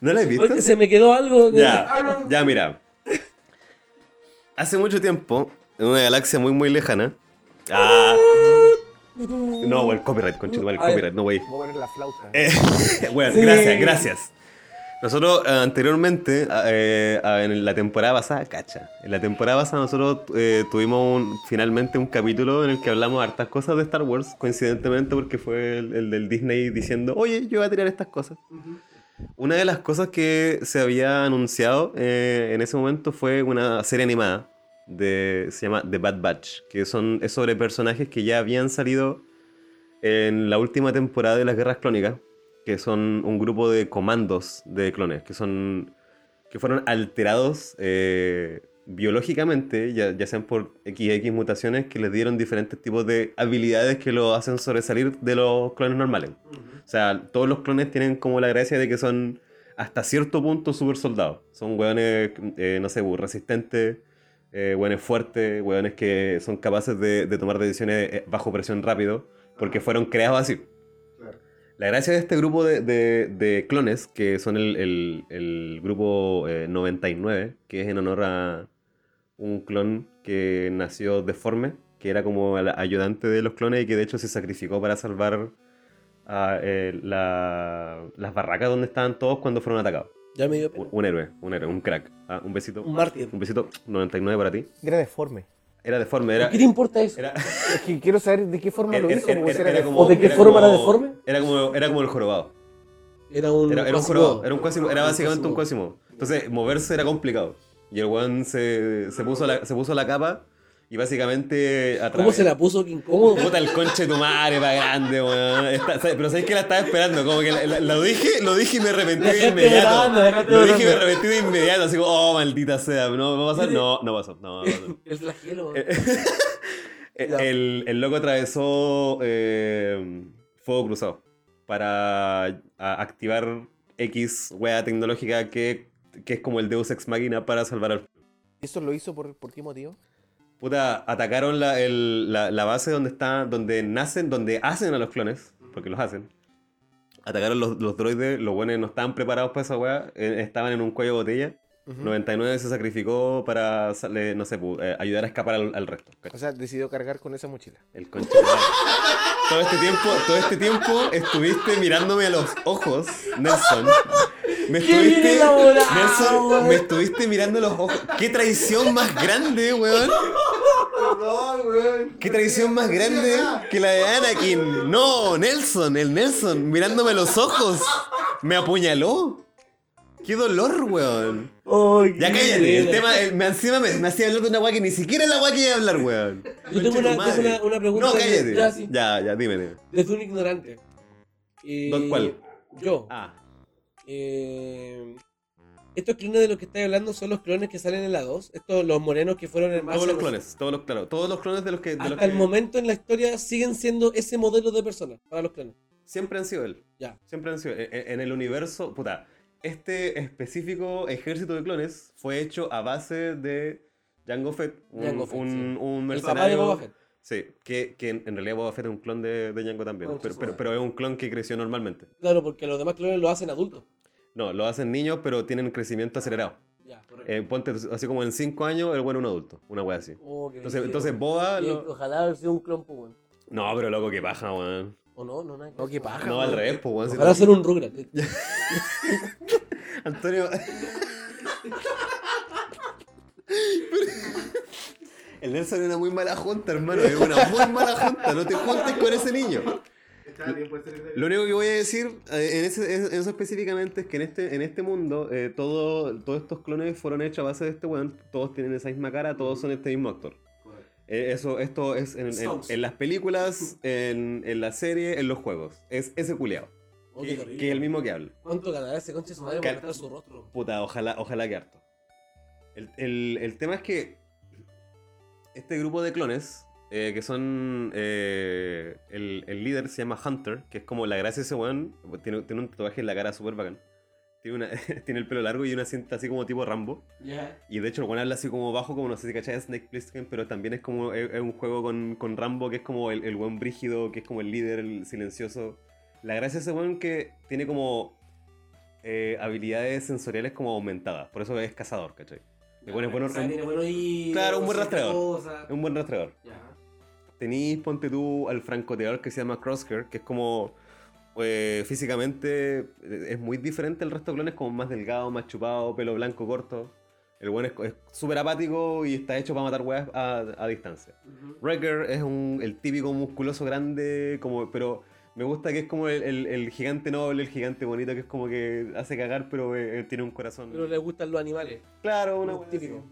Speaker 2: ¿No la has visto?
Speaker 3: Oye, se me quedó algo.
Speaker 2: Ya, ya, mira. Hace mucho tiempo, en una galaxia muy, muy lejana. Ah. No, el copyright, conchito, el
Speaker 3: A ver.
Speaker 2: copyright, no, wey.
Speaker 1: Voy a poner la flauta.
Speaker 2: Eh, bueno,
Speaker 3: Sí.
Speaker 2: gracias, gracias. Nosotros eh, anteriormente, a- eh, a- en la temporada pasada, cacha, en la temporada pasada nosotros eh, tuvimos un- finalmente un capítulo en el que hablamos hartas cosas de Star Wars, coincidentemente porque fue el, el del Disney diciendo, oye, yo voy a tirar estas cosas. Una de las cosas que se había anunciado eh, en ese momento fue una serie animada, de, se llama The Bad Batch, que son, es sobre personajes que ya habían salido en la última temporada de las Guerras Clónicas, que son un grupo de comandos de clones, que son que fueron alterados eh, biológicamente, ya, ya sean por XX mutaciones que les dieron diferentes tipos de habilidades que lo hacen sobresalir de los clones normales. O sea, todos los clones tienen como la gracia de que son hasta cierto punto super soldados. Son hueones, eh, no sé, bu, resistentes, eh, hueones fuertes, hueones que son capaces de, de tomar decisiones eh, bajo presión rápido, porque fueron creados así.
Speaker 8: Claro.
Speaker 2: La gracia de este grupo de, de- de clones, que son el, el- el grupo eh, 99, que es en honor a un clon que nació deforme, que era como el ayudante de los clones y que de hecho se sacrificó para salvar a, eh, la- las barracas donde estaban todos cuando fueron atacados.
Speaker 3: Ya me dio
Speaker 2: Un,
Speaker 3: pena.
Speaker 2: un héroe, un héroe, un crack. Ah, un besito.
Speaker 3: Un mártir.
Speaker 2: Un besito 99 para ti.
Speaker 1: Era deforme.
Speaker 2: Era deforme, era.
Speaker 3: ¿Qué te importa eso?
Speaker 2: Era,
Speaker 1: Es que quiero saber de qué forma
Speaker 2: era-
Speaker 1: lo hizo.
Speaker 2: era-
Speaker 1: porque
Speaker 2: era-
Speaker 1: era
Speaker 2: era
Speaker 1: de-
Speaker 2: como-
Speaker 3: ¿O de qué
Speaker 2: era
Speaker 3: forma era
Speaker 2: como-
Speaker 3: deforme?
Speaker 2: Era como, era como el jorobado.
Speaker 3: Era un.
Speaker 2: Era, era un
Speaker 3: Quasimodo.
Speaker 2: jorobado, era un Quasimodo, era básicamente un Quasimodo. Entonces, moverse era complicado. Y el weón se, se, puso la, se puso la capa y básicamente. a
Speaker 3: ¿Cómo
Speaker 2: través-
Speaker 3: se la puso? Qué incómodo.
Speaker 2: Puta, el conche de tu madre, va grande, weón. Está- ¿sabes? pero sabéis que la estaba esperando. Como que la- la- lo dije, lo dije y me arrepentí de
Speaker 3: Dejaste
Speaker 2: inmediato.
Speaker 3: llorando, dejaste
Speaker 2: Lo dije y me
Speaker 3: llorando.
Speaker 2: arrepentí de inmediato. Así como, oh, maldita sea, no va a pasar. No, no pasó, no, no pasó.
Speaker 3: El flagelo.
Speaker 2: Eh, el, el loco atravesó eh, fuego cruzado para a- activar X wea tecnológica que, que es como el Deus Ex Machina para salvar al
Speaker 1: ¿Eso lo hizo por, por qué motivo?
Speaker 2: Puta, atacaron la, el- la- la base donde está, donde nacen, donde hacen a los clones, porque los hacen. Atacaron los, los droides, los buenos no estaban preparados para esa weá, eh, estaban en un cuello de botella. 99 se sacrificó para, sal- eh, no sé, pu- eh, ayudar a escapar al, al resto. ¿cachai?
Speaker 1: O sea, decidió cargar con esa mochila.
Speaker 2: El conche. de madre. todo este tiempo, todo este tiempo estuviste mirándome a los ojos, Nelson. Me
Speaker 3: ¡Qué bien
Speaker 2: estuviste,
Speaker 3: elaborado,
Speaker 2: Nelson,
Speaker 3: weón!
Speaker 2: me estuviste mirando los ojos. ¡Qué traición más grande, weón!
Speaker 8: Perdón, weón.
Speaker 2: ¡Qué traición más grande que la de Anakin! ¡No, Nelson! ¡El Nelson! Mirándome a los ojos. ¡Me apuñaló! ¡Qué dolor, weón!
Speaker 3: Ay,
Speaker 2: Ya
Speaker 3: qué
Speaker 2: cállate, el
Speaker 3: buena.
Speaker 2: tema, el- me, encima me, me hacía hablar de una weá que ni siquiera es la weá que iba a hablar, weón.
Speaker 3: Yo tengo una, tengo una, una pregunta.
Speaker 2: No,
Speaker 3: que-
Speaker 2: cállate.
Speaker 3: Ya, sí.
Speaker 2: Ya, ya, dime, dime.
Speaker 3: Desde un ignorante. Eh,
Speaker 2: ¿Don cuál?
Speaker 3: Yo.
Speaker 2: Ah,
Speaker 3: Eh, estos clones de los que estás hablando son los clones que salen en la 2. Estos, los morenos que fueron en
Speaker 2: todos
Speaker 3: base
Speaker 2: los
Speaker 3: a-
Speaker 2: clones, todos los, claro, todos los clones de los que, de los
Speaker 3: Hasta el
Speaker 2: que
Speaker 3: momento en la historia siguen siendo ese modelo de personas para los clones.
Speaker 2: siempre han sido él.
Speaker 3: Ya.
Speaker 2: Siempre han sido él. En, en el universo, puta, este específico ejército de clones fue hecho a base de Jango Fett, un,
Speaker 3: Jango Fett,
Speaker 2: un, un
Speaker 3: El papá de Boba
Speaker 2: mercenario.
Speaker 3: Fett.
Speaker 2: Sí, que, que en, en realidad Boba Fett es un clon de, de Jango también,
Speaker 3: Concha
Speaker 2: pero,
Speaker 3: su
Speaker 2: pero,
Speaker 3: madre.
Speaker 2: pero es un clon que creció normalmente.
Speaker 3: Claro, porque los demás clones lo hacen adultos.
Speaker 2: No, lo hacen niños, pero tienen crecimiento acelerado.
Speaker 3: Ya, correcto.
Speaker 2: Eh, ponte así como en 5 años, el bueno es un adulto, una wea así.
Speaker 3: Oh, qué
Speaker 2: Entonces,
Speaker 3: brígido.
Speaker 2: entonces Boba...
Speaker 3: Eh,
Speaker 2: lo-
Speaker 3: Ojalá haber sido un clon, pues, weón.
Speaker 2: No, pero loco, que paja, weón.
Speaker 3: O no, no, nada. que
Speaker 1: No, Oh,
Speaker 3: ver,
Speaker 1: qué
Speaker 3: weón.
Speaker 1: paja,
Speaker 2: No, al revés, pues, weón. si
Speaker 3: Ojalá ser un Rugrat.
Speaker 2: Antonio. El Nelson era una muy mala junta, hermano. Era una muy mala junta. No te juntes con ese niño.
Speaker 8: Está bien, puede ser.
Speaker 2: Lo único que voy a decir eh, en, ese- en eso específicamente es que en este, en este mundo eh, todo, todos estos clones fueron hechos a base de este weón. Todos tienen esa misma cara, todos son este mismo actor. Eh, eso, esto es en, en-
Speaker 3: Sounds.
Speaker 2: en las películas, en, en la serie, en los juegos. Es ese culeado. Que, que es el mismo que habla.
Speaker 3: Oh, ¿Cuánto ganará ese conche su madre por
Speaker 2: Cal-
Speaker 3: mostrar su rostro?
Speaker 2: Puta, ojalá, ojalá que harto. El, el- el tema es que este grupo de clones, eh, que son. eh, el, el líder se llama Hunter, que es como la gracia de ese weón. Tiene, tiene un tatuaje en la cara súper bacán. Tiene, una, tiene el pelo largo y una cinta así como tipo Rambo.
Speaker 3: Ya.
Speaker 2: Y de hecho, el weón habla así como bajo, como no sé si cachas Snake Plissken, pero también es como. Es, es un juego con, con Rambo, que es como el, el weón brígido, que es como el líder, el silencioso. La gracia de ese weón que tiene como eh, habilidades sensoriales como aumentadas. Por eso es cazador, ¿cachai? El weón es bueno,
Speaker 3: O sea, tiene
Speaker 2: es
Speaker 3: buenos hilos,
Speaker 2: Claro, un buen
Speaker 3: ciertas
Speaker 2: rastreador.
Speaker 3: cosas.
Speaker 2: un buen rastreador.
Speaker 3: Ya.
Speaker 2: Tenís, ponte tú, al francoteador que se llama Crosshair, que es como eh, físicamente eh, es muy diferente al resto de clones, como más delgado, más chupado, pelo blanco corto. El bueno es es súper apático y está hecho para matar weas a, a distancia. Wrecker es un, el típico musculoso grande, como, pero me gusta que es como el, el- el gigante noble, el gigante bonito, que es como que hace cagar, pero eh, tiene un corazón.
Speaker 3: Pero le gustan los animales.
Speaker 2: claro, una
Speaker 3: lo
Speaker 2: wea
Speaker 3: típico.
Speaker 2: así.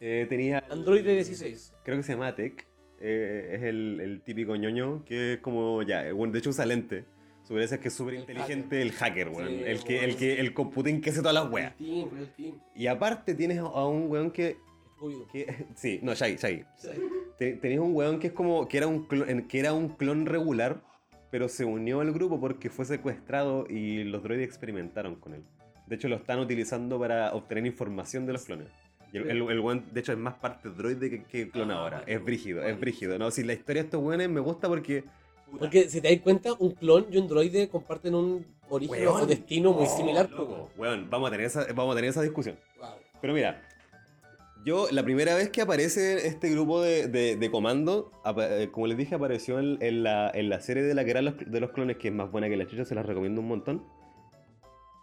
Speaker 2: Eh, tenía
Speaker 3: Android 16.
Speaker 2: creo que se llama Tech. eh, es el, el típico ñoño que es como, ya, eh, bueno, de hecho usa lente. Su gracia es que es súper inteligente el hacker, weón.
Speaker 3: Sí,
Speaker 2: el, que,
Speaker 3: weón.
Speaker 2: el, que, el computín que hace todas las weas.
Speaker 3: El team, pero el team.
Speaker 2: Y aparte tienes a un weón que.
Speaker 3: Scooby-Doo.
Speaker 2: que- sí, no, Shaggy, Shaggy.
Speaker 3: Sí.
Speaker 2: Te- Tenés un weón que es como. que era un clon, en- que era un clon regular, pero se unió al grupo porque fue secuestrado y los droides experimentaron con él. De hecho, lo están utilizando para obtener información de los clones. Y el, el, el weón, de hecho, es más parte droide que, que clon
Speaker 3: Ah,
Speaker 2: ahora.
Speaker 3: bueno.
Speaker 2: Es brígido, es brígido. No, si la historia de estos weones me gusta porque.
Speaker 3: Porque si te das cuenta, un clon y un droide comparten un origen
Speaker 2: Weón.
Speaker 3: o destino muy
Speaker 2: Oh,
Speaker 3: similar.
Speaker 2: loco. Weón, vamos a tener esa, vamos a tener esa discusión.
Speaker 3: Wow.
Speaker 2: Pero mira, yo la primera vez que aparece este grupo de, de- de comando, apa- eh, como les dije, apareció en, en la, en la serie de la guerra de los- de los clones, que es más buena que la chucha, se las recomiendo un montón.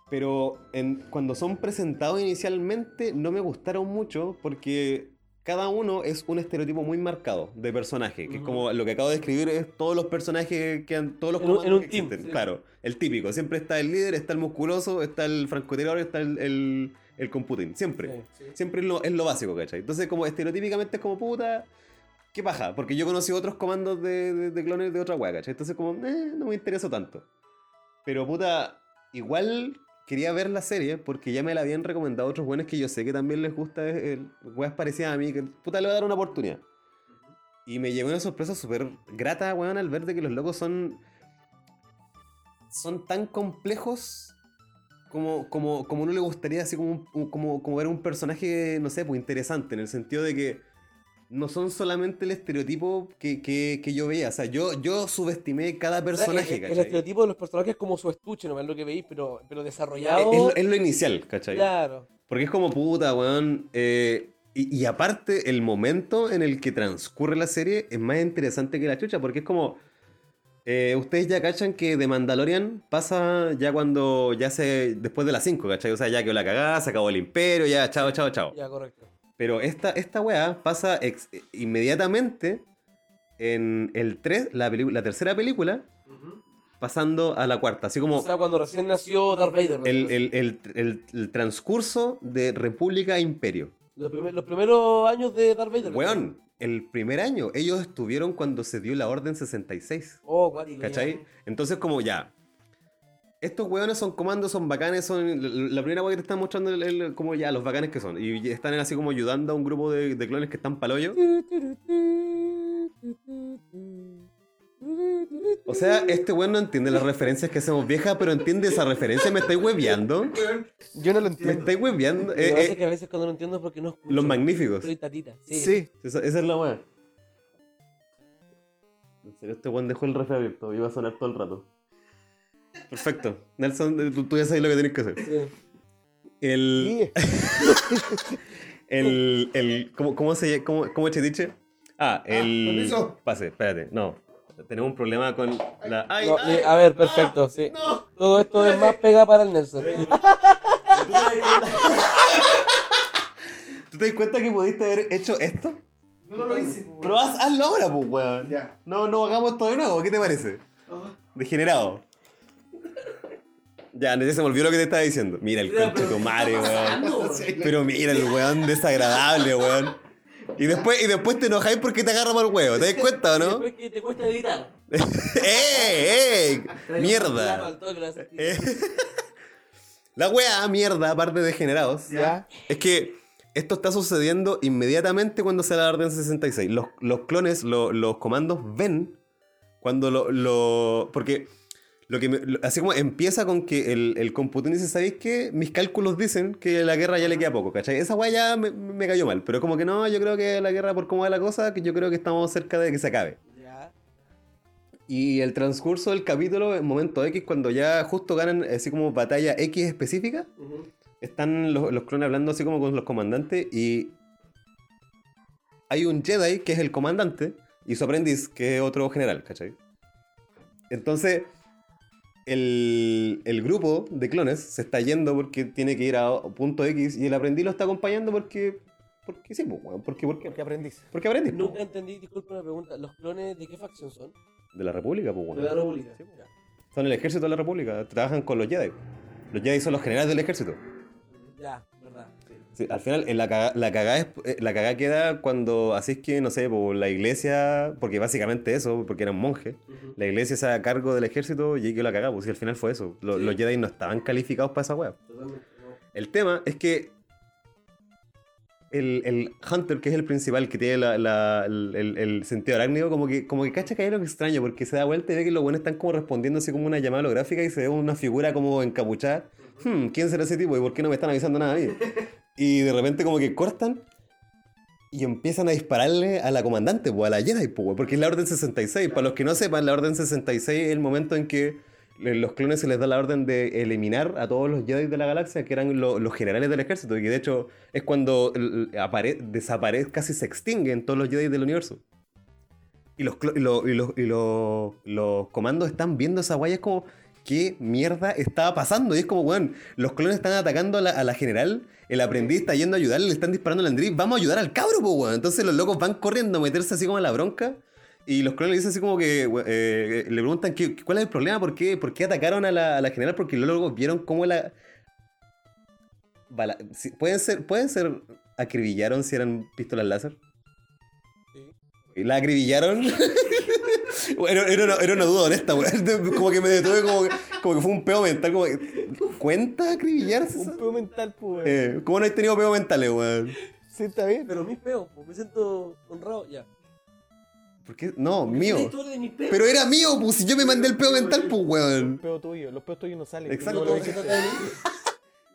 Speaker 2: Pero en- cuando son presentados inicialmente no me gustaron mucho porque cada uno es un estereotipo muy marcado de personaje, que es
Speaker 3: Ujú.
Speaker 2: como lo que acabo de describir es todos los personajes que han, todos los
Speaker 3: En un- en
Speaker 2: comandos
Speaker 3: un
Speaker 2: que
Speaker 3: team, sí.
Speaker 2: Claro, el típico, siempre está el líder, está el musculoso, está el francotirador, está el, el, el computing, siempre. Siempre es lo, es lo básico, ¿cachai? Entonces, como estereotípicamente es como puta, ¿qué paja? Porque yo conocí otros comandos de, de- de clones de otra hueá, ¿cachai? Entonces, como, eh, no me interesó tanto. Pero puta, igual quería ver la serie porque ya me la habían recomendado otros buenos que yo sé que también les gusta, eh, el- hueás parecidas a mí, que puta, le voy a dar una oportunidad. Y me llegó una sorpresa súper grata, weón, al ver de que los locos son. son tan complejos como, como, como uno le gustaría, así como, un- como, como ver un personaje, no sé, pues interesante, en el sentido de que no son solamente el estereotipo que, que, que yo veía. O sea, yo, yo subestimé cada personaje,
Speaker 3: el, el
Speaker 2: ¿cachai?
Speaker 3: estereotipo de los personajes es como su estuche, no es lo que veis, pero, pero
Speaker 2: Es,
Speaker 3: desarrollado.
Speaker 2: es lo, es lo inicial, ¿cachai?
Speaker 3: Claro.
Speaker 2: Porque es como puta, weón. eh, y, y aparte, el momento en el que transcurre la serie es más interesante que la chucha, porque es como. eh, Ustedes ya cachan que de Mandalorian pasa ya cuando. ya se. después de las 5, ¿cachai? O sea, ya quedó la cagada, se acabó el imperio, ya, chao, chao, chao.
Speaker 3: Ya, correcto.
Speaker 2: Pero esta, esta weá pasa ex- inmediatamente en el 3, la, pelicu- la tercera película, pasando a la cuarta. Así como.
Speaker 3: O sea, cuando recién nació Darth Vader. ¿no?
Speaker 2: el, el- el- el- el transcurso de República a Imperio.
Speaker 3: Los, primer- los primeros años de Darth Vader. ¿no?
Speaker 2: Weón, el primer año, ellos estuvieron cuando se dio la Orden 66.
Speaker 3: Oh, guático,
Speaker 2: ¿Cachai? Entonces, como ya. Estos weones son comandos, son bacanes, son. la- La primera wea que te están mostrando, el- el- como ya, los bacanes que son. Y están así como ayudando a un grupo de, de clones que están paloyo. O sea, este weón no entiende las referencias que hacemos viejas, pero entiende esa referencia. Me estáis hueveando.
Speaker 1: Yo no lo
Speaker 2: Me
Speaker 1: entiendo.
Speaker 2: estáis hueveando.
Speaker 3: Lo que
Speaker 2: Eh,
Speaker 3: pasa es
Speaker 2: eh,
Speaker 3: que a veces cuando no entiendo es porque no escucho.
Speaker 2: los magníficos.
Speaker 3: Soy tatita. Sí.
Speaker 1: Sí,
Speaker 2: Esa, esa es la weá. En serio, este weón dejó el refri abierto. Iba a sonar todo el rato. Perfecto. Nelson, eh, tú, tú ya sabes lo que tienes que hacer.
Speaker 3: Sí.
Speaker 2: El.
Speaker 1: sí.
Speaker 2: el, el ¿cómo, ¿Cómo se llama? ¿Cómo, cómo se dice? Ah,
Speaker 8: ¿con
Speaker 2: el.
Speaker 8: eso?
Speaker 2: Pase, espérate. No. Tenemos un problema con la. ¡Ay!
Speaker 3: No,
Speaker 2: ay,
Speaker 3: eh, a ver, perfecto, sí.
Speaker 8: No,
Speaker 3: Todo esto es más pega para el Nelson.
Speaker 2: ¿Tú te das cuenta que pudiste haber hecho esto?
Speaker 8: no lo hice.
Speaker 2: Pero haz, hazlo ahora, pues, weón.
Speaker 8: Ya.
Speaker 2: No, no hagamos esto de nuevo, ¿qué te parece? Degenerado. Ya, ya se me olvidó lo que te estaba diciendo. Mira el concha de tu madre, weón. Pero mira el weón desagradable, weón. Y después, y después te enojáis porque te agarra mal huevo, ¿te das cuenta o no?
Speaker 3: Después que te cuesta editar.
Speaker 2: ¡Eh! ¡Eh!
Speaker 3: Traigo un plano
Speaker 2: ¡Mierda!
Speaker 3: al toque, lo haces.
Speaker 2: Eh. La weá, mierda, aparte de degenerados.
Speaker 1: ya.
Speaker 2: Es que esto está sucediendo inmediatamente cuando se da la Orden 66. Los, los clones, lo- los comandos ven cuando lo... lo- porque lo que me- lo- así como empieza con que el, el computín dice, ¿sabéis qué? Mis cálculos dicen que la guerra ya le queda poco, ¿cachai? Esa weá ya me, me cayó mal, pero como que no, yo creo que la guerra por cómo va la cosa, que yo creo que estamos cerca de que se acabe.
Speaker 3: Ya.
Speaker 2: Y el transcurso del capítulo, en momento X, cuando ya justo ganan así como batalla X específica,
Speaker 3: Ujú.
Speaker 2: están los, los clones hablando así como con los comandantes y hay un Jedi que es el comandante y su aprendiz que es otro general, ¿cachai? Entonces, el, el grupo de clones se está yendo porque tiene que ir a punto X y el aprendiz lo está acompañando porque... Porque sí, pues, weón, porque, porque,
Speaker 1: Porque aprendiz.
Speaker 2: porque aprendiz. pues,
Speaker 3: Nunca entendí, disculpa la pregunta, ¿los clones de qué facción son?
Speaker 2: De la República, pues,
Speaker 3: De
Speaker 2: weón.
Speaker 3: la República.
Speaker 2: Sí, pues. Son el ejército de la República, trabajan con los Jedi. Los Jedi son los generales del ejército.
Speaker 3: Ya, verdad. sí.
Speaker 2: Sí, al final, eh, la caga- la cagada es- eh, la cagada queda cuando, así es que, no sé, por la iglesia, porque básicamente eso, porque era un monje, la iglesia se haga cargo del ejército y ahí quedó la cagada, pues y al final fue eso. Lo-
Speaker 3: Sí.
Speaker 2: Los Jedi no estaban calificados para esa wea.
Speaker 3: Totalmente, no.
Speaker 2: El tema es que el, el Hunter, que es el principal, que tiene la- la- el, el- el sentido arácnido, como que, como que cacha que hay algo extraño, porque se da vuelta y ve que los buenos están como respondiendo así como una llamada holográfica y se ve una figura como encapuchada. Hmm, ¿quién será ese tipo? ¿Y por qué no me están avisando nada a mí? Y de repente como que cortan y empiezan a dispararle a la comandante, pues, a la Jedi, pues, porque es la Orden 66. Para los que no sepan, la Orden 66 es el momento en que le- los clones se les da la orden de eliminar a todos los Jedi de la galaxia, que eran lo- los generales del ejército, y que de hecho es cuando el- el- apare- desaparece, casi se extinguen todos los Jedi del universo. Y los, clo- y lo- y los, y los- los comandos están viendo esa guaya, es como, ¿qué mierda estaba pasando? Y es como, weón, los clones están atacando a la, a la general, el aprendiz está yendo a ayudarle, le están disparando al Andrés, vamos a ayudar al cabro, po, weón. Entonces los locos van corriendo a meterse así como a la bronca. Y los clones le dicen así como que we- eh, le preguntan qué- cuál es el problema, por qué, por qué atacaron a la, a la general, porque los locos vieron cómo la. bala- si- pueden ser, pueden ser acribillaron si eran pistolas láser.
Speaker 3: Sí.
Speaker 2: Y la acribillaron. bueno, era, una, era una duda honesta, weón. Como que me detuve como que, como que fue un peo mental, como que, ¿Cuenta acribillarse?
Speaker 1: Un peo mental, pues. weón.
Speaker 2: Eh, ¿Cómo no has tenido peo mentales, weón?
Speaker 1: Sí, está bien.
Speaker 3: Pero mis peos, pues, me siento honrado, ya.
Speaker 2: ¿Por qué? No,
Speaker 3: La
Speaker 2: mío.
Speaker 3: historia de mis peos.
Speaker 2: Pero era mío, pues si yo me mandé el peo mental, pues weón.
Speaker 1: Peo tuyo, los peos tuyos no salen.
Speaker 2: Exacto.
Speaker 1: tú
Speaker 3: No
Speaker 1: no lo
Speaker 3: todo se
Speaker 1: dijiste.
Speaker 3: trata de mí.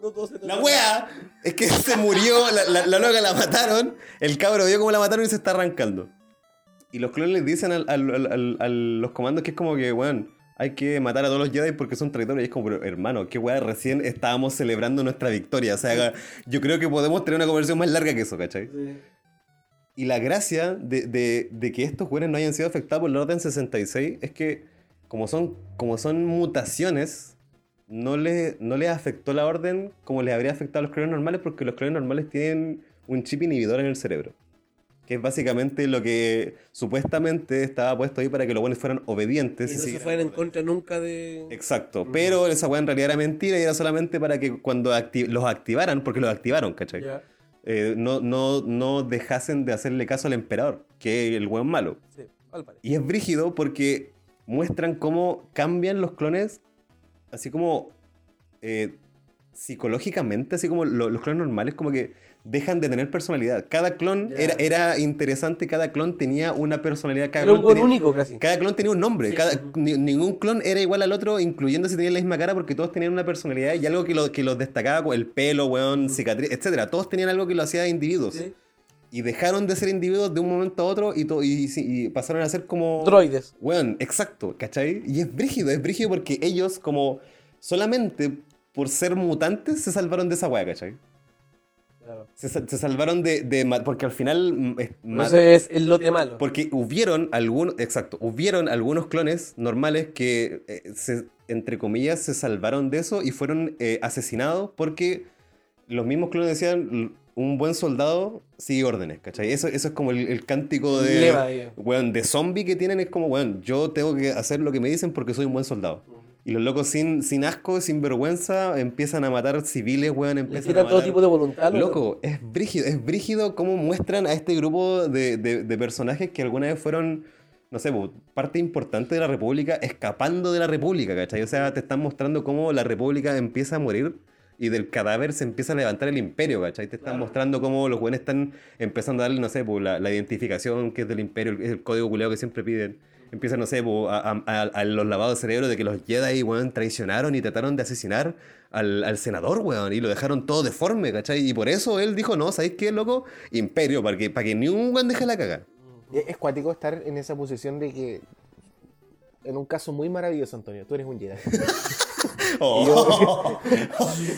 Speaker 3: No todo se trata
Speaker 2: La
Speaker 3: de mí.
Speaker 2: wea es que se murió, la, la, la loca la mataron, el cabro vio cómo la mataron y se está arrancando. Y los clones les dicen al- al- al- al- a los comandos que es como que, weón, hay que matar a todos los Jedi porque son traidores. Y es como, pero, hermano, qué wea, recién estábamos celebrando nuestra victoria. O sea, yo creo que podemos tener una conversación más larga que eso, ¿cachai?
Speaker 3: Sí.
Speaker 2: Y la gracia de, de- de que estos güeyes no hayan sido afectados por la Orden 66 es que, como son, como son mutaciones, no les, no les afectó la Orden como les habría afectado a los clones normales, porque los clones normales tienen un chip inhibidor en el cerebro. Que es básicamente lo que supuestamente estaba puesto ahí para que los buenos fueran obedientes. y
Speaker 3: Y Mm. no se
Speaker 2: siguieran-
Speaker 3: fueran en contra nunca de.
Speaker 2: Exacto, pero esa weá en realidad era mentira y era solamente para que cuando acti- los activaran, porque los activaron, ¿cachai?
Speaker 3: Ya.
Speaker 2: eh, no, no, no dejasen de hacerle caso al emperador, que el buen malo.
Speaker 3: Sí, al parecer.
Speaker 2: Y es brígido porque muestran cómo cambian los clones, así como eh, psicológicamente, así como lo- los clones normales, como que dejan de tener personalidad. Cada clon
Speaker 3: Ya.
Speaker 2: era, era interesante, cada clon tenía una personalidad, cada
Speaker 3: Era un
Speaker 2: clon
Speaker 3: buen
Speaker 2: tenía,
Speaker 3: único, casi.
Speaker 2: cada clon tenía un nombre,
Speaker 3: Sí. pues.
Speaker 2: cada, ni- ningún clon era igual al otro, incluyendo si tenían la misma cara, porque todos tenían una personalidad y algo que, lo- que los destacaba, como el pelo, weón, cicatriz, etcétera. Todos tenían algo que lo hacía individuos.
Speaker 3: Sí.
Speaker 2: Y dejaron de ser individuos de un momento a otro y, to- y- y pasaron a ser como...
Speaker 3: Droides.
Speaker 2: Weón, exacto, ¿cachai? Y es brígido, es brígido porque ellos como solamente por ser mutantes se salvaron de esa weá, ¿cachai? Se, sa- se salvaron de, de ma- Porque al final... mm, es- ma-
Speaker 3: Entonces es el lote malo.
Speaker 2: porque hubieron algunos, exacto, hubieron algunos clones normales que, eh, se- entre comillas, se salvaron de eso y fueron eh, asesinados porque los mismos clones decían, "L- un buen soldado sigue órdenes, ¿cachai? Eso, eso es como el, el cántico de...
Speaker 3: Leva, digo.
Speaker 2: Weón, de zombie que tienen es como, weón, yo tengo que hacer lo que me dicen porque soy un buen soldado. Y los locos sin, sin asco, sin vergüenza, empiezan a matar civiles, weón,
Speaker 3: Le
Speaker 2: empiezan a
Speaker 3: quitan todo
Speaker 2: matar...
Speaker 3: tipo de voluntad. loco.
Speaker 2: Loco, es brígido, es brígido cómo muestran a este grupo de, de- de personajes que alguna vez fueron, no sé, po, parte importante de la República, escapando de la República, ¿cachai? O sea, te están mostrando cómo la República empieza a morir y del cadáver se empieza a levantar el imperio, ¿cachai? Te están mostrando cómo los buenos están empezando a darle, no sé, po, la, la identificación que es del imperio, el, el código culeado que siempre piden. Empiezan, no sé, po, a, a- a- a los lavados de cerebro de que los Jedi, weón, traicionaron y trataron de asesinar al, al senador, weón, y lo dejaron todo deforme, ¿cachai? Y por eso él dijo, no, ¿sabéis qué, loco? Imperio, para que, para que ni un weón deje la caga.
Speaker 1: Es es cuático estar en esa posición de que. En un caso muy maravilloso, Antonio, tú eres un Jedi.
Speaker 2: Oh.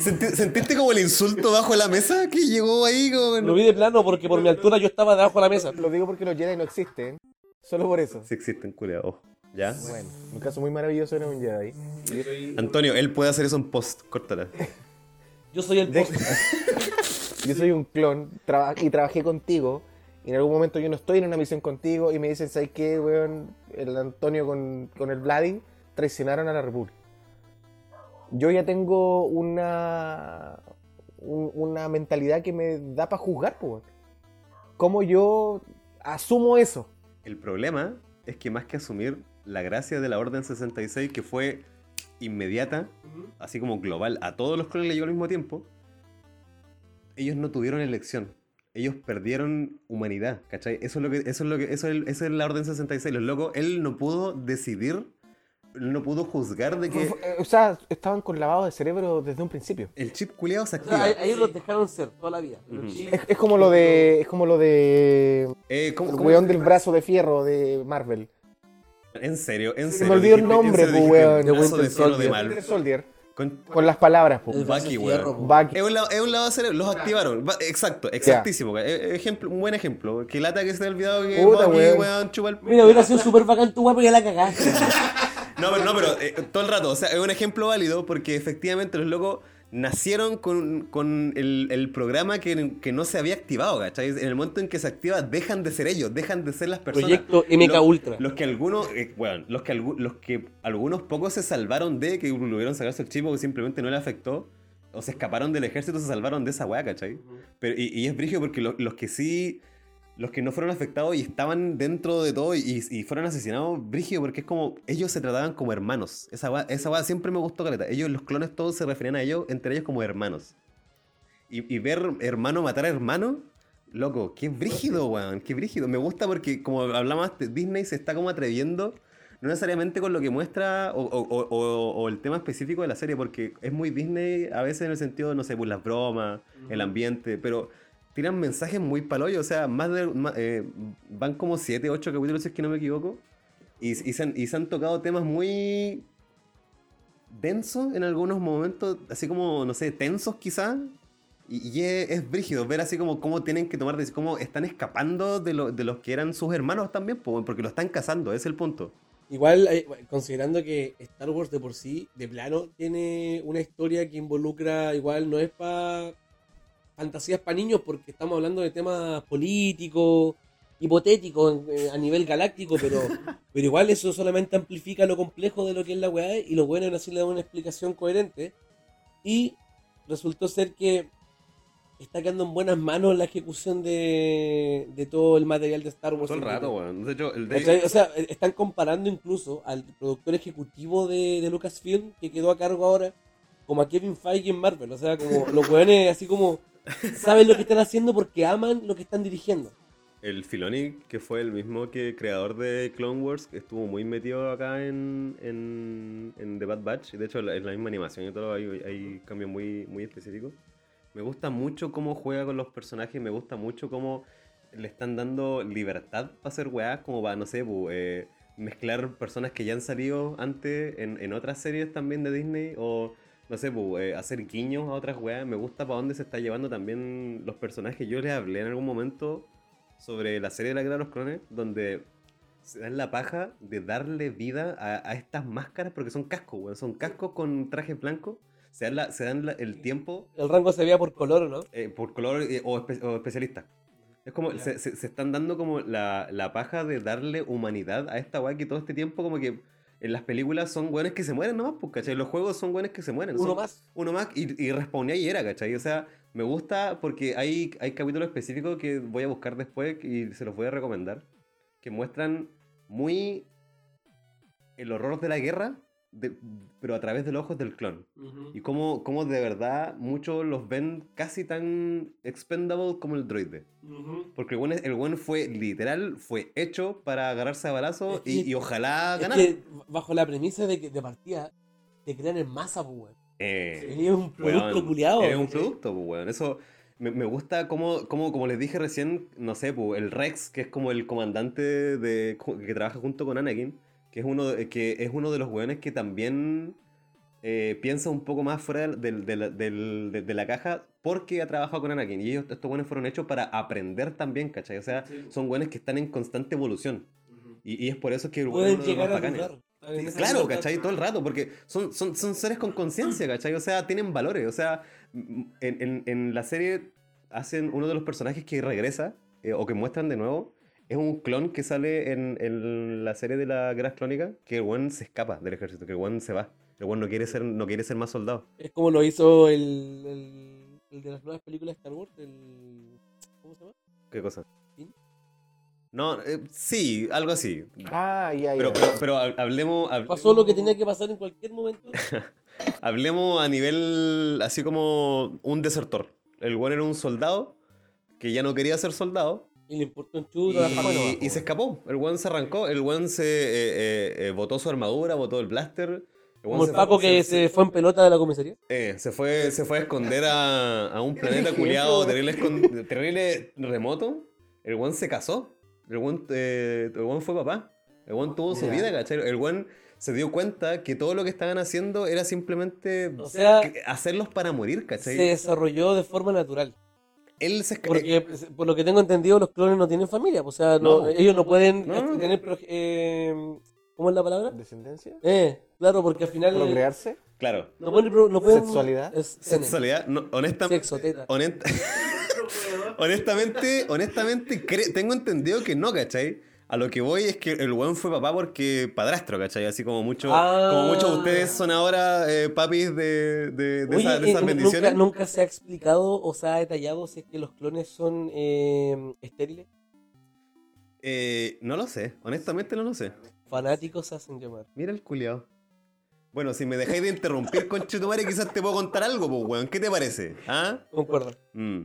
Speaker 2: Senti- ¿Sentiste como el insulto bajo la mesa que llegó ahí con...
Speaker 3: Lo vi de plano porque por mi altura yo estaba debajo de la mesa.
Speaker 1: Lo digo porque los Jedi no existen, solo por eso.
Speaker 2: Sí existen, culiao. ojo. ¿Ya?
Speaker 1: Bueno, en un caso muy maravilloso eres un Jedi.
Speaker 2: Antonio, él puede hacer eso en post, córtala.
Speaker 3: Yo soy el
Speaker 1: De-
Speaker 3: boss.
Speaker 1: Yo soy un clon traba- y trabajé contigo. Y en algún momento yo no estoy en una misión contigo y me dicen, ¿sabes qué, weón? El Antonio con, con el Vladi traicionaron a la República. Yo ya tengo una, un- una mentalidad que me da para juzgar, pues. ¿Cómo yo asumo eso?
Speaker 2: El problema es que más que asumir la gracia de la Orden 66, que fue inmediata, así como global, a todos los clones le llegó al mismo tiempo, ellos no tuvieron elección. Ellos perdieron humanidad, ¿cachai? Eso es lo que, eso es lo que, eso es, eso es la Orden 66. Los locos, él no pudo decidir, no pudo juzgar de que
Speaker 1: O sea, estaban con lavado de cerebro desde un principio.
Speaker 2: el chip culeado se
Speaker 3: O sea, a-
Speaker 2: activa.
Speaker 3: ellos los dejaron ser toda la vida. Pero
Speaker 2: Ujú.
Speaker 3: sí,
Speaker 1: Es, es como lo de. Es como lo de.
Speaker 2: Eh, ¿cómo-
Speaker 1: El
Speaker 2: cómo-
Speaker 1: weón del brazo de fierro de Marvel.
Speaker 2: En serio, en
Speaker 1: Se
Speaker 2: serio.
Speaker 1: me olvidó el
Speaker 2: dijiste-
Speaker 1: nombre,
Speaker 2: en serio
Speaker 1: pues,
Speaker 2: dijiste
Speaker 1: weón.
Speaker 2: brazo
Speaker 1: Winter
Speaker 2: de fierro de
Speaker 1: Soldier.
Speaker 2: mal.
Speaker 1: Winter Soldier.
Speaker 2: Con-
Speaker 1: Con las palabras, po.
Speaker 3: el brazo
Speaker 2: Bucky,
Speaker 3: de
Speaker 2: weón.
Speaker 3: fierro, po.
Speaker 1: Bucky.
Speaker 2: Es un lado, es un lavado de cerebro, los activaron. Va- Exacto, exactísimo. Eh, Ejemplo, un buen ejemplo. Que lata que se te ha olvidado que
Speaker 1: Puta,
Speaker 2: Bucky,
Speaker 1: weón.
Speaker 2: weón, chupa el-
Speaker 3: Mira, hubiera sido súper bacán tu weá, pero ya la cagaste.
Speaker 2: No, pero, no, pero eh, todo el rato. O sea, es un ejemplo válido porque efectivamente los locos nacieron con, con el, el programa que, que no se había activado, ¿cachai? En el momento en que se activa, dejan de ser ellos, dejan de ser las personas.
Speaker 3: Proyecto MK
Speaker 2: Los-
Speaker 3: Ultra.
Speaker 2: Los que algunos, eh, bueno, los que, algu- los que algunos pocos se salvaron de que pudieron sacarse el chip o simplemente no le afectó, o se escaparon del ejército, se salvaron de esa weá, ¿cachai? Pero, y, y es brígido porque lo- los que sí, los que no fueron afectados y estaban dentro de todo y, y fueron asesinados, brígido porque es como, ellos se trataban como hermanos. Esa weá, esa weá siempre me gustó, caleta. Ellos, los clones todos se referían a ellos, entre ellos como hermanos. Y, y ver hermano matar a hermano, loco, qué brígido, weón, qué brígido. Me gusta porque, como hablamos antes, Disney se está como atreviendo, no necesariamente con lo que muestra o, o- o- o- o el tema específico de la serie, porque es muy Disney a veces en el sentido, no sé, pues las bromas, el ambiente, pero tiran mensajes muy paloyos, o sea, más de, ma- eh, van como 7, 8 capítulos, si es que no me equivoco, y, y se han- y se han tocado temas muy denso en algunos momentos, así como, no sé, tensos quizá. Y, y es, es brígido ver así como cómo tienen que tomar, deci- cómo están escapando de, lo- de los que eran sus hermanos también, po, porque lo están cazando, ese es el punto.
Speaker 3: Igual, eh, considerando que Star Wars de por sí, de plano, tiene una historia que involucra, igual no es para fantasías para niños, porque estamos hablando de temas políticos, hipotéticos eh, a nivel galáctico, pero, pero igual eso solamente amplifica lo complejo de lo que es la weá, y los buenos así le dan una explicación coherente. Y resultó ser que está quedando en buenas manos la ejecución de, de todo el material de Star Wars.
Speaker 2: Todo el rato, weón. De hecho, el de-
Speaker 3: ¿Cachai? O sea, eh, están comparando incluso al productor ejecutivo de, de Lucasfilm, que quedó a cargo ahora, como a Kevin Feige en Marvel. O sea, como los weones así como saben lo que están haciendo porque aman lo que están dirigiendo.
Speaker 2: el Filoni, que fue el mismo que creador de Clone Wars, estuvo muy metido acá en, en, en The Bad Batch. y De hecho, la- en la misma animación y todo, hay, hay cambios muy, muy específicos. Me gusta mucho cómo juega con los personajes, me gusta mucho cómo le están dando libertad para hacer weas, como para, no sé, pu, eh, mezclar personas que ya han salido antes en, en otras series también de Disney o, no sé, pu, eh, hacer guiños a otras weas. Me gusta para dónde se está llevando también los personajes. Yo les hablé en algún momento sobre la serie de la Guerra de los Clones, donde se dan la paja de darle vida a, a estas máscaras, porque son cascos, weón, son cascos con trajes blancos. Se dan, la- se dan la- el tiempo
Speaker 3: El rango se veía por color, ¿no?
Speaker 2: eh, por color eh, o, espe- o especialista. Es como, se, se- se están dando como la, la paja de darle humanidad a esta weá que todo este tiempo como que en las películas son weones que se mueren nomás, pues, ¿cachai? Los juegos son weones que se mueren.
Speaker 3: Uno
Speaker 2: son-
Speaker 3: más.
Speaker 2: uno más y, y respondía y era, ¿cachai? O sea, me gusta porque hay, hay capítulos específicos que voy a buscar después y se los voy a recomendar, que muestran muy el horror de la guerra, de- pero a través de los ojos del clon. Y cómo, cómo de verdad muchos los ven casi tan expendable como el droide. Porque el buen, el buen fue literal, fue hecho para agarrarse a balazo
Speaker 3: Es que-
Speaker 2: y, y ojalá
Speaker 3: Es
Speaker 2: ganar.
Speaker 3: que bajo la premisa de que de partida te crean en masa, pues, weón.
Speaker 2: Eh,
Speaker 3: Es un producto
Speaker 2: Weón,
Speaker 3: culiado.
Speaker 2: Es un producto, pues, weón. Eso me, me gusta como, como, como les dije recién, no sé, pues, el Rex, que es como el comandante de, ju- que trabaja junto con Anakin, que es uno de, que es uno de los weones que también eh, piensa un poco más fuera del- del- del- del- de, de la caja porque ha trabajado con Anakin. Y ellos, estos weones fueron hechos para aprender también, ¿cachai? O sea, son weones que están en constante evolución. Y, y es por eso que el weón es
Speaker 3: Pueden
Speaker 2: uno de los
Speaker 3: llegar
Speaker 2: más
Speaker 3: a
Speaker 2: bacanes.
Speaker 3: dudar. En esa
Speaker 2: eh. Claro,
Speaker 3: libertad.
Speaker 2: ¿cachai? Todo el rato, porque son, son, son seres con conciencia, ¿cachai? O sea, tienen valores. O sea, m- en, en- en la serie hacen uno de los personajes que regresa eh, o que muestran de nuevo. Es un clon que sale en, en la serie de la Guerra Clónica, que el one se escapa del ejército, que el one se va. El one no quiere ser, no quiere ser más soldado.
Speaker 3: Es como lo hizo el, el, El de las nuevas películas de Star Wars, el. ¿Cómo se llama?
Speaker 5: ¿Qué cosa?
Speaker 3: ¿Din?
Speaker 5: No, eh, sí, algo así.
Speaker 1: Ah, ya, ya.
Speaker 5: Pero, pero, pero hab- hablemos, hab-
Speaker 3: Pasó lo que tenía que pasar en cualquier momento.
Speaker 5: hablemos a nivel así como un desertor. El weón era un soldado que ya no quería ser soldado.
Speaker 3: Y le importó un
Speaker 5: Y,
Speaker 3: chudo a la parte.
Speaker 5: y se escapó. El weón se arrancó. El weón se eh, eh, eh, botó su armadura, botó el blaster. El weón
Speaker 3: Como el
Speaker 5: se-
Speaker 3: Paco que
Speaker 5: se-
Speaker 3: se fue en pelota de la comisaría.
Speaker 5: eh, se fue, se fue a esconder a, a un planeta culiado terrible, escon- terrible remoto. El one se casó. El one, el weón fue papá. El one tuvo su
Speaker 15: Ya.
Speaker 5: vida, ¿cachai? El one se dio cuenta que todo lo que estaban haciendo era simplemente
Speaker 3: O sea,
Speaker 5: que- hacerlos para morir,
Speaker 3: se
Speaker 5: ¿cachai?
Speaker 3: desarrolló de forma natural.
Speaker 5: Él se esca- eh,
Speaker 3: Porque, por lo que tengo entendido, los clones no tienen familia. O sea, no-
Speaker 5: No.
Speaker 3: ellos no pueden
Speaker 5: No, no, no.
Speaker 3: tener. proje- eh, ¿Cómo es la palabra?
Speaker 1: ¿Descendencia?
Speaker 3: Eh, claro, porque al final.
Speaker 1: ¿Procrearse?
Speaker 5: Claro.
Speaker 3: No pueden. pro- No pueden
Speaker 1: ¿Sexualidad?
Speaker 3: es-
Speaker 5: Sexualidad, no, honesta-
Speaker 3: Sexo, teta.
Speaker 5: honest- honestamente, honestamente, cre- tengo entendido que no, ¿cachai? A lo que voy es que el weón fue papá porque padrastro, ¿cachai? Así como muchos
Speaker 3: Ah.
Speaker 5: como muchos de ustedes son ahora eh, papis de, de, de
Speaker 3: Oye,
Speaker 5: esa- de
Speaker 3: eh,
Speaker 5: esas
Speaker 3: nu-
Speaker 5: bendiciones.
Speaker 3: Nunca, nunca se ha explicado o se ha detallado si es que los clones son eh, estériles.
Speaker 5: Eh, no lo sé, honestamente no lo sé.
Speaker 3: Fanáticos se hacen llamar.
Speaker 5: Mira el culiao. Bueno, si me dejáis de interrumpir con Chetumare, quizás te puedo contar algo, pues, weón. ¿Qué te parece? ¿Ah?
Speaker 3: Concuerdo.
Speaker 5: Mm.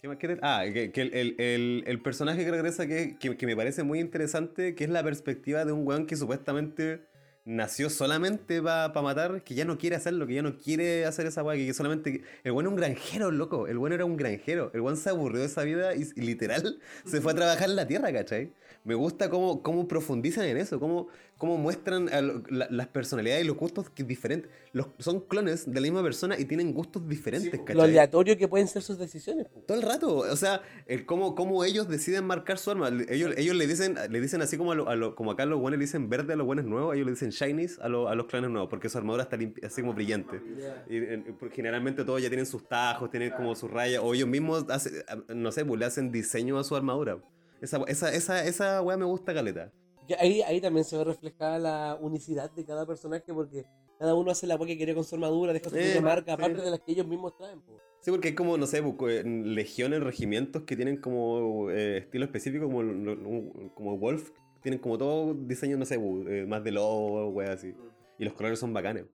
Speaker 5: ¿Qué más? ¿Qué te- Ah, que, que el, el- el- el personaje que regresa que, que- que me parece muy interesante, que es la perspectiva de un weón que supuestamente nació solamente para matar, que ya no quiere hacerlo, que ya no quiere hacer esa weá, que, que solamente... El weón era un granjero, loco. El weón era un granjero. El weón se aburrió de esa vida y, y literal se fue a trabajar en la tierra, ¿cachai? Me gusta cómo, cómo profundizan en eso, cómo, cómo muestran a lo- la- las personalidades y los gustos que diferentes. Los, son clones de la misma persona y tienen gustos diferentes, ¿cachai?
Speaker 3: Lo aleatorio que pueden ser sus decisiones. po.
Speaker 5: Todo el rato, o sea, el cómo, cómo ellos deciden marcar su arma. Ellos, ellos le dicen le dicen así como a, lo- a lo- como acá los buenos le dicen verde a los buenos nuevos, ellos le dicen shinies a, lo- a los clanes nuevos, porque su armadura está limpi- así como brillante. Y, eh, porque generalmente todos ya tienen sus tajos, tienen como sus rayas, o ellos mismos, hacen- no sé, pues, le hacen diseño a su armadura. Esa, esa, esa, esa weá me gusta, Caleta.
Speaker 3: Que Ahí, ahí también se ve reflejada la unicidad de cada personaje porque cada uno hace la agua que quiere con su armadura, deja su
Speaker 5: Eh,
Speaker 3: propia marca,
Speaker 5: sí.
Speaker 3: aparte de las que ellos mismos traen. po.
Speaker 5: Sí, porque hay como, no sé, buco- eh, legiones, regimientos que tienen como eh, estilo específico, como, lo- lo- como Wolf, tienen como todo diseño, no sé, bu- eh, más de lobo, weas así.
Speaker 2: Mm.
Speaker 5: Y los colores son bacanes.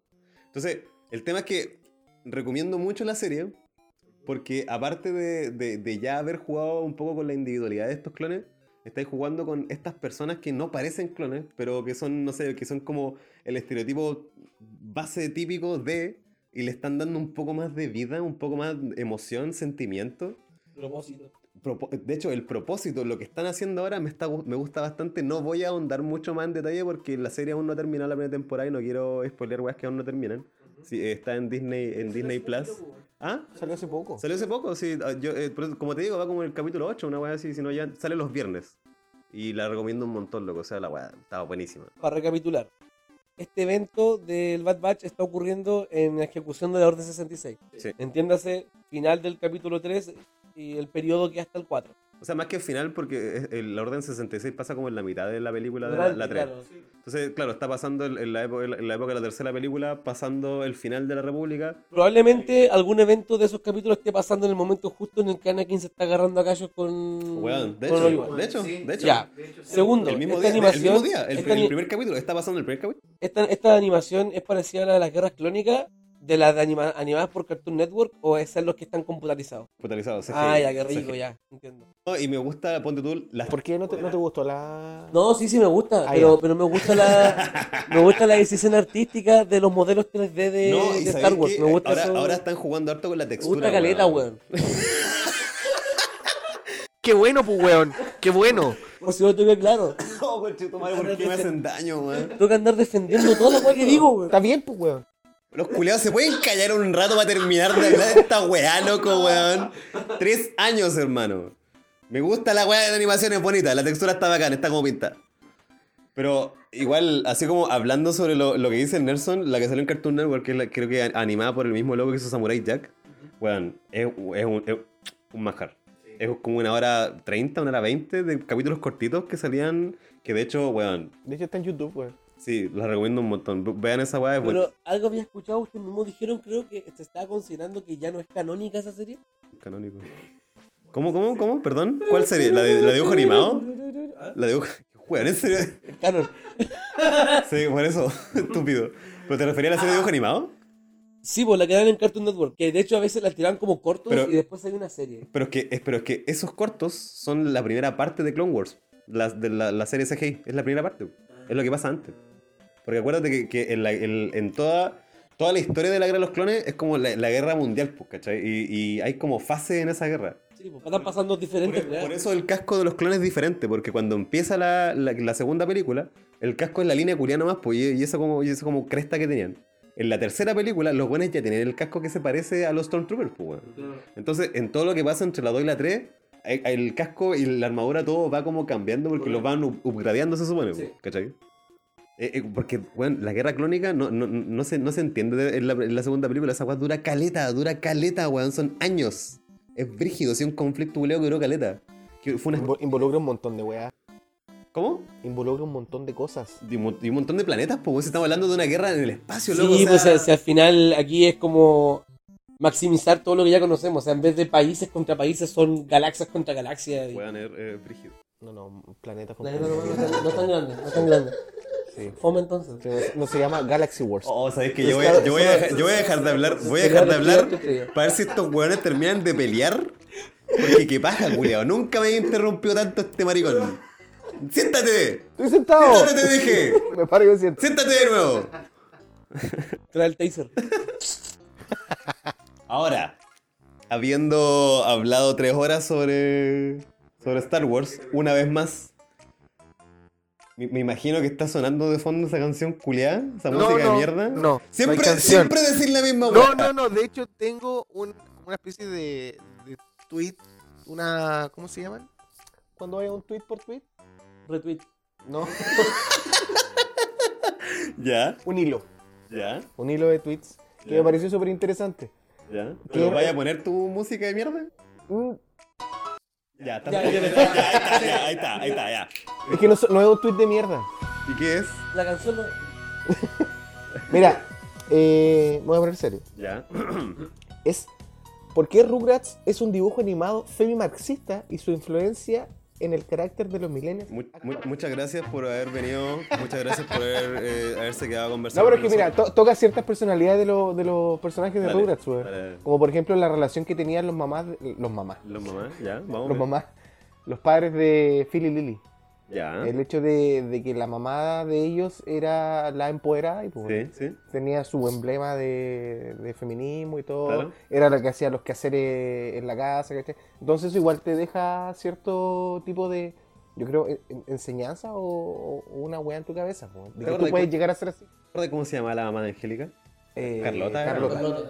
Speaker 5: Entonces, el tema es que recomiendo mucho la serie, porque aparte de, de- de ya haber jugado un poco con la individualidad de estos clones, estáis jugando con estas personas que no parecen clones, pero que son, no sé, que son como el estereotipo base típico de y le están dando un poco más de vida, un poco más de emoción, sentimiento.
Speaker 3: Propósito.
Speaker 5: Propo- De hecho, el propósito, lo que están haciendo ahora me, está, gu- me gusta bastante. No voy a ahondar mucho más en detalle porque la serie aún no ha terminado la primera temporada y no quiero spoiler weas que aún no terminan. Sí, eh, está en Disney, en Disney Plus. ¿Ah?
Speaker 1: Salió hace poco.
Speaker 5: Salió hace poco, sí. ah, yo, eh, por eso, como te digo, va como en el capítulo 8, una wea así, si no ya sale los viernes. Y la recomiendo un montón, loco. O sea, la wea estaba buenísima.
Speaker 3: Para recapitular, este evento del Bad Batch está ocurriendo en la ejecución de la Orden 66.
Speaker 5: Sí.
Speaker 3: Entiéndase, final del capítulo 3 y el periodo que hasta el 4.
Speaker 5: O sea, más que el final, porque es- el, la Orden 66 pasa como en la mitad de la película de la,
Speaker 3: Durante,
Speaker 5: la 3.
Speaker 3: claro.
Speaker 5: Entonces, claro, está pasando el- en, la época, en la época de la tercera película, pasando el final de la República.
Speaker 3: Probablemente algún evento de esos capítulos esté pasando en el momento justo en el que Anakin se está agarrando a gallos con.
Speaker 5: Weón, de
Speaker 3: Mm. con
Speaker 5: hecho,
Speaker 3: Obi-Wan.
Speaker 5: de hecho, de hecho.
Speaker 3: Ya. Segundo,
Speaker 5: El mismo
Speaker 3: esta
Speaker 5: día, el
Speaker 3: animación.
Speaker 5: mismo día, el,
Speaker 3: esta,
Speaker 5: el
Speaker 3: ani-
Speaker 5: primer capítulo, está pasando el primer capítulo.
Speaker 3: esta- esta animación es parecida a la de las guerras clónicas, de las de anima- animadas por Cartoon Network, o esas los que están computarizados.
Speaker 5: Totalizado, CGI,
Speaker 3: ah, ya, qué rico,
Speaker 5: CGI.
Speaker 3: ya, entiendo.
Speaker 5: No, Y me gusta, ponte tú, las
Speaker 1: ¿Por qué no te, no te gustó la...?
Speaker 3: No, sí, sí, me gusta,
Speaker 1: Ah,
Speaker 3: pero, pero me gusta la me gusta la decisión artística de los modelos 3D de,
Speaker 5: No,
Speaker 3: de
Speaker 5: y
Speaker 3: Star
Speaker 5: sabéis
Speaker 3: Wars.
Speaker 5: que
Speaker 3: Me gusta
Speaker 5: ahora,
Speaker 3: eso.
Speaker 5: ahora están jugando harto con la
Speaker 3: me
Speaker 5: textura.
Speaker 3: gusta caleta, weón.
Speaker 1: ¡Qué bueno, pues, weón! ¡Qué bueno!
Speaker 3: Por si no te veo claro.
Speaker 5: No, conchetumare, ¿por qué me hacen daño, weón?
Speaker 3: Tengo que andar defendiendo todo lo que digo, weón.
Speaker 1: Está bien, pues, weón.
Speaker 5: Los culiados se pueden callar un rato para terminar de hablar de esta weá, loco, weón. Tres años, hermano. Me gusta la weá de animaciones bonita, la textura está bacana, está como pinta. Pero igual, así como hablando sobre lo, lo que dice Nelson, la que salió en Cartoon Network, que es la- creo que a- animada por el mismo loco que hizo Samurai Jack, weón, es, es un, es un manjar. Es como una hora 30, una hora 20 de capítulos cortitos que salían, que de hecho, weón,
Speaker 1: De hecho, está en YouTube, weón.
Speaker 2: Sí, la recomiendo un montón. Bu- Vean esa weá, es buena.
Speaker 3: Pero algo había escuchado, ustedes mismos dijeron, creo que se estaba considerando que ya no es canónica esa serie.
Speaker 2: Canónico. ¿Cómo, cómo, cómo? ¿Perdón? ¿Cuál serie? ¿La de, la de dibujo animado?
Speaker 3: Ah,
Speaker 2: La de dibujo... Weón, ¿en serio?
Speaker 3: el canon.
Speaker 2: Sí, por eso. Estúpido. ¿Pero te refería a la serie de dibujo animado?
Speaker 3: Sí, pues la que dan en Cartoon Network, que de hecho a veces la tiraban como cortos
Speaker 2: Pero-
Speaker 3: y después hay una serie.
Speaker 2: Pero es que, es- pero es que esos cortos son la primera parte de Clone Wars. Las de la, la serie CGI. Es la primera parte. Es lo que pasa antes. Porque acuérdate que, que en, la- en- en toda, toda la historia de la guerra de los clones es como la, la guerra mundial, pues, ¿cachai? Y, y hay como fases en esa guerra.
Speaker 3: Sí, pues están pasando
Speaker 2: Por,
Speaker 3: diferentes
Speaker 2: por e-
Speaker 3: weas.
Speaker 2: eso el casco de los clones es diferente, porque cuando empieza la, la- la segunda película, el casco es la línea culiana más, pues, y, y eso como, y eso como cresta que tenían. En la tercera película, los buenos ya tienen el casco que se parece a los Stormtroopers, pues, weón. Entonces, en todo lo que pasa entre la 2 y la 3, el, el casco y la armadura todo va como cambiando porque los van up- upgradeando, se supone,
Speaker 3: Sí.
Speaker 2: ¿cachai? Eh, eh, porque, bueno, la guerra clónica no, no, no, se, no se entiende de- en la, en la segunda película. Esa weá dura caleta, dura caleta, weón. Son años. Es brígido, sí, un conflicto buleo que duró caleta. Que fue una...
Speaker 1: Invo- Involucra un montón de weas.
Speaker 2: ¿Cómo?
Speaker 1: Involucra un montón de cosas.
Speaker 2: Y un, mon- y un montón de planetas, pues, si estamos hablando de una guerra en el espacio,
Speaker 3: Sí,
Speaker 2: loco. o sea-
Speaker 3: pues o sea, al final aquí es como maximizar todo lo que ya conocemos. O sea, en vez de países contra países, son galaxias contra galaxias. y-
Speaker 2: Weón, es- es brígido.
Speaker 1: No, no, planeta con
Speaker 3: La guerra no, no,
Speaker 1: planeta.
Speaker 3: no, no es tan grande, no es tan grande.
Speaker 1: Sí.
Speaker 3: Fome entonces.
Speaker 1: Sí, no- No se llama Galaxy Wars.
Speaker 2: Oh, sabes que yo voy, a- yo, voy a dejar, yo voy a dejar de hablar, voy a dejar de hablar para ver si estos hueones terminan de pelear. Porque qué paja, culiao. Nunca me había interrumpido tanto este maricón. Siéntate,
Speaker 1: ¡Estoy sentado!
Speaker 2: siéntate, te dije.
Speaker 1: Me paro y me siento.
Speaker 2: Siéntate de nuevo.
Speaker 3: Trae el taser.
Speaker 2: Ahora, habiendo hablado tres horas sobre, sobre Star Wars, una vez más. Me, me imagino que está sonando de fondo esa canción culiada, esa música de mierda.
Speaker 5: No, no hay
Speaker 2: Siempre,
Speaker 5: canción.
Speaker 2: siempre decir la misma
Speaker 5: No,
Speaker 2: hueá.
Speaker 5: no, no. De hecho, tengo un- una especie de, de tweet, una. ¿Cómo se llaman?
Speaker 1: Cuando haya un tweet por tweet,
Speaker 3: Retweet.
Speaker 1: no.
Speaker 2: Ya,
Speaker 1: un hilo.
Speaker 2: ya,
Speaker 1: Un hilo de tweets que
Speaker 2: Ya.
Speaker 1: me pareció súper interesante.
Speaker 2: ya.
Speaker 1: ¿Qué?
Speaker 2: ¿Pero vaya a poner tu música de mierda?
Speaker 1: Mm,
Speaker 2: Ya, está.
Speaker 3: Ya,
Speaker 2: ahí
Speaker 3: ya, ya.
Speaker 2: está, ya, ahí está, ahí está, ya.
Speaker 1: Es que no, so- no es un tweet de mierda.
Speaker 2: ¿Y qué es?
Speaker 3: La canción no.
Speaker 1: Mira, eh, me voy a poner serio.
Speaker 2: Ya.
Speaker 1: Es ¿Por qué Rugrats es un dibujo animado femi-marxista y su influencia en el carácter de los milenios?
Speaker 2: Mu- mu- muchas gracias por haber venido. Muchas gracias por haber, eh, haberse quedado a conversar.
Speaker 1: No, pero es que
Speaker 2: con
Speaker 1: mira,
Speaker 2: nosotros.
Speaker 1: to- toca ciertas personalidades de, lo- de los personajes de
Speaker 2: Dale,
Speaker 1: Rugrats, weón.
Speaker 2: dale.
Speaker 1: Como por ejemplo la relación que tenían los mamás, de- los mamás,
Speaker 2: Los mamás, ya, vamos.
Speaker 1: los mamás, los padres de Phil y Lily.
Speaker 2: Ya.
Speaker 1: El hecho de, de que la mamá de ellos era la empoderada y pues,
Speaker 2: Sí, sí.
Speaker 1: tenía su emblema de, de feminismo y todo.
Speaker 2: Claro.
Speaker 1: Era la que hacía los quehaceres en la casa, ¿cachai? Entonces eso igual te deja cierto tipo de, yo creo, en- en- enseñanza o, o una wea en tu cabeza. po, de
Speaker 2: ¿Te
Speaker 1: que
Speaker 2: acuerdas
Speaker 1: tú puedes
Speaker 2: cu-
Speaker 1: llegar a ser así.
Speaker 2: ¿Recuerda cómo se llamaba la mamá de Angélica?
Speaker 1: Eh,
Speaker 2: Carlota, era.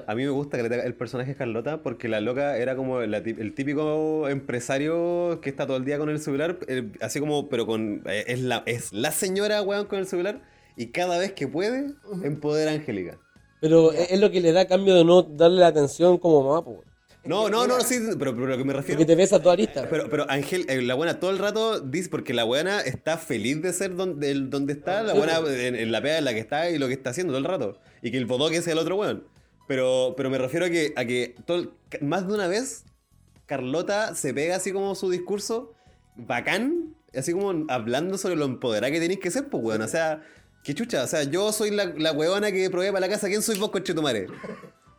Speaker 2: A mí me gusta que le- el personaje de Carlota porque la loca era como la tip- el típico empresario que está todo el día con el celular, eh, así como, pero con eh, es la es la señora weón con el celular y cada vez que puede empodera a Angélica.
Speaker 3: Pero es es lo que le da cambio de no darle la atención como mamá, pues.
Speaker 2: No, no, no, sí, pero, pero lo que me refiero.
Speaker 3: Porque te ves a toda lista.
Speaker 2: Pero, pero Ángel, eh, la buena todo el rato dice, porque la buena está feliz de ser donde, el- donde está, la
Speaker 3: Sí,
Speaker 2: buena
Speaker 3: pues.
Speaker 2: en, en la pega en la que está y lo que está haciendo todo el rato. Y que el bodoque es el otro weón. Pero, pero me refiero a que, a que todo el- ca- más de una vez Carlota se pega así como su discurso bacán, así como hablando sobre lo empoderada que tenéis que ser, pues weón. O sea, qué chucha, o sea, yo soy la, la weona que provee para la casa, ¿quién sois vos, conchetumare?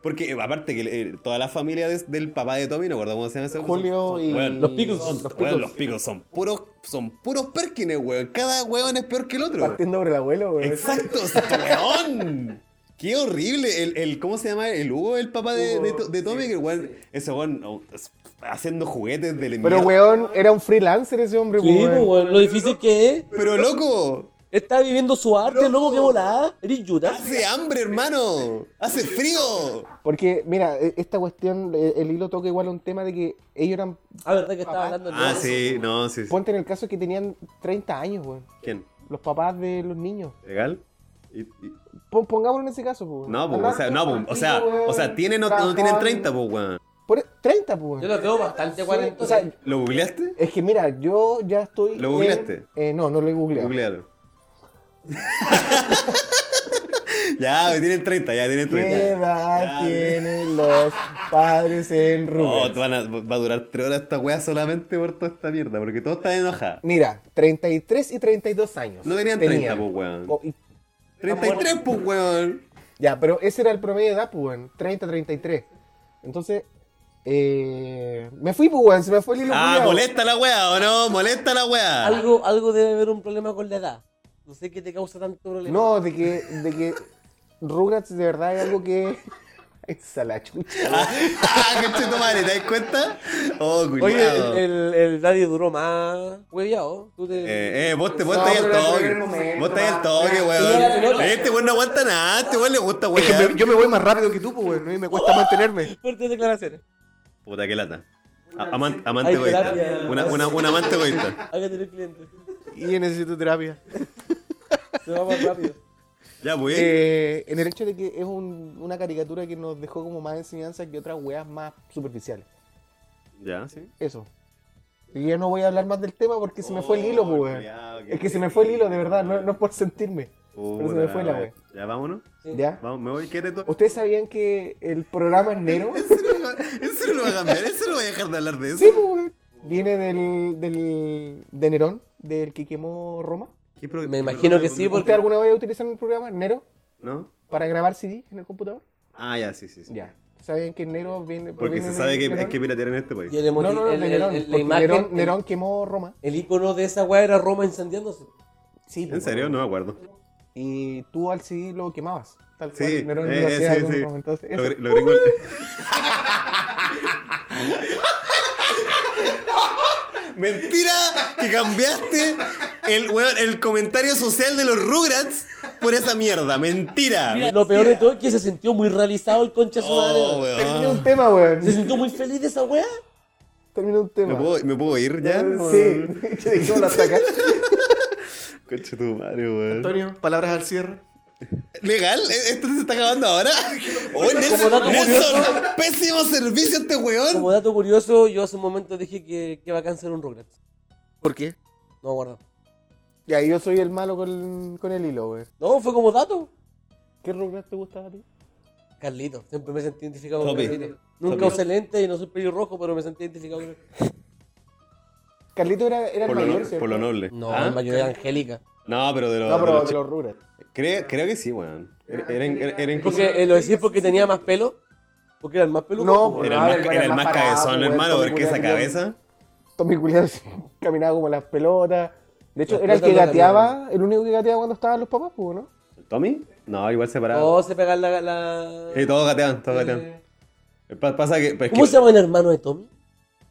Speaker 2: Porque eh, aparte que eh, toda la familia de- del papá de Tommy, no recuerdo cómo se llama ese
Speaker 1: Julio y...
Speaker 2: Bueno,
Speaker 3: Los Pickles.
Speaker 2: son-
Speaker 1: Los
Speaker 2: weón,
Speaker 1: Pickles.
Speaker 2: los picos son puros, son puros perkines, weón. Cada weón es peor que el otro.
Speaker 1: Partiendo por el abuelo, weón.
Speaker 2: Exacto, este weón. Qué horrible. El, el- ¿Cómo se llama? El Hugo, el papá de, de, de Tommy, que el weón, ese weón oh, es- haciendo juguetes del
Speaker 1: Pero
Speaker 2: mierda.
Speaker 1: weón, era un freelancer ese hombre,
Speaker 3: Sí,
Speaker 1: weón.
Speaker 3: pues, weón, lo difícil que es.
Speaker 2: Pero loco,
Speaker 3: Está viviendo su arte, loco, qué volada. Eres Yura.
Speaker 2: hace hambre, hermano. Hace frío.
Speaker 1: Porque, mira, e- esta cuestión, e- el hilo toca igual a un tema de que ellos eran...
Speaker 3: Ah, verdad que estaba
Speaker 1: Papá.
Speaker 3: hablando
Speaker 2: Ah,
Speaker 3: de-
Speaker 2: sí, no, sí. sí.
Speaker 1: Ponte en el caso que tenían 30 años, weón.
Speaker 2: ¿Quién?
Speaker 1: Los papás de los niños.
Speaker 2: ¿Legal? Y- y-
Speaker 1: Po- pongámoslo en ese caso, pues.
Speaker 2: no, pues, o sea, no, pues, o sea, o sea, tienen, no, no tienen 30, pues, weón.
Speaker 1: Por, 30, pues.
Speaker 3: Yo los veo bastante
Speaker 1: o
Speaker 3: cuarentones.
Speaker 1: sea,
Speaker 2: ¿Lo googleaste?
Speaker 1: es que mira, yo ya estoy.
Speaker 2: ¿Lo
Speaker 1: en-
Speaker 2: googleaste?
Speaker 1: eh, no, no lo he googleado.
Speaker 2: Googlealo. Ya, me tienen 30, ya tienen
Speaker 1: ¿Qué
Speaker 2: 30.
Speaker 1: edad
Speaker 2: Ya. Oh,
Speaker 1: tienen los padres en
Speaker 2: No,
Speaker 1: Rubens?
Speaker 2: te van a- va a durar 3 horas esta weá solamente por toda esta mierda, porque todos están enojados.
Speaker 1: Mira, 33 y 32 años.
Speaker 2: No tenían 30,
Speaker 1: Tenían.
Speaker 2: pues weón.
Speaker 1: O- y-
Speaker 2: 33, pues weón.
Speaker 1: Ya, pero ese era el promedio de edad, pues, weón. 30, 33. Entonces, eh, me fui, pues, weón. Se me fue el hilo.
Speaker 2: Ah,
Speaker 1: culiao.
Speaker 2: molesta la weá, ¿o no? Molesta la weá.
Speaker 3: Algo, algo debe haber un problema con la edad. No sé qué te causa tanto problema.
Speaker 1: No, de que, de que Rugrats de verdad es algo que. Es a la chucha.
Speaker 2: Ah, conchetumare, ¿te das cuenta? Oh,
Speaker 3: Oye,
Speaker 2: culiao.
Speaker 1: eh,
Speaker 3: el, el, el daddy duró más hueviado. Tú te...
Speaker 2: Eh, eh, vos te vos
Speaker 8: No,
Speaker 2: estáis al
Speaker 8: pero en el
Speaker 2: toque.
Speaker 8: primer momento,
Speaker 2: Vos estáis al
Speaker 8: va.
Speaker 2: toque,
Speaker 3: ya la
Speaker 2: weón.
Speaker 3: pelota.
Speaker 2: Este weón no aguanta nada, este weón le gusta
Speaker 5: Es que
Speaker 2: weón.
Speaker 5: me- yo me voy más rápido que tú, pues, weón, y me cuesta mantenerme.
Speaker 3: Fuertes declaraciones.
Speaker 2: Puta, qué lata. A- aman- amante
Speaker 3: Hay
Speaker 2: egoísta.
Speaker 3: terapia.
Speaker 2: Una, una, un amante egoísta.
Speaker 3: Hay que tener clientes.
Speaker 5: Y yo necesito terapia.
Speaker 3: Se va más rápido.
Speaker 2: Ya, pues.
Speaker 1: Eh, en el hecho de que es un- una caricatura que nos dejó como más enseñanza que otras weas más superficiales.
Speaker 2: Ya, sí.
Speaker 1: Eso. Y ya no voy a hablar más del tema porque se me fue el hilo, pues, weón. Es que se me fue el hilo, de verdad. No, no es por sentirme. pero se me fue la wea.
Speaker 2: Ya, vámonos.
Speaker 3: Sí.
Speaker 1: ¿Ya?
Speaker 2: Vamos, me voy, quédate tú.
Speaker 1: ¿Ustedes sabían que el programa es negro?
Speaker 2: ¿En serio lo voy a cambiar? ¿En serio voy a dejar de hablar de eso?
Speaker 1: Sí, pues, weón. Viene del, del, de Nerón, del que quemó Roma.
Speaker 2: ¿Qué pro-
Speaker 3: Me
Speaker 2: qué
Speaker 3: imagino
Speaker 2: programa
Speaker 3: que
Speaker 2: de-
Speaker 3: sí,
Speaker 1: ¿Usted
Speaker 3: porque
Speaker 1: alguna vez utilizaron el programa Nero
Speaker 2: ¿No?
Speaker 1: para grabar CD en el computador?
Speaker 2: Ah, ya, sí, sí. sí.
Speaker 1: Ya. ¿Saben que Nero viene
Speaker 2: Porque
Speaker 1: proviene
Speaker 2: se
Speaker 1: de
Speaker 2: sabe que hay
Speaker 1: Nerón?
Speaker 2: que piratear en este país.
Speaker 3: y el
Speaker 1: No, no,
Speaker 3: emoji-
Speaker 1: no,
Speaker 3: el-
Speaker 1: de
Speaker 3: el-
Speaker 1: Nerón.
Speaker 3: el- la
Speaker 1: porque
Speaker 3: imagen,
Speaker 1: Nerón,
Speaker 3: el-
Speaker 1: Nerón quemó Roma.
Speaker 3: el icono de esa weá era Roma incendiándose.
Speaker 1: Sí,
Speaker 2: ¿En serio? No me acuerdo.
Speaker 1: Y tú al CD lo quemabas. Tal cual.
Speaker 2: Sí,
Speaker 1: Nerón
Speaker 2: eh,
Speaker 1: lo
Speaker 2: eh,
Speaker 1: hacía
Speaker 2: sí,
Speaker 1: con
Speaker 2: sí.
Speaker 1: Roma, entonces,
Speaker 2: Lo,
Speaker 1: eso.
Speaker 2: gr- lo gringo. Mentira que cambiaste el, weón, el comentario social de los Rugrats por esa mierda. Mentira.
Speaker 3: Lo peor de todo es que se sintió muy realizado el concha de su madre.
Speaker 2: Oh,
Speaker 3: weón.
Speaker 2: weón.
Speaker 1: Terminé un tema, weón.
Speaker 3: Se sintió muy feliz de esa weá.
Speaker 1: Terminé un
Speaker 2: ¿Me
Speaker 1: tema.
Speaker 2: puedo, me puedo ir ya?
Speaker 1: Sí, ya dejémoslo hasta acá.
Speaker 2: Concha tu madre, weón.
Speaker 5: Antonio, palabras al cierre.
Speaker 2: ¿Legal? ¿E- ¿Esto se está acabando ahora? Oh, Nelson,
Speaker 3: Como dato
Speaker 2: Nelson, pésimo servicio este weón.
Speaker 3: Como dato curioso, yo hace un momento dije que, que bacán ser un Rugrats.
Speaker 5: ¿Por qué?
Speaker 3: No, guarda.
Speaker 1: Ya, yo soy el malo con, con el hilo, weón.
Speaker 3: No, fue como dato.
Speaker 1: ¿Qué Rugrats te gustaba a ti?
Speaker 3: Carlito, siempre me sentí identificado con
Speaker 2: Topi.
Speaker 3: Carlito. Nunca
Speaker 2: Topi.
Speaker 3: usé lente y no soy pelirrojo, pero me sentí identificado con él.
Speaker 1: Carlito era, era
Speaker 2: Por
Speaker 1: el
Speaker 2: lo,
Speaker 1: mayor,
Speaker 2: no-
Speaker 1: ¿cierto?
Speaker 2: por lo noble.
Speaker 3: No,
Speaker 2: ¿Ah?
Speaker 3: el mayor era Angélica.
Speaker 2: No, pero de los.
Speaker 1: No,
Speaker 2: de
Speaker 1: pero
Speaker 2: los
Speaker 1: de los Rugrats.
Speaker 2: chi- Creo, creo que sí, weón. Era, era- era- era incluso.
Speaker 3: Porque eh, lo decís porque tenía más pelo. Porque era el más peludo.
Speaker 1: No,
Speaker 3: pues,
Speaker 2: Era el
Speaker 1: Ah,
Speaker 2: más,
Speaker 1: el-
Speaker 2: era
Speaker 1: era
Speaker 2: el
Speaker 1: más
Speaker 2: más
Speaker 1: parado,
Speaker 2: cabezón,
Speaker 1: weón,
Speaker 2: hermano,
Speaker 1: Tommy
Speaker 2: porque esa
Speaker 1: Culiacán.
Speaker 2: cabeza.
Speaker 1: Tommy Culiado caminaba como las pelotas. De hecho,
Speaker 3: Las
Speaker 1: era el que
Speaker 3: pelotas no
Speaker 1: gateaba, el único que gateaba cuando estaban los papás, pues, ¿no?
Speaker 2: ¿Tommy? No, igual se paraba.
Speaker 3: Todos Oh, se pegan la... la-
Speaker 2: Sí, todos gatean, todos gatean. Pa- pasa que. pues,
Speaker 3: Eh. ¿Cómo
Speaker 2: que-
Speaker 3: se llama el hermano de Tommy?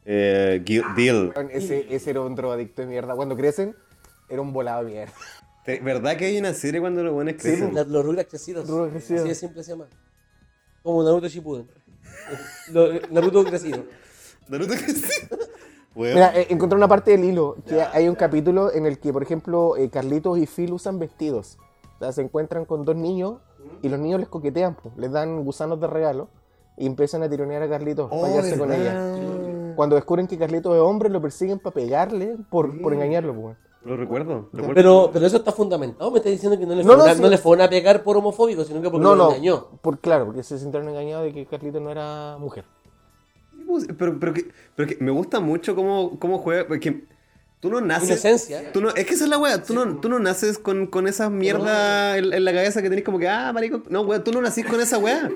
Speaker 2: Eh, Gil- Deal.
Speaker 1: Weón, Ese, ese era un drogadicto de mierda. Cuando crecen, era un volado de mierda.
Speaker 2: Te- ¿Verdad que hay una serie cuando los buenos crecen?
Speaker 3: La- los Rugrats crecidos.
Speaker 1: Rugrats crecidos.
Speaker 3: Así de simple se llama. Como Naruto Shippuden. Lo- Naruto crecido.
Speaker 2: Naruto crece. Weón.
Speaker 1: Mira, eh, encontré una parte del hilo. Que hay un capítulo en el que, por ejemplo, eh, Carlitos y Phil usan vestidos. O sea, se encuentran con dos niños y los niños les coquetean, pues, les dan gusanos de regalo y empiezan a tironear a Carlitos
Speaker 2: Oh,
Speaker 1: para quedarse con ella.
Speaker 2: ¿verdad?
Speaker 1: Cuando descubren que Carlitos es hombre, lo persiguen para pegarle por, por engañarlo, pues.
Speaker 2: Lo recuerdo. recuerdo.
Speaker 3: Pero, pero eso está fundamentado. Me está diciendo que no le
Speaker 1: No,
Speaker 3: fue
Speaker 1: no,
Speaker 3: una-
Speaker 1: sí.
Speaker 3: no le fueron a pegar por homofóbico, sino que porque
Speaker 1: No,
Speaker 3: lo
Speaker 1: no,
Speaker 3: engañó.
Speaker 1: por claro, porque se sintieron engañados de que Carlitos no era mujer.
Speaker 2: pues, Pero, pero, que, pero que me gusta mucho cómo, cómo juega. Porque tú no naces.
Speaker 3: Inocencia.
Speaker 2: Tú no, es que esa es la weá, tú, no, tú no naces con, con esa mierda en, en la cabeza que tenés como que, ah, marico, no, weá, tú no nacís con esa weá.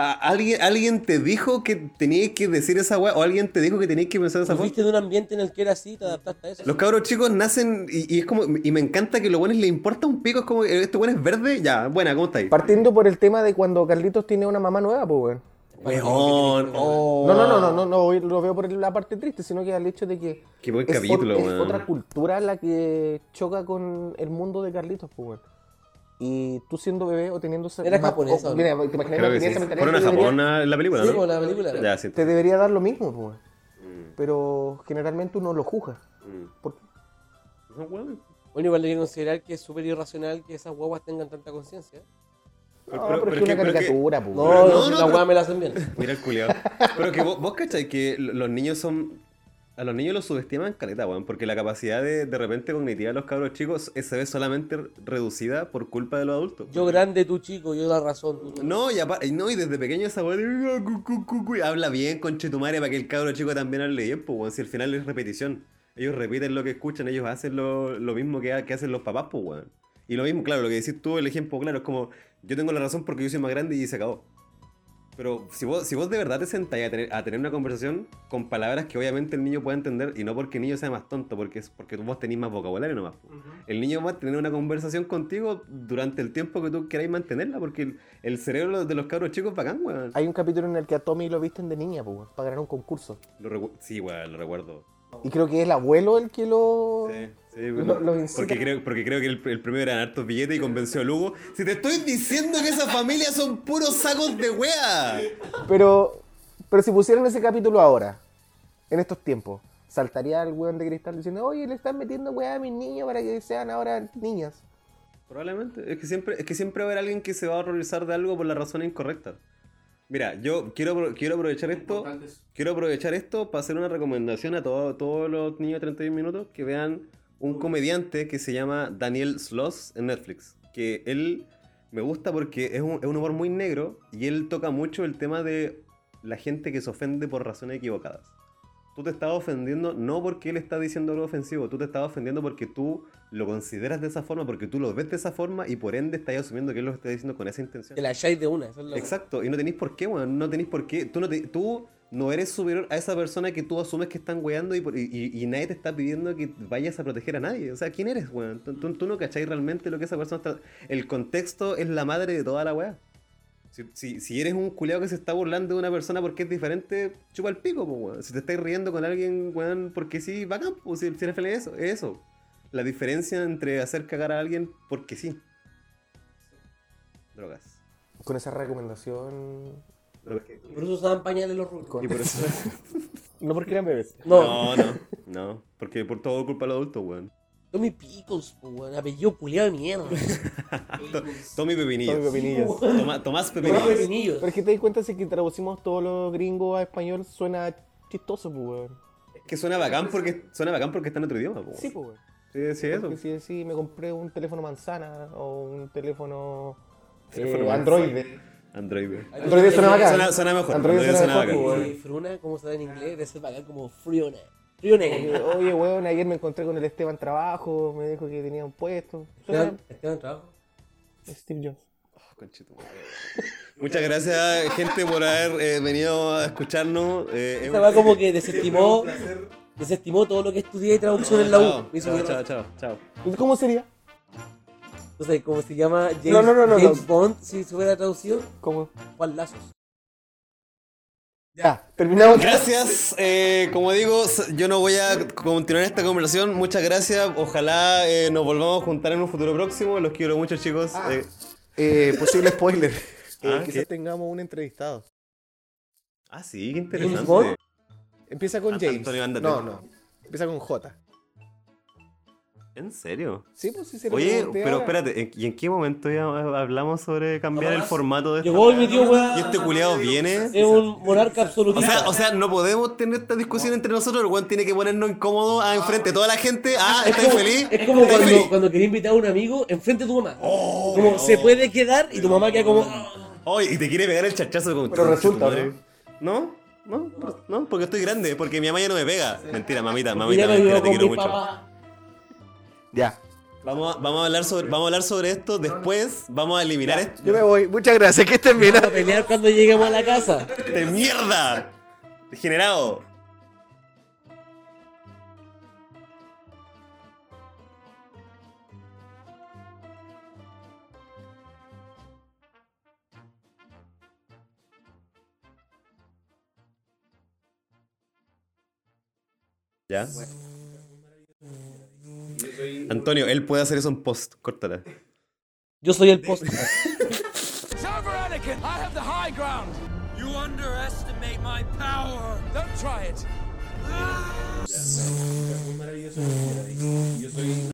Speaker 2: Ah, alguien, alguien te dijo que tenías que decir esa weá, o alguien te dijo que tenías que pensar de esa forma.
Speaker 3: Fuiste de un ambiente en el que era así, te adaptaste a eso.
Speaker 2: Los cabros chicos nacen y, y es como, y me encanta que los buenos les importa un pico, es como, eh, este weón es verde, ya, buena, ¿cómo estáis?
Speaker 1: Partiendo por el tema de cuando Carlitos tiene una mamá nueva, pues, weón.
Speaker 2: Weón, oh.
Speaker 1: No, no, no, no, no, no voy- lo veo por la parte triste, sino que al hecho de que
Speaker 2: Qué buen
Speaker 1: es,
Speaker 2: capítulo,
Speaker 1: ot- es
Speaker 2: weón.
Speaker 1: otra cultura la que choca con el mundo de Carlitos, pues, weón. Y tú siendo bebé o teniendo esa...
Speaker 3: Era
Speaker 1: ma-
Speaker 3: japonesa,
Speaker 1: o-
Speaker 3: ¿no?
Speaker 1: Mira, te imaginas que
Speaker 2: Creo que
Speaker 1: tenía
Speaker 2: sí.
Speaker 1: esa mentalidad,
Speaker 2: Fueron a
Speaker 1: te debería-
Speaker 2: Japón a la película,
Speaker 3: Sí,
Speaker 2: ¿no?
Speaker 3: como la película.
Speaker 2: Ya, sí.
Speaker 1: Te debería dar lo mismo, pues, weón.
Speaker 3: Mm.
Speaker 1: Pero generalmente uno lo juzga. ¿Por qué?
Speaker 2: Son weones.
Speaker 3: Bueno, igual hay que considerar que es súper irracional que esas guaguas tengan tanta conciencia.
Speaker 1: No, Ah, pero, es que
Speaker 2: que-
Speaker 1: una
Speaker 2: pero que-
Speaker 1: caricatura, pues.
Speaker 3: No,
Speaker 1: weón.
Speaker 2: No,
Speaker 3: no,
Speaker 2: no,
Speaker 3: las
Speaker 2: pero-
Speaker 3: guaguas me la hacen bien.
Speaker 2: Mira el culiao. Pero que vos, vos cachai que lo- los niños son. a los niños los subestiman caleta, weón, porque la capacidad de, de repente cognitiva de los cabros chicos eh, se ve solamente re- reducida por culpa de los adultos.
Speaker 3: Yo grande, tú chico, yo la razón. tú no.
Speaker 2: No, y, apa- y no, y desde pequeño esa weá de, "Ah, cu, cu, cu, cu", habla bien con Chetumare para que el cabro chico también hable bien, pues weón, si al final es repetición. Ellos repiten lo que escuchan, ellos hacen lo, lo mismo que, ha- que hacen los papás, pues weón. Y lo mismo, claro, lo que decís tú, el ejemplo claro, es como, yo tengo la razón porque yo soy más grande y se acabó. Pero si vos, si vos de verdad te sentáis a tener, a tener una conversación con palabras que obviamente el niño pueda entender, y no porque el niño sea más tonto, porque, es- porque vos tenés más vocabulario nomás, pues. El niño va a tener una conversación contigo durante el tiempo que tú queráis mantenerla, porque el, el cerebro de los cabros chicos es bacán, weón.
Speaker 1: Hay un capítulo en el que a Tommy lo visten de niña, pues, weón, para ganar un concurso.
Speaker 2: Lo recu- sí, weón, lo recuerdo.
Speaker 1: Y creo que es el abuelo el que lo.
Speaker 2: Sí, sí,
Speaker 1: Lo- lo incita-
Speaker 2: porque, creo, porque creo que el, el premio era hartos billetes y convenció a Lugo. Si te estoy diciendo que esa familia son puros sacos de wea.
Speaker 1: Pero, pero si pusieran ese capítulo ahora, en estos tiempos, saltaría el weón de cristal diciendo, oye, le están metiendo weá a mis niños para que sean ahora niñas.
Speaker 2: Probablemente. Es que siempre, es que siempre va a haber alguien que se va a horrorizar de algo por la razón incorrecta. Mira, yo quiero, apro- quiero aprovechar esto. Quiero aprovechar esto para hacer una recomendación a todo- todos los niños de 31 minutos que vean un comediante que se llama Daniel Sloss en Netflix. Que él me gusta porque es un, es un humor muy negro y él toca mucho el tema de la gente que se ofende por razones equivocadas. Tú te estás ofendiendo no porque él está diciendo algo ofensivo, tú te estás ofendiendo porque tú lo consideras de esa forma, porque tú lo ves de esa forma y por ende estás asumiendo que él lo está diciendo con esa intención.
Speaker 3: Te la echáis de una. esa es la-
Speaker 2: Exacto, y no tenéis por qué, weón. No tenéis por qué. Tú no, te- tú no eres superior a esa persona que tú asumes que están weando y, por- y- y- y nadie te está pidiendo que vayas a proteger a nadie. O sea, ¿quién eres, weón? Tú, tú- tú no cacháis realmente lo que esa persona está. El contexto es la madre de toda la weá. Si, si- si eres un culeado que se está burlando de una persona porque es diferente, chupa el pico, po, weón. Si te estáis riendo con alguien, weón, porque sí, bacán, po, si, si eres feliz, eso, es eso. La diferencia entre hacer cagar a alguien porque sí. Drogas.
Speaker 1: Con esa recomendación.
Speaker 2: Drogas.
Speaker 3: Y Por eso usaban pañales los rulos.
Speaker 1: con-
Speaker 2: Y por eso.
Speaker 1: no porque eran bebés.
Speaker 3: No,
Speaker 2: No, no, no. Porque por todo culpa de los adultos, weón.
Speaker 3: Tommy Pickles, po, weón. Apellido culiado de mierda.
Speaker 2: Tommy Pepinillos.
Speaker 1: Tommy Pepinillos.
Speaker 2: Toma- Tomás
Speaker 3: Tomás
Speaker 2: Pepinillos.
Speaker 3: Pepinillos.
Speaker 1: Pero es que te das cuenta si que traducimos todos los gringos a español suena chistoso, pues, weón.
Speaker 2: Que suena bacán porque suena bacán porque está en otro idioma, po, weón.
Speaker 1: Sí, pues, weón.
Speaker 2: Sí, sí, eso.
Speaker 1: Porque si, si me compré un teléfono manzana o un teléfono.
Speaker 2: Teléfono
Speaker 1: eh,
Speaker 2: manzana.
Speaker 1: Android.
Speaker 2: Android, weón.
Speaker 1: Android suena bacán.
Speaker 2: Suena, suena mejor.
Speaker 1: Android suena
Speaker 2: bacán.
Speaker 1: mejor, po, weón.
Speaker 3: Y Fruna, ¿cómo se da en inglés? Debe ser bacán como Friona. Friona.
Speaker 1: Porque, Oye, weón, ayer me encontré con el Esteban Trabajo, me dijo que tenía un puesto. Suena
Speaker 3: Esteban, Esteban Trabajo.
Speaker 1: Steve Jobs.
Speaker 2: Oh, conchetumadre, weón. Muchas gracias, gente, por haber eh, venido a escucharnos. Eh,
Speaker 3: Esta
Speaker 2: hemos-
Speaker 3: va como que desestimó, desestimó todo lo que estudié y traducción en la U.
Speaker 2: Chao,
Speaker 3: Me hizo
Speaker 2: chao,
Speaker 3: bien
Speaker 2: chao, chao, chao.
Speaker 1: ¿Y ¿Cómo sería?
Speaker 3: No sé, ¿cómo se llama? James,
Speaker 1: No, no, no, no,
Speaker 3: James
Speaker 1: no.
Speaker 3: Bond, si se hubiera traducido,
Speaker 1: ¿Cómo?
Speaker 3: Juan Lazos.
Speaker 1: Ya, terminamos.
Speaker 2: Gracias, eh, como digo, s- yo no voy a continuar esta conversación. Muchas gracias, ojalá eh, nos volvamos a juntar en un futuro próximo. Los quiero mucho, chicos. Eh,
Speaker 1: Eh, posible spoiler.
Speaker 2: Ah, ¿qué?
Speaker 1: quizás tengamos un entrevistado.
Speaker 2: Ah, sí, qué
Speaker 3: ¿James Bond?
Speaker 2: interesante.
Speaker 1: Empieza con
Speaker 2: Ah,
Speaker 1: James.
Speaker 2: Antonio, ándate.
Speaker 1: no, no. Empieza con J.
Speaker 2: ¿En serio?
Speaker 1: Sí, pues sí se lo
Speaker 2: Oye,
Speaker 1: pregunté
Speaker 2: pero
Speaker 1: ahora.
Speaker 2: espérate, ¿en- ¿y en qué momento ya eh, hablamos sobre cambiar el formato de
Speaker 3: Llegó y
Speaker 2: esta?
Speaker 3: mi tío,
Speaker 2: Y
Speaker 3: weón.
Speaker 2: este culiado viene.
Speaker 3: Es un monarca
Speaker 2: O
Speaker 3: absolutista.
Speaker 2: sea, o sea, no podemos tener esta discusión entre nosotros. El weón tiene que ponernos incómodos ah, enfrente de toda la gente. Ah,
Speaker 3: es
Speaker 2: ¿estáis
Speaker 3: como,
Speaker 2: feliz?
Speaker 3: es como
Speaker 2: ¿Estáis
Speaker 3: cuando,
Speaker 2: feliz? Oh,
Speaker 3: cuando quería invitar a un amigo enfrente de tu mamá. como se puede quedar y tu mamá queda como.
Speaker 2: Ay, y te quiere pegar el chachazo con
Speaker 1: Pero resulta,
Speaker 2: ¿no? No, no, no, porque estoy grande, porque mi mamá ya no me pega. Mentira, mamita, mamita,
Speaker 3: Mira, "Ah", me
Speaker 2: mentira,
Speaker 3: ayudó
Speaker 2: te
Speaker 3: con
Speaker 2: quiero
Speaker 3: mi
Speaker 2: mucho.
Speaker 3: papá.
Speaker 1: Ya.
Speaker 2: Vamos a, vamos a hablar sobre, vamos a hablar sobre esto después, vamos a eliminar esto.
Speaker 1: Yo me voy. Muchas gracias. Que estén bien.
Speaker 3: Para pelear cuando lleguemos a la casa.
Speaker 2: ¡De mierda! ¡Degenerado! ¿Ya? Antonio, él puede hacer eso en post, córtala.
Speaker 3: Yo soy el post.
Speaker 16: Veronica, I have the high ground. You underestimate my power. Don't try it.